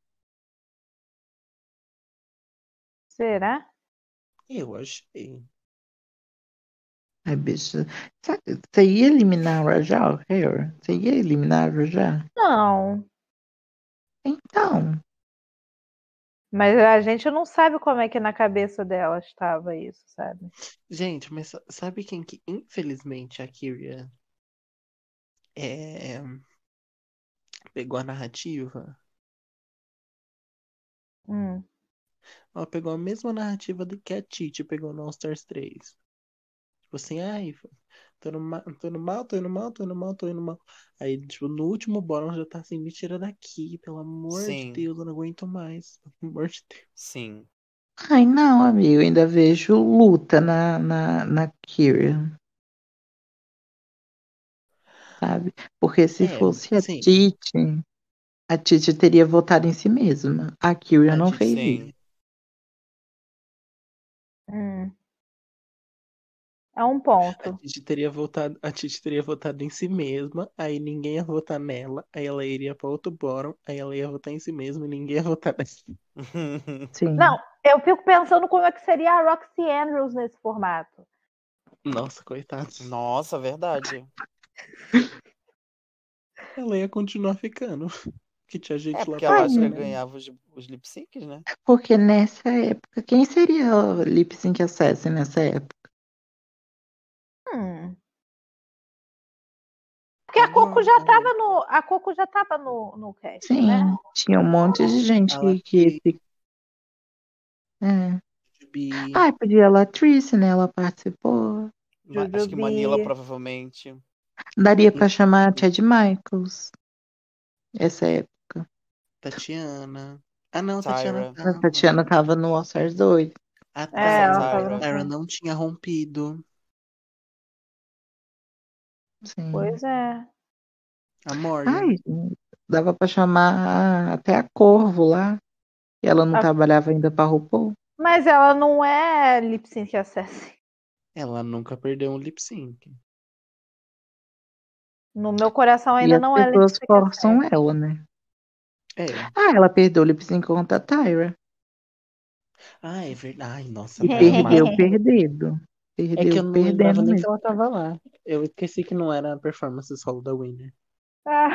Será?
Eu achei.
Ai, bicho. Sabe, Você ia eliminar o Rajá, o Hair? Você ia eliminar o Rajá?
Não.
Então,
Mas a gente não sabe como é que na cabeça dela estava isso, sabe?
Gente, mas sa- sabe quem que, infelizmente, a Kyria é... pegou a narrativa?
Hum.
Ela pegou a mesma narrativa do que a Titi pegou no All Stars 3. Tipo assim, ai, tô no, ma- tô no mal, tô indo mal, tô indo mal, tô indo mal. Aí, tipo, no último bórum já tá assim, me tira daqui, pelo amor de
Sim.
Deus, eu não aguento mais. Pelo amor de Deus.
Sim.
ai não, amigo, ainda vejo luta na, na, na Kyrian. Sabe? Porque se
É,
fosse a
sim.
Titi, a Titi teria votado em si mesma. A Kyrian
A
não
Titi,
fez isso.
Sim.
Hum. É um
A
ponto.
Titi teria votado, a Titi teria votado em si mesma, aí ninguém ia votar nela, aí ela iria pra outro bórum, aí ela ia votar em si mesma e ninguém ia votar nela.
Sim.
Não, eu fico pensando como é que seria a Roxy Andrews nesse formato.
Nossa, coitada.
Nossa, verdade.
Ela ia continuar ficando. Que tinha gente
É
lá
porque ela
Ai,
acha que
né?
ganhava os, os lip syncs, né?
Porque nessa época, quem seria o Lip Sync Assassin nessa época?
Hum. Porque a Coco já estava no, a Coco já tava no, no cast,
Sim,
né?
tinha um monte de gente
Ela
que. que... É.
Bi,
Ai, podia a Latrice, né? Ela participou.
Ma- Acho que
Jujubee.
Manila provavelmente.
Daria
Uhum.
pra chamar a Chad Michaels. Essa é, época.
Tatiana. Ah, não, Tatiana
Tyra.
A
tava.
Tatiana tava no All Stars 2.
A Tyra,
É, ela
Tyra.
tava no
a Tyra não tinha rompido.
Sim.
Pois é.
A Morgan.
Ai, dava pra chamar até a Corvo lá. E ela
Ah.
não
A-
trabalhava ainda pra RuPaul.
Mas ela não é lip sync assassin.
Ela nunca perdeu um lip sync.
No meu coração
E
ainda
as
não é lip
pessoas
sync
forçam
assassin.
ela, né?
É.
Ah, ela perdeu o lip sync contra a Tyra.
Ah, é verdade. Ai, nossa,
E
Tyra
perdeu
Martin.
perdido.
É que
Perdeu
eu não lembrava
perdendo
nem que
mesmo.
ela tava lá. Eu esqueci que não era a performance solo da Winner.
Ah,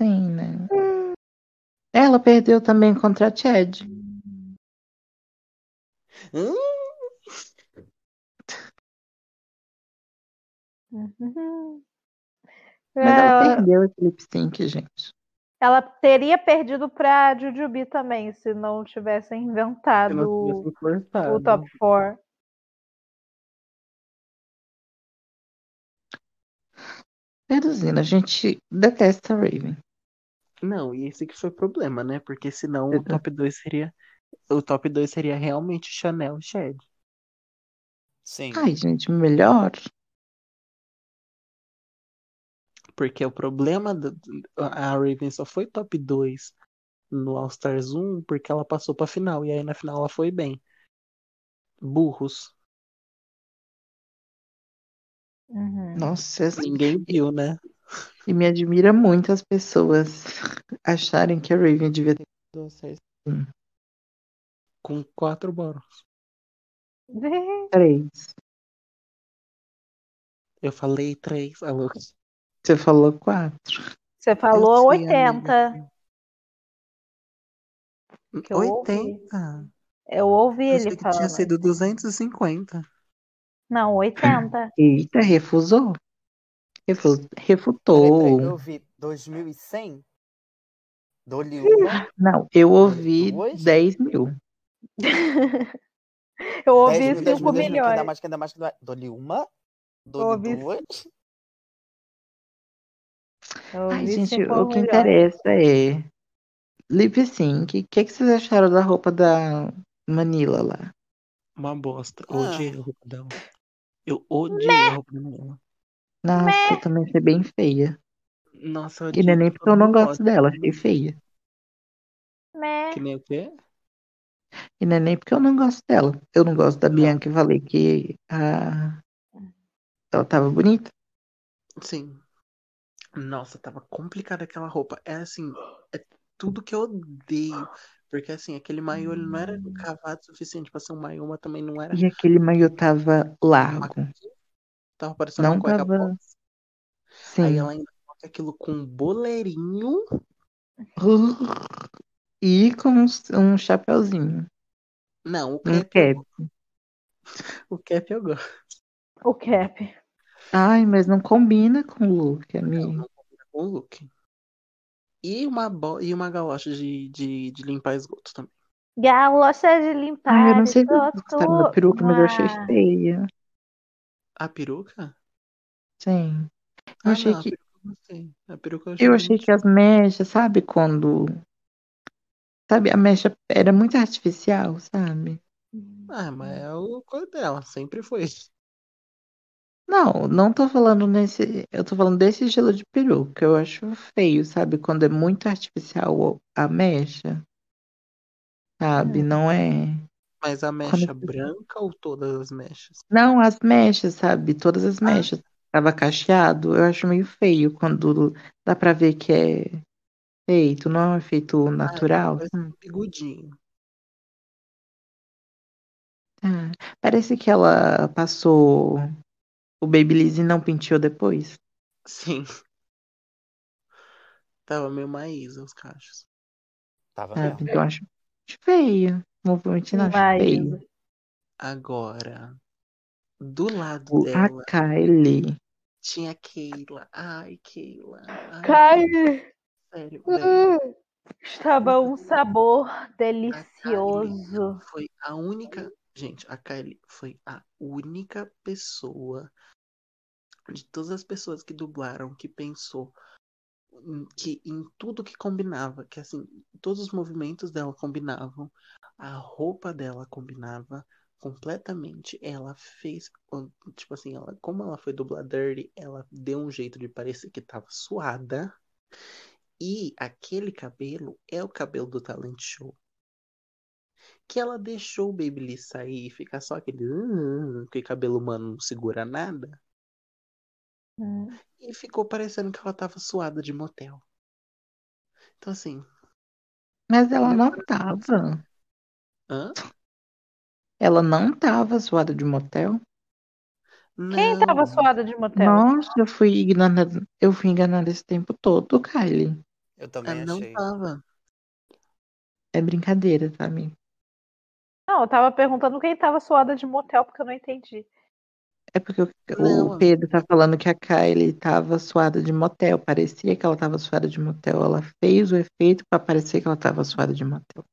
Sim, né? Ela perdeu também contra a Chad.
Hum?
uhum.
Mas ela
É.
Ela,
perdeu esse lip sync, gente.
ela teria perdido pra Jujubee também, se não tivessem
Se não tivesse
inventado
forçado.
o top 4.
Reduzindo, a gente detesta a Raven.
Não, e esse que foi o problema, né? Porque senão o
Exato.
top 2 seria. O top 2 seria realmente Chanel e Shed.
Sim.
Ai, gente, melhor.
Porque o problema do, do- a Raven só foi top 2 no All Stars 1 porque ela passou pra final. E aí na final ela foi bem. Burros.
Uhum.
Nossa, essa-
Ninguém viu, né?
e me admira muito as pessoas acharem que a Raven devia ter.
com quatro boros.
Três.
Eu falei três, alô.
Você falou quatro.
Você falou
Eu sei,
80. Que eu ouvi.
80?
Eu ouvi
Eu
ele
achei que tinha
falando.
sido 250.
Não, 80.
Eita, refusou. Refu-
Peraí,
Refutou.
peraí, eu vi 2100? Dou-lhe uma.
Não, eu ouvi
Dois?
10 mil.
Eu
10
ouvi
mil, 10 mil, 10 mil,
5
que ainda
milhões.
mais, que ainda mais, que ainda mais. Dou-lhe uma, dou-lhe
Ouvi-
duas.
Eu
Ai,
ouvi
gente,
5
o que
milhões.
interessa é lip sync. O que, que vocês acharam da roupa da Manila lá?
Uma bosta. Eu
Ah.
odiei a roupa dela. Eu
Né?
odiei a roupa dela.
Nossa, eu também achei bem feia.
Nossa, eu um
E não é
odiei.
nem porque eu não gosto dela, achei feia.
Meh.
Que nem o quê?
E não é nem porque eu não gosto dela. Eu não gosto da
Não.
Bianca e falei que a... ela tava bonita.
Sim. Nossa, tava complicada aquela roupa. É assim, é tudo que eu odeio. Porque assim, aquele maiô ele não era
Hum.
cavado o suficiente pra ser um maiô, mas também não era
E aquele maiô tava
uma
largo.
cuequinha. Tava parecendo
Não
uma cueca
tava-
box. Aí
Sim.
ela ainda coloca aquilo com um boleirinho.
E com uns- um chapéuzinho.
Não, o
Um
cap, eu-
cap.
o cap eu gosto.
O cap.
Ai, mas não combina com o look,
Não,
amigo.
não combina com o look. E uma, bo... e uma galocha de, de, de limpar esgoto também.
Galocha de limpar.
Ai, eu não sei se
esgoto.
vocês gostaram da tá, peruca, mas eu achei feia.
A peruca?
Sim. Eu
Ah,
achei
não, a
que,
peruca eu não sei. A peruca eu achei
eu achei que
bonitinha.
as mechas, sabe quando. Sabe, a mecha era muito artificial, sabe?
Ah, mas é o coisa dela, sempre foi.
Não, não tô falando nesse. Eu tô falando desse estilo de peruca. Eu acho feio, sabe? Quando é muito artificial a mecha, sabe? Não é.
Mas a
Quando
mecha branca ou todas as mechas?
Não, as mechas, sabe? Todas as mechas. Tava cacheado. Eu acho meio feio quando dá pra ver que é feito, não é feito natural.
Parece um bigodinho.
Ah, Parece que ela passou o Babyliss e não penteou depois.
Sim. Tava meio Maísa os cachos.
Tava
Sabe?
é
mesmo.
Então eu acho feio. Movimento não acho feio.
Maísa.
Agora, do lado
O- tipo, A
dela
Kylie.
tinha a Keila. Ai, Keila. Ai,
Cai.
sério, velho.
Hum. Estava um sabor
tá A Kylie
delicioso.
foi a única. Gente, a Kylie foi a única pessoa de todas as pessoas que dublaram que pensou em- que em tudo que combinava, que assim, todos os movimentos dela combinavam, a roupa dela combinava completamente. Ela fez, um, tipo assim, ela, como ela foi dublar Dirty, ela deu um jeito de parecer que tava suada. E aquele cabelo é o cabelo do talent show. Que ela deixou o Babyliss sair e ficar só aquele. "Ah", que cabelo humano não segura nada.
Hum.
E ficou parecendo que ela tava suada de motel. Então, assim.
Mas ela
meu
não
coração-
tava.
Hã?
Ela não tava zoada de motel.
Quem estava
Não.
suada de motel?
Nossa, eu fui enganada. Eu fui enganada esse tempo todo, Kylie.
Eu
Ah,
Né,
também
não
achei.
tá.
tava.
É brincadeira, sabe?
Não, eu tava perguntando quem tava suada de motel, porque eu não entendi.
É porque o- o
Não.
Pedro tá falando que a Kylie tava suada de motel. Parecia que ela tava suada de motel. Ela fez o efeito pra parecer que ela tava suada de motel.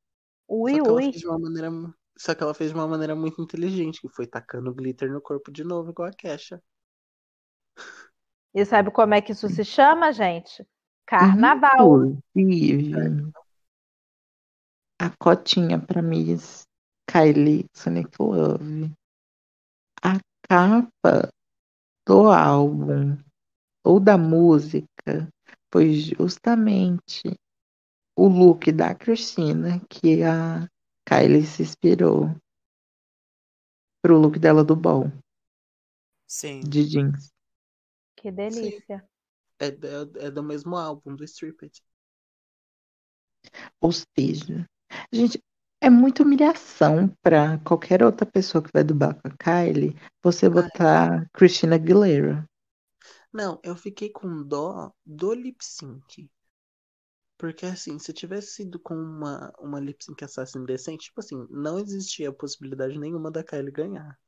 Ui,
Só que ela
ui.
fez de uma maneira. mu- Só que ela fez de uma maneira muito inteligente, que foi tacando glitter no corpo de novo, igual a Kesha.
E sabe como é que isso se chama, gente?
Uhum.
Carnaval.
Inclusive, a cotinha pra Miss Kylie Sonic Love. A capa do álbum ou da música foi justamente o look da Cristina que a Kylie se inspirou pro look dela do ball
Sim.
de jeans.
Que delícia.
É, é, é do mesmo álbum, do Stripped.
Ou seja, gente, É muita humilhação pra qualquer outra pessoa que vai dublar com a Kylie você botar Christina Aguilera.
Não, eu fiquei com dó do lip sync. Porque assim, se tivesse sido com uma, uma lip sync assassin decente, tipo assim, não existia possibilidade nenhuma da Kylie ganhar.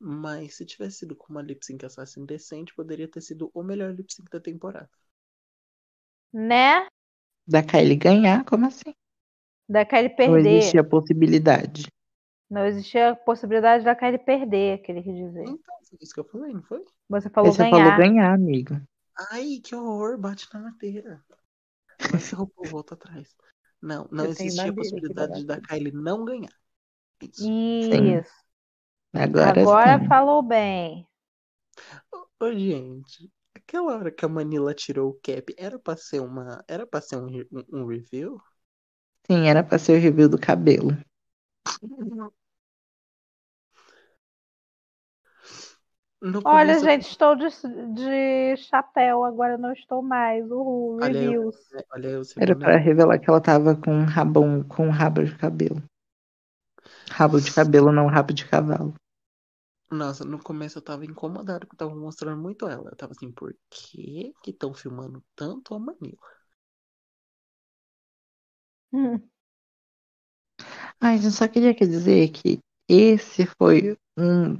Mas se tivesse sido com uma lip sync assassin decente, poderia ter sido o melhor lip sync da temporada.
Né?
Da Kylie ganhar? Como assim?
Da Kylie
Não
perder.
existia possibilidade.
Não existia a possibilidade da Kylie perder, queria
Uhum.
dizer.
Então, foi isso que eu falei, não foi?
Você
Aí
falou
você
ganhar.
falou é ganhar, amigo.
Ai, que horror, bate na madeira. Vai se roubou, volta atrás. Não, não
Eu tenho
existia a
madeira aqui pra
possibilidade da Kylie não ganhar. Isso.
Isso.
Agora,
Agora
sim.
falou bem.
Ô, gente, aquela hora que a Manila tirou o cap, era pra ser uma, era pra ser um, re- um, um review?
Sim, era pra ser o review do cabelo.
No
Olha,
começo,
gente, estou de, de chapéu, agora não estou mais. Uhul,
Olha eu.
reviews.
olha eu
Era
segunda.
pra revelar que ela tava com um rabão, com um rabo de cabelo. Rabo de cabelo, não rabo de cavalo.
Nossa, no começo eu tava incomodado porque tava mostrando muito ela. Eu tava assim, por que que estão filmando tanto a Manila?
Hum.
Ai, gente, só queria que dizer que esse foi um.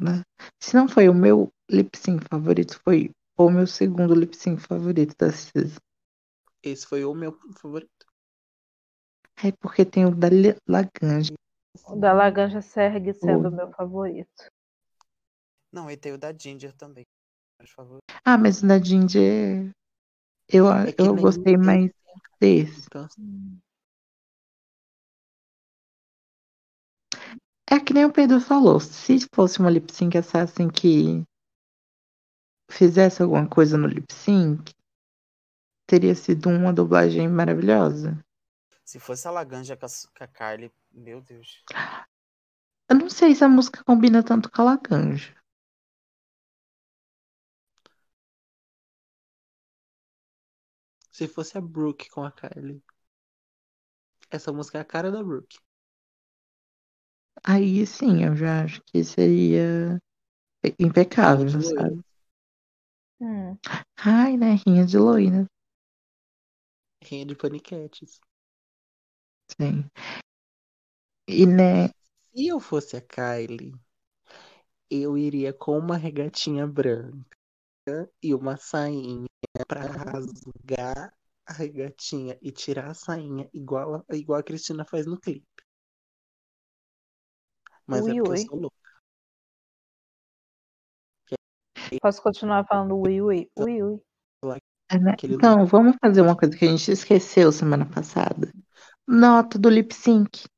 Se não foi o meu lip sync favorito, foi o meu segundo lip sync favorito da season.
Esse foi o meu favorito.
É porque tem o da Le- Lagrange.
O
Uhum.
da Laganja Sergue sendo
Oi.
o meu favorito.
Não, e tem o da Ginger também. Por favor.
Ah, mas o da Ginger. Eu,
É que
eu
nem
gostei
tem
mais desse.
Então, assim,
É que nem o Pedro falou, se fosse uma lip sync assassin que fizesse alguma coisa no lip sync, teria sido uma dublagem maravilhosa.
Se fosse a Laganja com a, Su- com a Kylie, meu Deus.
Eu não sei se a música combina tanto com a Laganja.
se fosse a Brooke com a Kylie. Essa música é a cara da Brooke.
Aí sim, eu já acho que seria pe-
Ela
impecável,
de loira.
sabe?
Hum.
Ai, né? Rinha de loira,
Rainha de paniquetes.
sim. E, né?
Se eu fosse a Kylie, eu iria com uma regatinha branca e uma sainha pra rasgar a regatinha e tirar a sainha igual a, igual a Cristina faz no clipe. Mas é
Ui,
porque
ui.
eu sou louca.
Posso continuar falando ui, ui, ui, ui.
é, né?
Aquele
Então, vamos fazer uma coisa que a gente esqueceu semana passada. Nota do lip sync.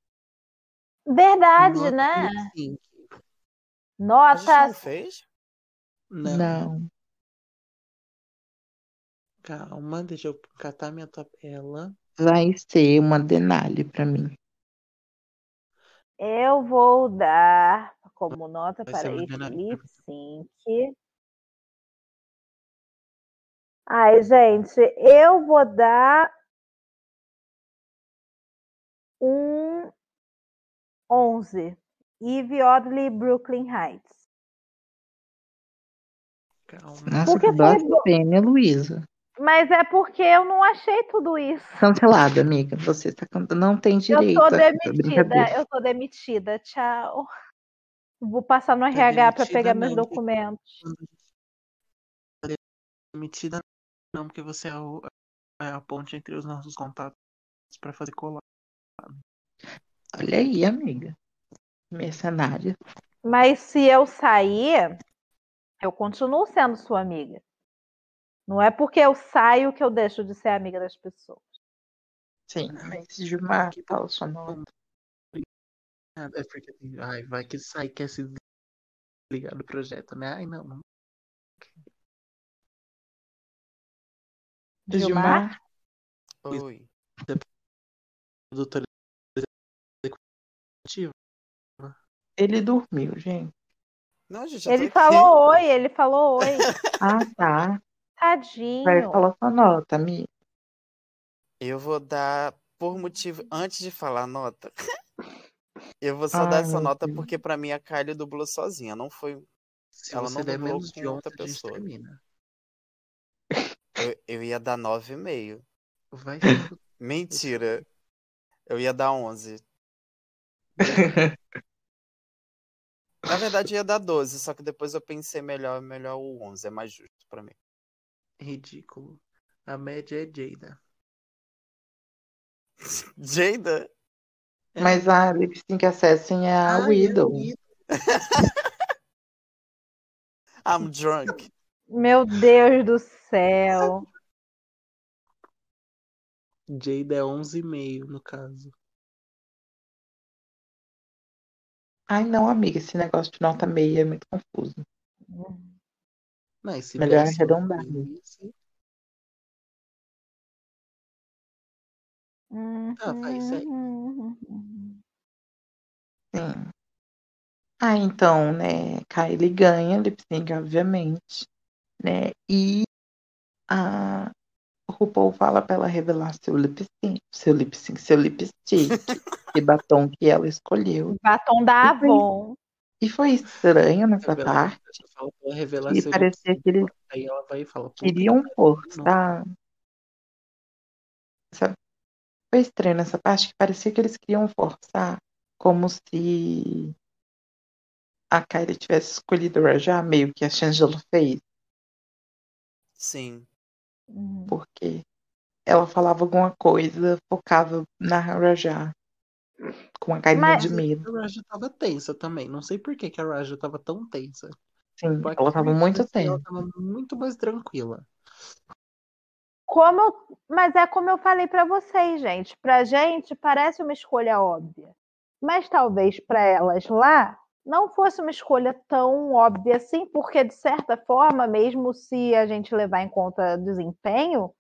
Verdade,
Nota
né?
do lip sync.
A gente não
Notas.
fez?
Não,
Não.
calma, deixa eu catar minha tabela.
Vai ser uma denali pra mim.
Eu vou dar como nota
Vai
para
ser um
esse
cenário
lip sync. Ai, gente, eu vou dar um 11. Eve Oddly Brooklyn Heights.
Calma.
Nossa,
Porque foi
que
bo-
blasfêmia, Luísa.
Mas é porque eu não achei tudo isso.
Cancelada, amiga. Você está can- não tem
Eu
direito.
tô
a-
demitida,
brincadeira.
eu tô demitida. Tchau. Vou passar no
Tá
RH para
demitida
pegar meus
mesmo.
documentos.
Demitida não, porque você é, o- é a ponte entre os nossos contatos pra fazer colar.
Olha aí, amiga. Mercenária.
Mas se eu sair, eu continuo sendo sua amiga. Não é porque eu saio que eu deixo de ser amiga das pessoas.
Sim,
Né?
mas Gilmar, fala sua nota.
Ah, É porque assim, ai, vai que sai, quer se desligar do projeto, né? Ai, não. não.
Gilmar?
Oi.
Produtor executivo.
ele dormiu, gente.
Não, gente, eu tô
Ele
aqui.
falou oi, ele falou oi.
Ah, tá. Vai
Tadinho.
falar sua nota, amiga.
Eu vou dar
por motivo. Antes de falar a nota, eu vou só dar
Ai,
essa
meu
nota
Deus.
porque pra mim a Kylie dublou sozinha. Não foi.
Se
Ela
você
não
der
dublou
menos
com
de 11,
outra
a gente
pessoa.
termina.
Eu, eu ia dar 9,5.
Vai se fuder.
Mentira. Eu ia dar 11. Na verdade, eu ia dar 12, só que depois eu pensei melhor, melhor o 11, é mais justo pra mim.
Ridículo. A média é Jada.
Jada?
Mas a Lip Sync Assassin é a Widow.
I'm drunk.
Meu Deus do céu.
Jada é 11,5 no caso.
Ai, não, amiga, esse negócio de nota meia é muito confuso.
Mas se
Melhor
viesse
arredondar.
um-
Ah,
faz aí.
uhum,
Sim. Ah, então, né? Kylie ganha lip sync, obviamente, né? E a RuPaul fala pra ela revelar seu lip sync, seu lip sync, seu lipstick, e batom que ela escolheu.
Batom da Avon.
E foi estranho nessa
Revela-
parte,
fala pra ela revelar
que
seu
parecia que um eles
Aí ela vai e fala, puta que
queriam
pariu, não.
forçar. Sabe? Foi estranho nessa parte que parecia que eles queriam forçar, como se a Kylie tivesse escolhido o Rajá, meio que a Shangela fez,
Sim.
Uhum.
porque ela falava alguma coisa, focava na Rajá, com uma carinha
Mas-
de medo.
A Raja tava tensa também. Não sei por que, que a Raja tava tão tensa.
Sim,
Tipo, a
ela tava
Kylie
muito
parecia que Ela
tensa.
tava muito mais tranquila.
Como eu- mas é como eu falei pra vocês, gente. Pra gente parece uma escolha óbvia, mas talvez pra elas lá não fosse uma escolha tão óbvia assim, porque de certa forma, mesmo se a gente levar em conta desempenho,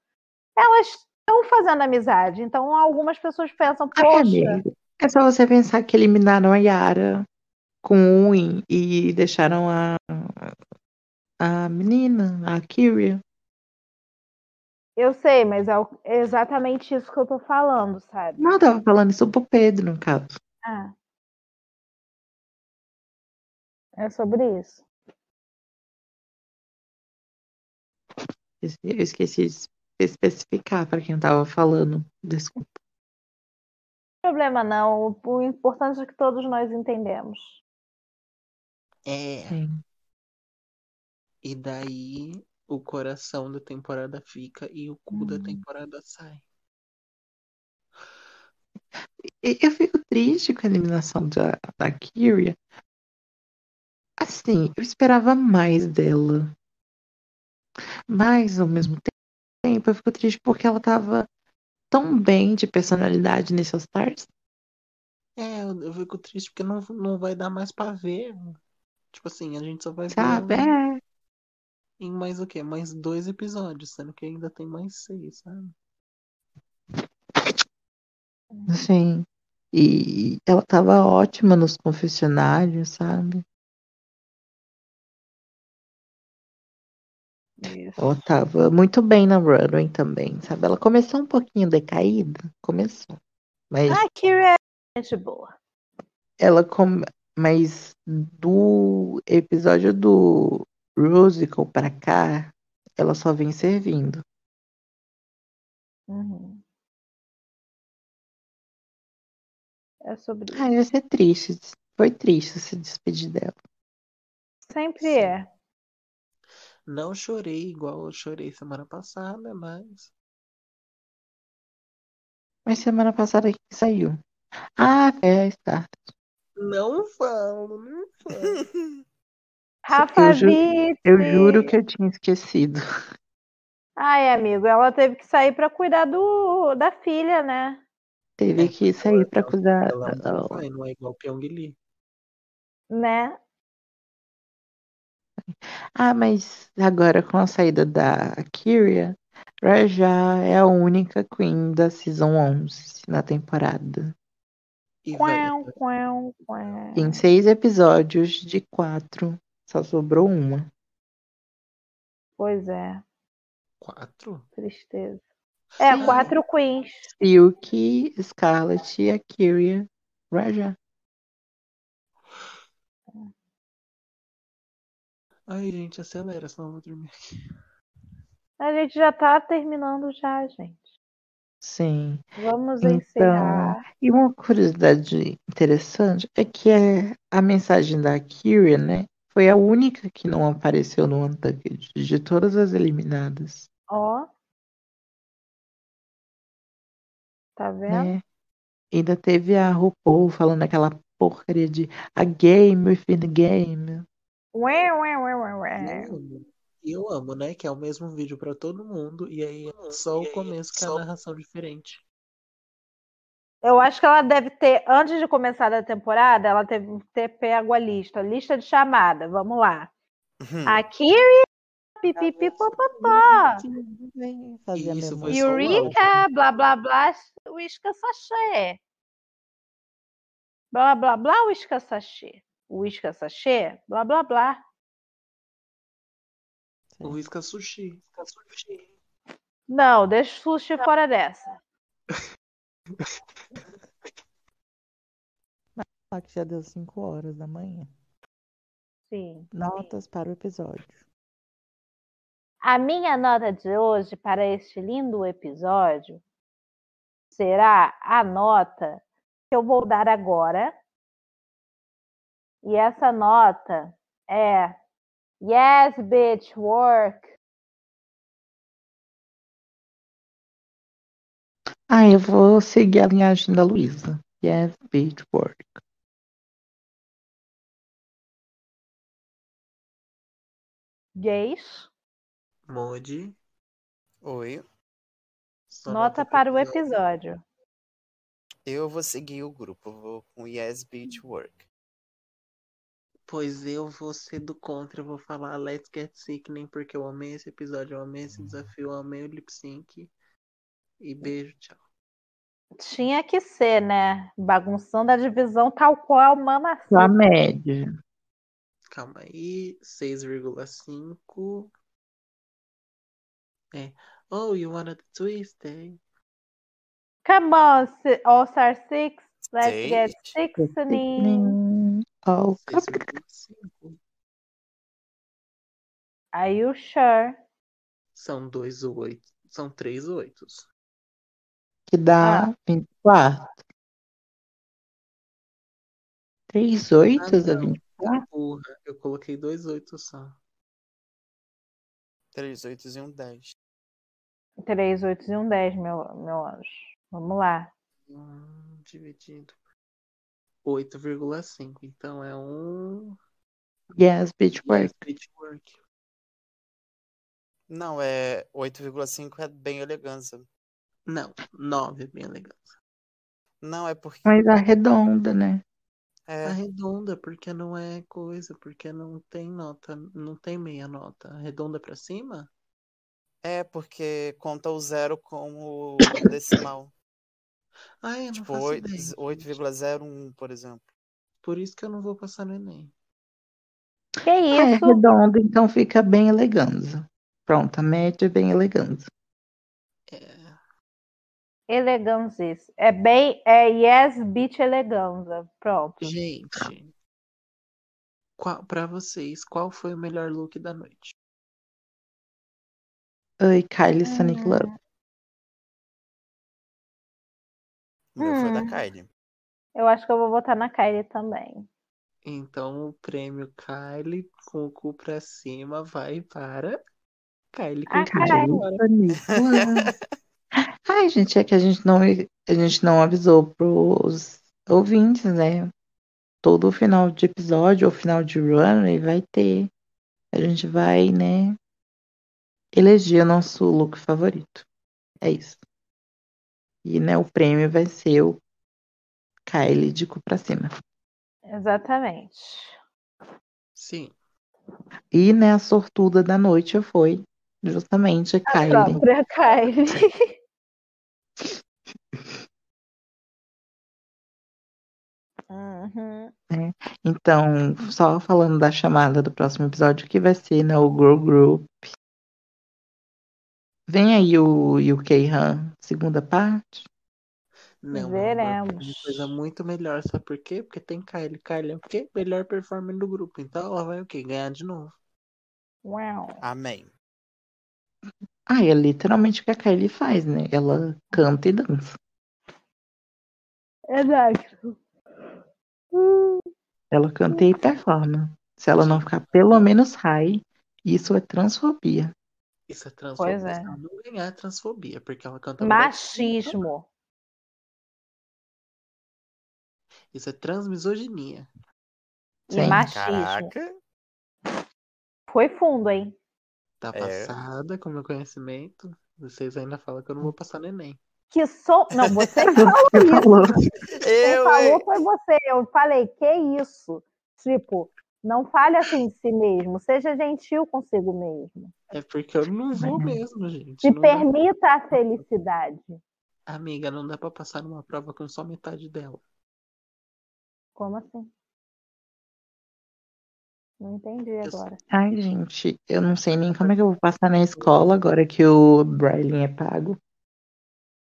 elas estão fazendo amizade. Então algumas pessoas pensam,
Ai,
poxa,
amiga, é só você pensar que eliminaram a Yara com o Win e deixaram a, a menina, a Kyria.
eu sei, mas é o- é exatamente isso que eu tô falando, sabe?
Não, eu tava falando isso pro Pedro, no caso.
Ah. É sobre isso.
Eu esqueci de especificar pra quem tava falando. Desculpa.
Problema não. O o importante é que todos nós entendemos.
É.
Sim.
E daí o coração da temporada fica e o cu da
Hum.
temporada sai.
E Eu fico triste com a eliminação da, da Kyria. Assim, eu esperava mais dela. Mas, ao mesmo te- tempo, eu fico triste porque ela tava tão bem de personalidade nesse All Stars.
É, eu, eu fico triste porque não, não vai dar mais pra ver. Tipo assim, a gente só vai ver
Sabe?
ela
É.
em mais o quê? Mais dois episódios, sendo que ainda tem mais seis, sabe?
Assim. E ela tava ótima nos confessionários, sabe?
Isso.
Ela tava muito bem na runway também, sabe? Ela começou um pouquinho decaída, começou. Mas
A Kira é gente boa.
ela com... mas do episódio do Rusical pra cá, ela só vem servindo.
Uhum. É sobre isso.
Ai, vai Ah, ser triste. Foi triste se despedir dela.
Sempre
Sim.
é.
Não chorei igual eu chorei semana passada, mas.
Mas semana passada quem saiu? Ah, é, está.
Não falo, não falo.
Rafa
ju-
Witt.
Eu juro que eu tinha esquecido.
Ai, amigo, ela teve que sair pra cuidar do, da filha, né?
Teve
É,
que sair pra
ela-
cuidar.
Ela
da-
não vai, não é igual Pyong Lee.
Né?
Ah, mas agora com a saída da Kyria, Raja é a única Queen da Season 11 na temporada.
E vai.
Quão, quão, quão.
Tem seis episódios de quatro, só sobrou uma.
Pois é,
Quatro?
tristeza. É, quatro queens.
Silk, Scarlet, Akiria, Raja.
Ai, gente, acelera, senão eu vou dormir.
A gente já tá terminando já, gente.
Sim.
Vamos
Então,
encerrar.
E uma curiosidade interessante é que é- a mensagem da Kyria, né? Foi a única que não apareceu no Untucked, de todas as eliminadas,
Ó. Tá
É.
vendo?
né? Ainda teve a RuPaul falando aquela porcaria de a game within the game.
Ué, ué, ué, ué, é. ué.
Eu amo. E eu amo, né? Que é o mesmo vídeo pra todo mundo, e aí é só
E
o
aí,
começo que é a
só-
narração diferente.
Eu acho que ela deve ter, antes de começar a temporada, ela teve que ter pego a lista, lista de chamada. Vamos lá.
Hum.
A Kiri,
Tá
pipipipopopó.
Nem fazia
E isso
memória.
foi só um o
Eureka, blá blá blá, uísca sachê. Blá blá blá, uísca sachê. Uísca sachê, blá blá blá.
O Risca Sushi. É. Risca Sushi.
Não, deixa o sushi
Tá.
fora dessa.
Só que já deu 5 horas da manhã.
Sim.
Notas para o episódio.
A minha nota de hoje para este lindo episódio será a nota que eu vou dar agora. E essa nota é Yes, bitch, work.
Ah, eu vou seguir a linhagem da Luísa. é Yes, bitch, work.
Gays.
Mode.
Oi.
Só
Nota
pro
para o
episódio.
episódio.
Eu vou seguir o grupo, vou com Yes Beach Work.
Pois eu vou ser do contra, eu vou falar Let's Get Sickening, porque eu amei esse episódio, eu amei esse desafio, eu amei o lip sync. E beijo, tchau.
Tinha que ser, né? Bagunçando a divisão tal qual Mama
Só
Tá.
a
Cis.
média.
Calma aí, 6,5. É. Oh, you wanna twist, eh?
Come on, si- All Star Six. Let's
Sei.
get sixening.
Sickening. Oh,
6,5.
Are you sure?
São dois oito. São três oitos.
que dá 24. 3 oitos dá
não.
24?
Porra, eu coloquei dois oitos só.
3, 8 e 1, 10.
3, 8 e um 10, meu, meu anjo. Vamos lá.
Hum, dividido. 8,5. Então é um.
Yes, bitch work.
Yes, bitch work.
Não, é 8,5 é bem elegância.
Não, 9, bem legal.
Não, é porque.
Mas arredonda, né?
É,
Arredonda, Tá porque não é coisa, porque não tem nota, não tem meia nota. Arredonda pra cima?
é porque conta o zero como decimal.
Ai, eu não
tipo,
faço
oito-
ideia. gente.
8,01, por exemplo.
Por isso que eu não vou passar no Enem.
Que
Ah, é
isso?
arredonda, então fica bem eleganza. Pronto, a média é bem eleganza.
É.
Eleganzes. É bem. É yes, bitch eleganza. Pronto.
Gente, qual, pra vocês, qual foi o melhor look da noite?
Oi, Kylie Sonic Love.
O meu foi da
Hum.
Kylie.
Eu acho que eu vou votar na Kylie também.
Então, o prêmio Kylie com o cu pra cima vai para Kylie com
Ah,
o cu de
Kylie.
fora.
Sonic Love. Ai, gente, é que a gente não, a gente não avisou pros ouvintes, né? Todo final de episódio ou final de runway vai ter. A gente vai, né? Eleger o nosso look favorito. É isso. E, né, o prêmio vai ser o Kylie de cu pra cima.
Exatamente.
Sim,
E, né, a sortuda da noite foi justamente a Kylie.
Própria é Kylie. Uhum.
Então, só falando da chamada do próximo episódio, que vai ser, né, o Grow Group. Vem aí o UK Han, segunda parte.
Não,
Veremos.
Uma coisa muito melhor, sabe por quê? Porque tem Kylie. Kylie é o quê? Melhor performer do grupo. Então ela vai o quê? Ganhar de novo.
Uau.
Amém.
Ah, é literalmente o que a Kylie faz, né? Ela canta e dança.
Exato. Hum,
Ela canta e performa. Se ela não ficar pelo menos high, isso é transfobia.
Isso é transfobia.
Pois é.
Se ela não ganhar, é transfobia, porque ela canta
Machismo.
Isso é transmisoginia.
E
Sim.
machismo.
Caraca.
Foi fundo, hein?
Tá passada com o meu conhecimento. Vocês ainda falam que eu não vou passar no Enem.
Que sou. Não, você que
Você
falou isso.
falou.
Quem
Eu,
falou foi você. Eu falei, que isso? Tipo, não fale assim de si mesmo. Seja gentil consigo mesmo.
É porque eu não vou
Uhum.
mesmo, gente.
Se
Não dá-
permita a felicidade.
Amiga, não dá pra passar numa prova com só metade dela.
Como assim? Não entendi agora.
Ai, gente, eu não sei nem como é que eu vou passar na escola agora que o Brylin é pago.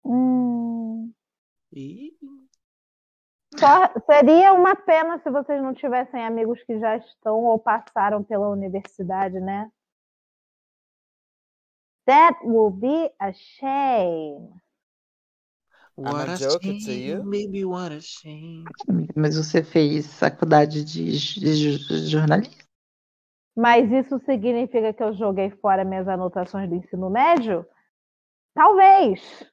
Hum.
E
Só- seria uma pena se vocês não tivessem amigos que já estão ou passaram pela universidade, né? That would be a shame.
what a
joking to
shame,
you.
baby, what a shame.
Amiga, Mas você fez faculdade de, ju- de ju- jornalismo?
Mas isso significa que eu joguei fora minhas anotações do ensino médio? Talvez.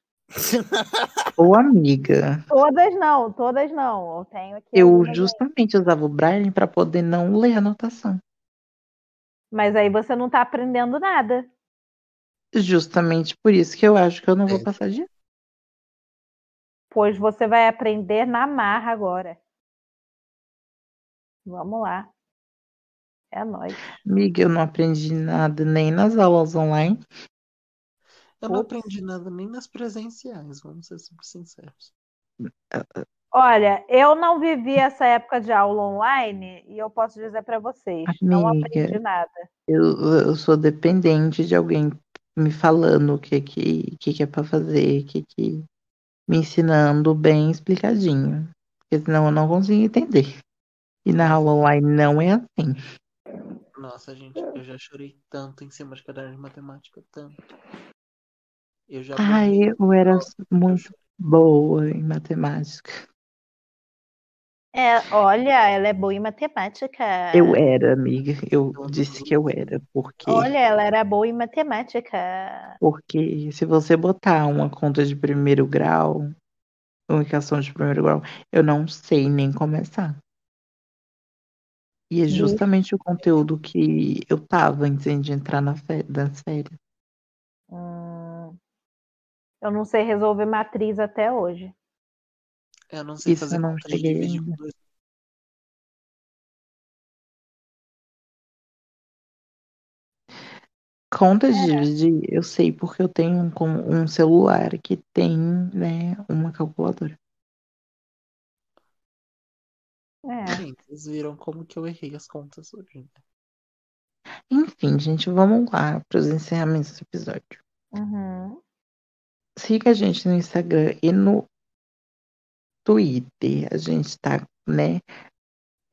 Ô, amiga,
Todas não, todas não. Eu tenho aqui.
eu
algumas-
justamente usava o Brylin pra poder não ler a anotação.
Mas aí você não está aprendendo nada.
Justamente por isso que eu acho que eu não vou
É.
passar de.
Pois você vai aprender na marra agora. Vamos lá. É nóis.
Amiga, eu não aprendi nada nem nas aulas online.
Eu não
Ops.
aprendi nada nem nas presenciais, vamos ser sinceros.
Olha, eu não vivi essa época de aula online e eu posso dizer para vocês, não
Amiga.
aprendi nada.
Eu, eu sou dependente de alguém me falando o que que, que, que é pra fazer, o que, que me ensinando bem explicadinho. Porque senão eu não consigo entender. E na aula online não é assim.
Nossa, gente,
É.
eu já chorei tanto em cima de caderno de matemática, tanto. Eu já
Ai,
borrei,
Ah, eu era
eu
muito
chorei.
boa em matemática.
É, olha, ela é boa em matemática.
Eu era, amiga. Eu
Eu
disse
não
que eu
sei.
era, porque
Olha, ela era boa em matemática.
Porque se você botar uma conta de primeiro grau, uma equação de primeiro grau, eu não sei nem começar. E é justamente o conteúdo que eu tava antes de entrar na fe- nas férias.
Hum, eu não sei resolver matriz até hoje.
Eu não sei
Isso eu
fazer
não
conta de
cheguei
dividir
ainda.
com dois.
Contas de dividir, eu sei porque eu tenho um, com- um celular que tem, né, uma calculadora.
É.
Gente, vocês viram como que eu errei as contas hoje, né?
Enfim, gente, vamos lá para os encerramentos do episódio.
uhum.
Siga a gente no Instagram e no Twitter. A gente tá, né,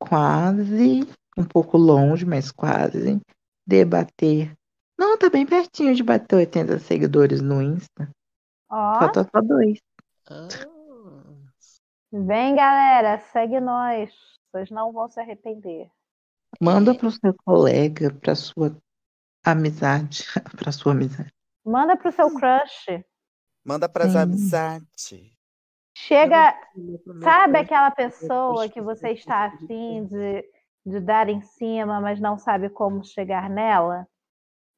quase, um pouco longe, mas quase, debater. Não, tá bem pertinho de bater 80 seguidores no Insta.
Ó,
Falta só dois.
Ah,
vem galera, segue nós. Vocês não vão se arrepender.
Manda pro seu colega, pra sua amizade, pra sua amizade.
Manda pro seu crush.
Manda pras
Sim.
amizades.
Chega,
eu não-
Sabe aquela
acho
pessoa
que
que
eu
você
vou
está
fazer
afim de, de dar em cima, mas não sabe como chegar nela?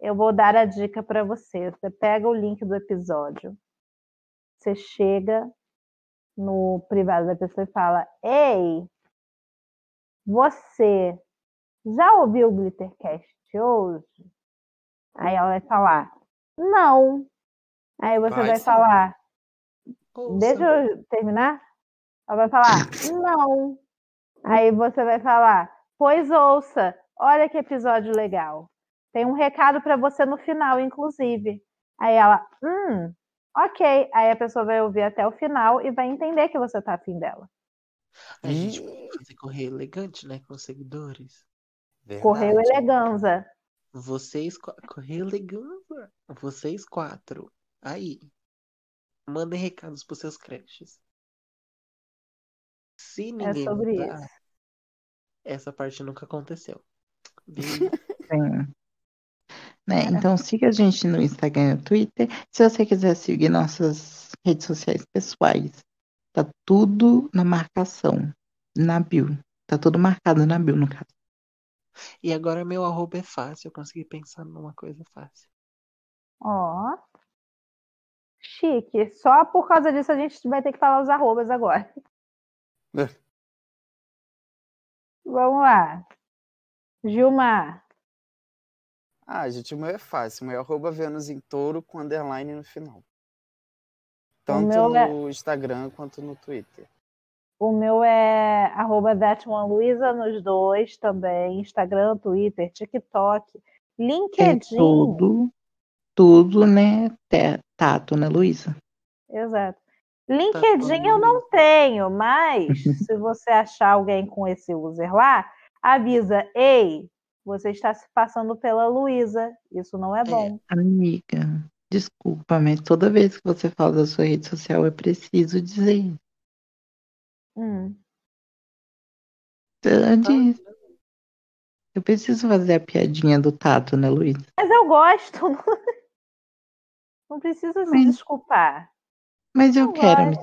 Eu vou dar a dica para você. Você pega o link do episódio, você chega no privado da pessoa e fala: Ei, você já ouviu o Glittercast hoje? Aí ela vai falar: Não. Aí você
Vai
vai
sim.
falar:
Ouça,
Deixa eu terminar? Ela vai falar, não. Aí você vai falar, pois ouça, olha que episódio legal. Tem um recado para você no final, inclusive. Aí ela, hum, ok. Aí a pessoa vai ouvir até o final e vai entender que você tá afim dela.
A gente vai fazer correr elegante, né? Com os seguidores.
Correu eleganza.
Vocês qua- correr elegante. Vocês quatro. Aí. Mandem recados pros seus crushes.
É
Se ninguém
sobre
mandar, essa parte nunca aconteceu. Beijo.
Sim. Né? Então siga a gente no Instagram e no Twitter. Se você quiser seguir nossas redes sociais pessoais, tá tudo na marcação, na bio. Tá tudo marcado na bio, no caso.
E agora meu arroba é fácil, eu consegui pensar numa coisa fácil.
Ó. Chique. Só por causa disso a gente vai ter que falar os arrobas agora.
É.
Vamos lá. Gilmar.
Ah, gente, o meu é fácil. O meu é arroba Vênus em touro com underline no final. Tanto
meu é-
no Instagram quanto no Twitter.
O meu é arroba ThatOneLuisa nos dois também. Instagram, Twitter, TikTok.
É
LinkedIn.
tudo, tudo, né? Te- Tato, né, Luísa?
Exato.
Tá
LinkedIn
falando
eu não tenho, mas se você achar alguém com esse user lá, avisa, ei, você está se passando pela Luísa. Isso não é bom.
Amiga, desculpa, mas toda vez que você fala da sua rede social, eu preciso dizer.
Hum.
Antes, eu preciso fazer a piadinha do Tato, né, Luísa?
Mas eu gosto. Não precisa se
Mas-
desculpar.
Mas eu
Não
quero
vai.
me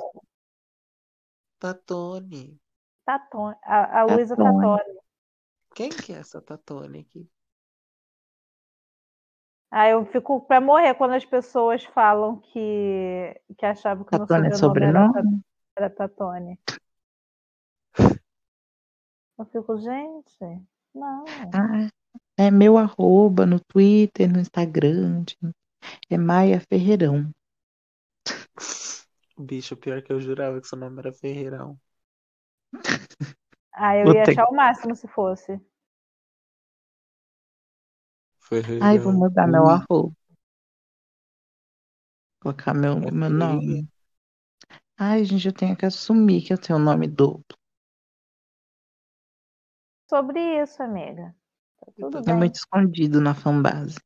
Tatone.
Taton- A, a
Tá
Luísa
bom, hein?
Tatone.
Quem que é essa Tatone aqui?
Ah, eu fico pra morrer quando as pessoas falam que, que achavam que o meu
Tatone é
sobrenome era,
sobrenome?
Ta- era Tatone. Eu fico, gente, não.
Ah, é meu arroba no Twitter, no Instagram. gente. É Maia Ferreirão.
Bicho, pior é que eu jurava que seu nome era Ferreirão.
Ah, eu
Vou
ia
ter
achar o máximo se fosse.
Ferreirão.
Ai, vou mudar meu
Ui.
arroba. Colocar meu, meu nome. Ai, gente, eu tenho que assumir que eu tenho um nome duplo.
Sobre isso, amiga. Tá tudo
É
bem.
muito escondido na fanbase.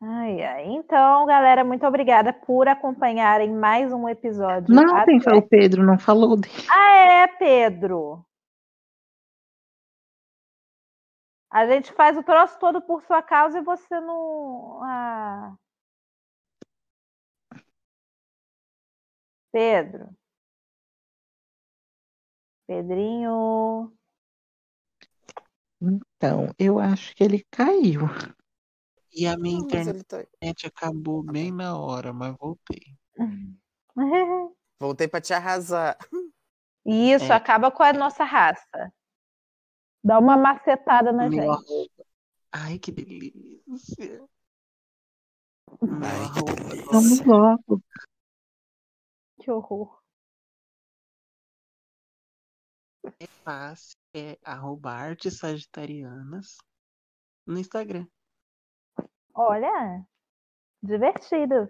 Ai, ai. Então, galera, muito obrigada por acompanharem mais um episódio.
Não,
até-
quem foi o Pedro? Não falou dele.
Ah, é, Pedro. A gente faz o troço todo por sua causa e você não. Ah. Pedro. Pedrinho.
Então, eu acho que ele caiu.
E a minha
Não, mas
internet
ele tá...
acabou bem na hora, mas voltei.
Voltei pra te arrasar.
E Isso,
É.
acaba com a nossa raça. Dá uma macetada na
Meu
gente.
arroba. Ai, que delícia. Meu
Ai, que
arroba.
delícia.
Vamos logo.
Que horror.
é fácil, é arroba artes sagitarianas no Instagram.
Olha, divertido.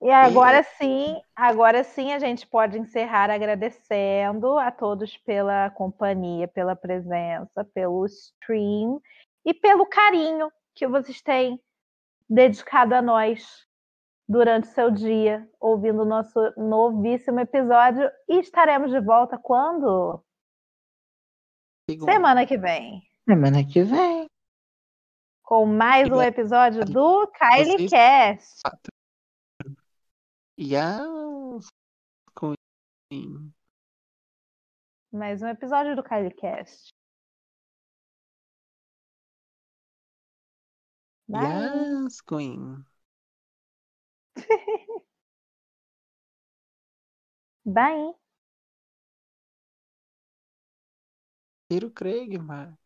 E agora sim, agora sim a gente pode encerrar agradecendo a todos pela companhia, pela presença, pelo stream e pelo carinho que vocês têm dedicado a nós durante o seu dia, ouvindo o nosso novíssimo episódio. E estaremos de volta quando?
Segunda.
Semana que vem,
Semana que vem.
com mais um episódio do Kylie
Vocês-
Cast.
E as coisinhas.
Mais um episódio do KyleCast. Bye.
Yes, Queen.
Bye.
Tira o Craig, mano.